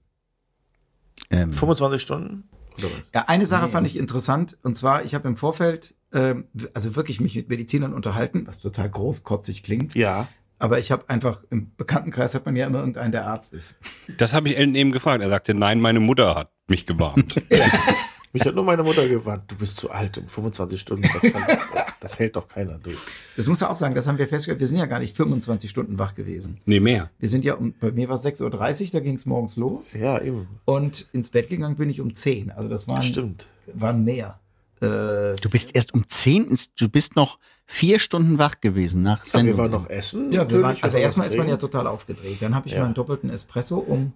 C: ähm,
B: 25 Stunden? Oder was?
E: Ja, eine Sache fand ich interessant und zwar, ich habe im Vorfeld, ähm, also wirklich mich mit Medizinern unterhalten, was total großkotzig klingt.
B: Ja.
E: Aber ich habe einfach, im Bekanntenkreis hat man ja immer irgendeinen, der Arzt ist.
A: Das habe ich Ellen eben gefragt. Er sagte, nein, meine Mutter hat mich gewarnt.
B: Mich hat nur meine Mutter gewarnt, du bist zu alt um 25 Stunden. Das, kann, das, das hält doch keiner durch.
E: Das muss ja auch sagen, das haben wir festgestellt, wir sind ja gar nicht 25 Stunden wach gewesen.
A: nee, mehr.
E: Wir sind ja, um, bei mir war es 6.30 Uhr, da ging es morgens los.
B: Ja, eben.
E: Und ins Bett gegangen bin ich um 10. Also das
B: Das
E: waren,
B: stimmt.
E: waren mehr. Äh,
C: Du bist erst um 10, ins- du bist noch vier Stunden wach gewesen nach
B: Ja, wir
C: Sendung.
B: waren noch essen.
E: ja, wir
B: natürlich,
E: waren, also
B: was
E: erstmal ist man ja
B: trinken.
E: total aufgedreht. Dann habe ich
B: Ja.
E: meinen doppelten Espresso um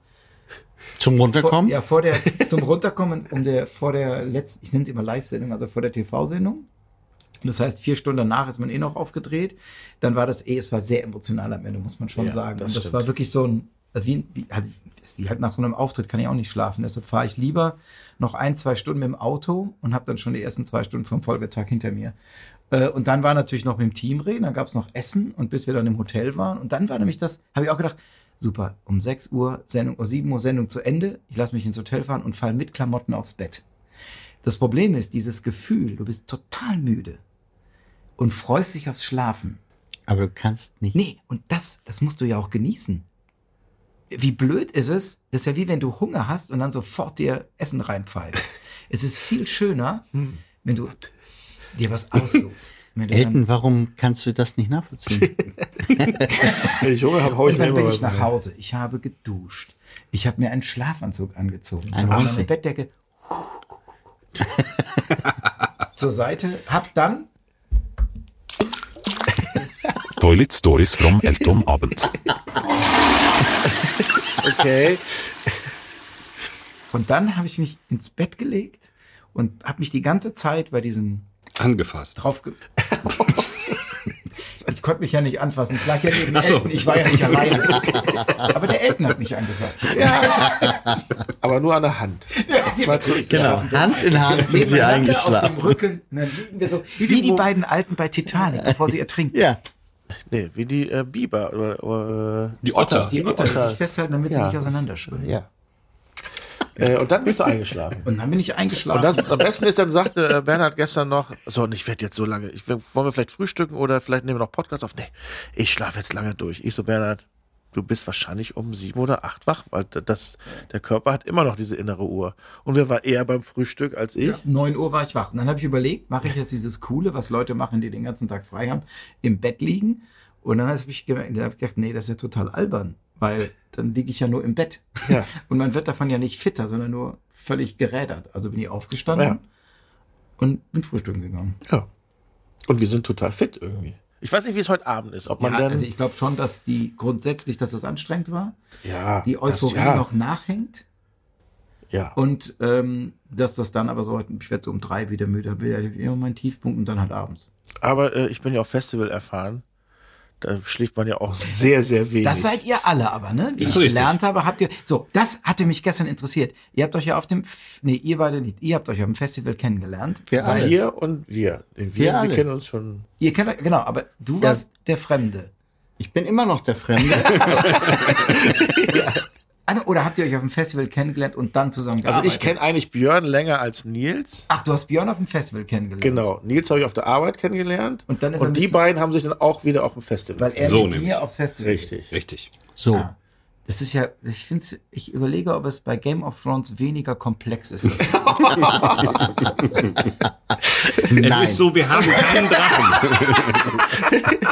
C: Zum Runterkommen?
E: Vor, ja, vor der, zum Runterkommen, um der, vor der letzten, ich nenne es immer Live-Sendung, also vor der TV-Sendung. Das heißt, vier Stunden danach ist man eh noch aufgedreht. Dann war das eh, es war sehr emotional am Ende, muss man schon
B: Ja,
E: sagen.
B: das
E: und das
B: stimmt.
E: war wirklich so ein, also wie, wie, also das ist wie halt nach so einem Auftritt kann ich auch nicht schlafen. Deshalb fahre ich lieber noch ein, zwei Stunden mit dem Auto und habe dann schon die ersten zwei Stunden vom Folgetag hinter mir. Äh, Und dann war natürlich noch mit dem Team reden, dann gab es noch Essen und bis wir dann im Hotel waren. Und dann war nämlich das, habe ich auch gedacht, super, um 6 Uhr Sendung, um 7 Uhr Sendung zu Ende, ich lasse mich ins Hotel fahren und fall mit Klamotten aufs Bett. Das Problem ist dieses Gefühl, du bist total müde und freust dich aufs Schlafen.
C: Aber du kannst nicht.
E: Nee, und das, das musst du ja auch genießen. Wie blöd ist es? Das ist ja wie wenn du Hunger hast und dann sofort dir Essen reinpfeifst. es ist viel schöner,
B: Hm.
E: wenn du dir was aussuchst. Wenn du dann-
C: Elton, warum kannst du das nicht nachvollziehen?
B: Wenn ich Hunger habe, hau ich
E: und
B: mir
E: dann
B: immer
E: bin
B: was
E: ich nach
B: rein.
E: Hause. Ich habe geduscht. Ich habe mir einen Schlafanzug angezogen. Ich
C: Ein
E: habe mir
C: Wahnsinn.
E: meine Bettdecke zur Seite. Hab dann
F: Toilet Stories from Elton Abend.
B: Okay.
E: und dann habe ich mich ins Bett gelegt und habe mich die ganze Zeit bei diesem
A: Angefasst.
E: drauf. Ge ich konnte mich ja nicht anfassen. Ich lag ja neben
A: Ach so.
E: Elton. Ich war ja nicht alleine. Aber der Elton hat mich angefasst.
B: Aber nur an der Hand. Das war zu,
C: genau. Hand in Hand sind sie
E: Nebeneinander Auf dem
C: eingeschlafen.
E: Rücken. Und dann liegen wir so wie die, beiden Alten bei Titanic, bevor sie ertrinken.
C: Ja.
B: Nee, wie die äh, Biber. Oder, oder, äh,
A: Die Otter.
E: Die Otter, die sich festhalten, damit sie
B: Ja.
E: nicht auseinanderschwimmen.
B: ja. Äh, und dann bist du eingeschlafen.
E: Und dann bin ich eingeschlafen.
B: Und das, am besten ist, dann sagte äh, Bernhard gestern noch, so, und ich werde jetzt so lange, ich, wollen wir vielleicht frühstücken oder vielleicht nehmen wir noch Podcast auf? Nee, ich schlafe jetzt lange durch. Ich so, Bernhard, du bist wahrscheinlich um sieben oder acht wach, weil d- das, der Körper hat immer noch diese innere Uhr. Und wer war eher beim Frühstück als ich?
E: 9 Uhr war ich wach. Und dann habe ich überlegt, mache ich jetzt dieses Coole, was Leute machen, die den ganzen Tag frei haben, im Bett liegen. Und dann habe ich, gemerkt, da hab ich gedacht, nee, das ist ja total albern, weil dann liege ich ja nur im Bett.
B: Ja.
E: Und man wird davon ja nicht fitter, sondern nur völlig gerädert. Also bin ich aufgestanden
B: Ja.
E: und bin frühstücken gegangen.
B: Ja. Und wir sind total fit irgendwie. Ich weiß nicht, wie es heute Abend ist, ob man
E: Ja,
B: dann.
E: also ich glaube schon, dass die grundsätzlich, dass das anstrengend war,
B: ja,
E: die Euphorie
B: das, ja,
E: noch nachhängt.
B: Ja.
E: Und ähm, dass das dann aber so heute, ich werde so um drei wieder müde, da werde ich immer meinen Tiefpunkt und dann halt abends.
B: Aber äh, ich bin ja auf Festival erfahren. Da schläft man ja auch sehr, sehr wenig.
E: Das seid ihr alle aber, ne? Wie
A: Das ist
E: ich
A: richtig.
E: gelernt habe, habt ihr. So, das hatte mich gestern interessiert. Ihr habt euch ja auf dem. F nee, ihr beide nicht. Ihr habt euch auf dem Festival kennengelernt.
C: Wir
B: Weil
C: alle.
B: ihr und wir. Wir,
C: alle.
B: wir kennen uns schon.
E: Ihr kennt euch, genau, aber du warst der Fremde.
C: Ich bin immer noch der Fremde.
E: Also, oder habt ihr euch auf dem Festival kennengelernt und dann zusammen
B: Also
E: gearbeitet? Ah,
B: ich kenne eigentlich Björn länger als Nils.
E: Ach, du hast Björn auf dem Festival kennengelernt.
B: Genau. Nils habe ich auf der Arbeit kennengelernt.
E: Und dann ist er mit
B: die
E: se-
B: beiden haben sich dann auch wieder auf dem Festival.
E: Weil er
A: So
E: mit
A: nämlich.
E: dir aufs Festival
B: Richtig.
A: Richtig.
C: So.
E: Ah. Das ist ja, ich finde ich überlege, ob es bei Game of Thrones weniger komplex ist. Das
A: Es ist so, wir haben keinen Drachen.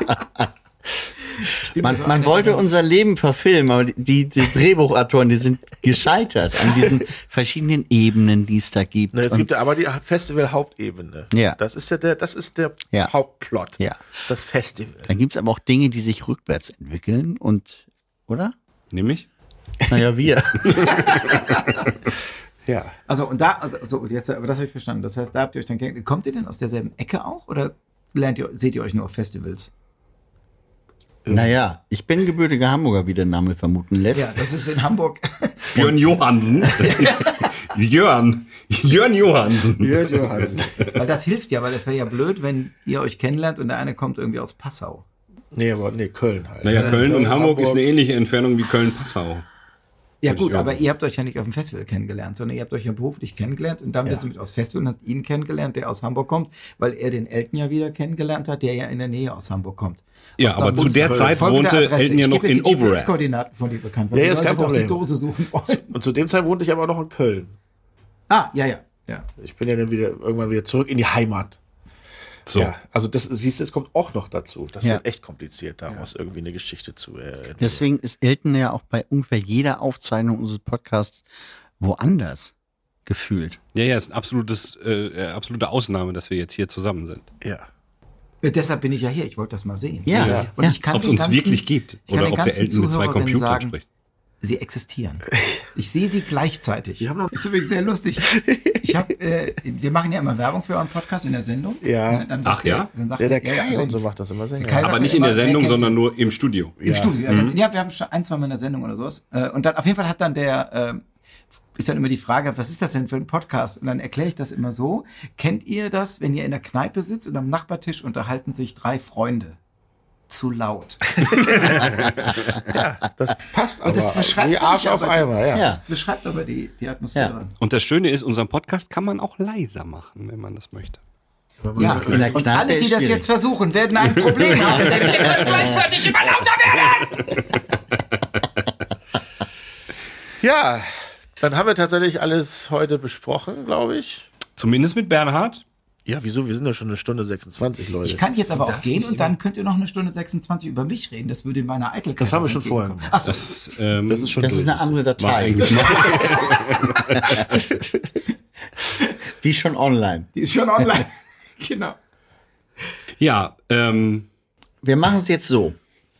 C: Man, man wollte unser Leben verfilmen, aber die, die Drehbuchautoren, die sind gescheitert an diesen verschiedenen Ebenen, die es da gibt.
B: Ne, es
C: Und-
B: gibt ja aber die Festival-Hauptebene.
C: Ja.
B: Das ist ja der, das ist der
C: Ja.
B: Hauptplot.
C: Ja.
B: Das Festival.
C: dann gibt's aber auch Dinge, die sich rückwärts entwickeln und, oder?
A: Nämlich?
C: Naja, wir.
B: Ja.
E: Also und da, also so, und jetzt, aber das habe ich verstanden. Das heißt, da habt ihr euch dann kennengelernt. Kommt ihr denn aus derselben Ecke auch oder lernt ihr, seht ihr euch nur auf Festivals?
C: naja, ich bin gebürtiger Hamburger, wie der Name vermuten lässt.
E: Ja, das ist in Hamburg.
A: Björn Johansen. Jörn. Jörn Johansen.
B: Björn Johansen.
E: Weil das hilft ja, weil das wäre ja blöd, wenn ihr euch kennenlernt und der eine kommt irgendwie aus Passau.
B: nee, aber nee, Köln halt.
A: Naja, Köln und Hamburg ist eine ähnliche Entfernung wie Köln-Passau.
E: Ja
A: Würde ich
E: gut,
A: auch.
E: aber ihr habt euch ja nicht auf dem Festival kennengelernt, sondern ihr habt euch ja beruflich kennengelernt und dann bist du mit aus Festival und hast ihn kennengelernt, der aus Hamburg kommt, weil er den Elton ja wieder kennengelernt hat, der ja in der Nähe aus Hamburg kommt.
A: Ja,
E: aus
A: aber zu der Zeit
E: Folgende
A: wohnte
E: Adresse.
A: Elton ja
E: Ich
A: noch
E: gebe jetzt
A: in
E: die
A: Overath.
E: GPS-Koordinaten von dir bekannt, weil
B: Ja,
E: die
B: ist
E: Leute
B: kein
E: doch die
B: Problem.
E: Dose suchen wollen.
B: Und zu dem Zeitpunkt wohnte ich aber noch in Köln.
E: Ah, ja, ja. ja.
B: Ich bin ja dann wieder irgendwann wieder zurück in die Heimat.
A: So.
B: Ja, also das siehst du, es kommt auch noch dazu. Das
C: Ja.
B: wird echt kompliziert, daraus irgendwie eine Geschichte zu äh,
C: Deswegen ist Elton ja auch bei ungefähr jeder Aufzeichnung unseres Podcasts woanders gefühlt.
A: Ja, ja, ist ein absolutes, äh, äh, absolute Ausnahme, dass wir jetzt hier zusammen sind.
B: Ja.
E: Äh, Deshalb bin ich ja hier, ich wollte das mal sehen.
C: Ja,
B: Ja.
E: Und
C: ja.
E: ich kann
A: Ob es
E: den
A: uns
E: ganzen-
A: wirklich gibt
E: ich kann
A: oder
E: den
A: ob der
E: ganzen
A: Elton mit zwei
E: Zuhörerinnen
A: Computern
E: sagen,
A: spricht.
E: Sie existieren. Ich sehe sie gleichzeitig.
B: Wir haben noch-
E: ist übrigens sehr lustig. Ich hab, äh, wir machen ja immer Werbung für euren Podcast in der Sendung.
B: Ja.
E: Ne, Dann
A: Ach ja?
E: dann sagt
B: Ja, der
E: er,
B: Kai
E: also
B: und so macht das immer sehr
E: Kai
B: gerne.
E: sagt
A: Aber
E: dann
A: nicht in
E: immer,
A: der
E: wer
A: Sendung,
E: kennt sie?
A: sondern nur im Studio.
E: Im Studio, ja.
B: Mhm.
E: Dann, ja, wir haben schon ein, zwei Mal in der Sendung oder sowas. Äh, Und dann auf jeden Fall hat dann der, ähm, ist dann immer die Frage, was ist das denn für ein Podcast? Und dann erkläre ich das immer so. Kennt ihr das, wenn ihr in der Kneipe sitzt und am Nachbartisch unterhalten sich drei Freunde? Zu laut.
B: Das passt aber.
E: Und das beschreibt
B: wie Arsch
E: mich
B: auf
E: aber-
B: Eimer, ja.
C: Ja.
E: Beschreibt aber die, die Atmosphäre.
A: Und das Schöne ist, unseren Podcast kann man auch leiser machen, wenn man das möchte.
E: Ja,
C: In der
E: und
C: Kneipe
E: alle, die
C: ist
E: das
C: schwierig.
E: jetzt versuchen, werden ein Problem haben. Denn ihr könnt gleichzeitig immer lauter werden!
B: Ja, dann haben wir tatsächlich alles heute besprochen, glaube ich.
A: Zumindest mit Bernhard.
B: Ja, wieso? Wir sind doch schon eine Stunde 26, Leute.
E: Ich kann jetzt aber auch gehen und dann könnt ihr noch eine Stunde 26 über mich reden. Das würde in meiner Eitelkeit.
B: Das haben wir schon vorher
E: entgegenkommen.
B: gemacht.
E: Achso,
A: Das, ähm,
B: das ist schon
C: Das ist
B: durch.
C: eine andere
A: war
C: Datei,
A: eigentlich mal
C: die ist schon online.
E: die ist schon online. genau.
A: ja, ähm,
C: Wir machen es jetzt so.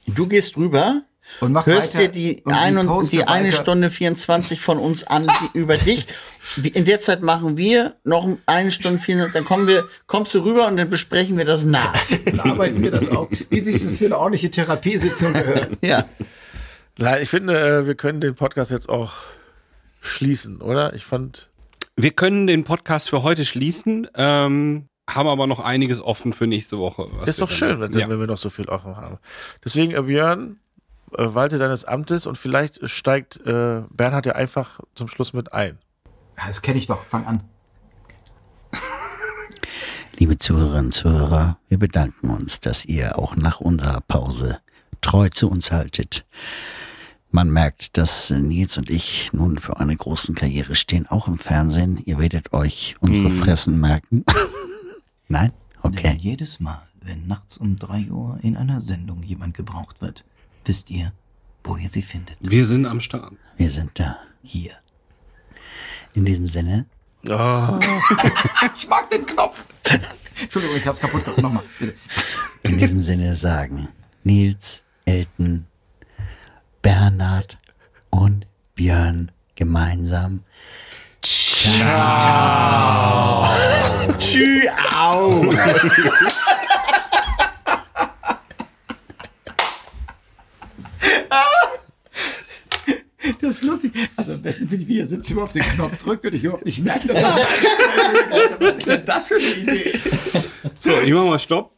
C: Du gehst rüber,
E: Und mach
C: hörst
E: weiter
C: dir die,
E: und
C: ein und,
E: poste
C: die eine
E: weiter.
C: Stunde 24 von uns an die, über dich. Die- In der Zeit machen wir noch eine Stunde 24, dann kommen wir, kommst du rüber und dann besprechen wir das nach.
E: Dann arbeiten wir das auf, wie sich das für eine ordentliche Therapiesitzung gehört.
C: Ja.
B: Nein, ich finde, äh, wir können den Podcast jetzt auch schließen, oder? Ich fand.
A: wir können den Podcast für heute schließen, ähm, haben aber noch einiges offen für nächste Woche. was
B: Das ist
A: wir
B: doch
A: dann-
B: schön, wenn,
A: ja.
B: wenn wir noch so viel offen haben. Deswegen, äh, Björn, äh, walte deines Amtes und vielleicht steigt äh, Bernhard ja einfach zum Schluss mit ein.
E: Das kenne ich doch, fang an.
C: Liebe Zuhörerinnen und Zuhörer, wir bedanken uns, dass ihr auch nach unserer Pause treu zu uns haltet. Man merkt, dass Nils und ich nun für eine große Karriere stehen, auch im Fernsehen. Ihr werdet euch unsere Fressen merken. Nein? Okay.
E: jedes Mal, wenn nachts um 3 Uhr in einer Sendung jemand gebraucht wird, wisst ihr, wo ihr sie findet.
A: Wir sind am Start.
C: Wir sind da.
E: Hier.
C: In diesem Sinne,
B: Oh.
E: Ich mag den Knopf. Entschuldigung, ich hab's kaputt gemacht. Nochmal, bitte.
C: in diesem Sinne sagen Nils, Elton, Bernhard und Björn gemeinsam. Ciao. Ciao.
E: Das ist lustig. Also am besten bin ich, wie er 70 Mal auf den Knopf drückt und ich überhaupt nicht merke, dass das Was ist denn das für eine Idee?
A: So, ich mach mal Stopp.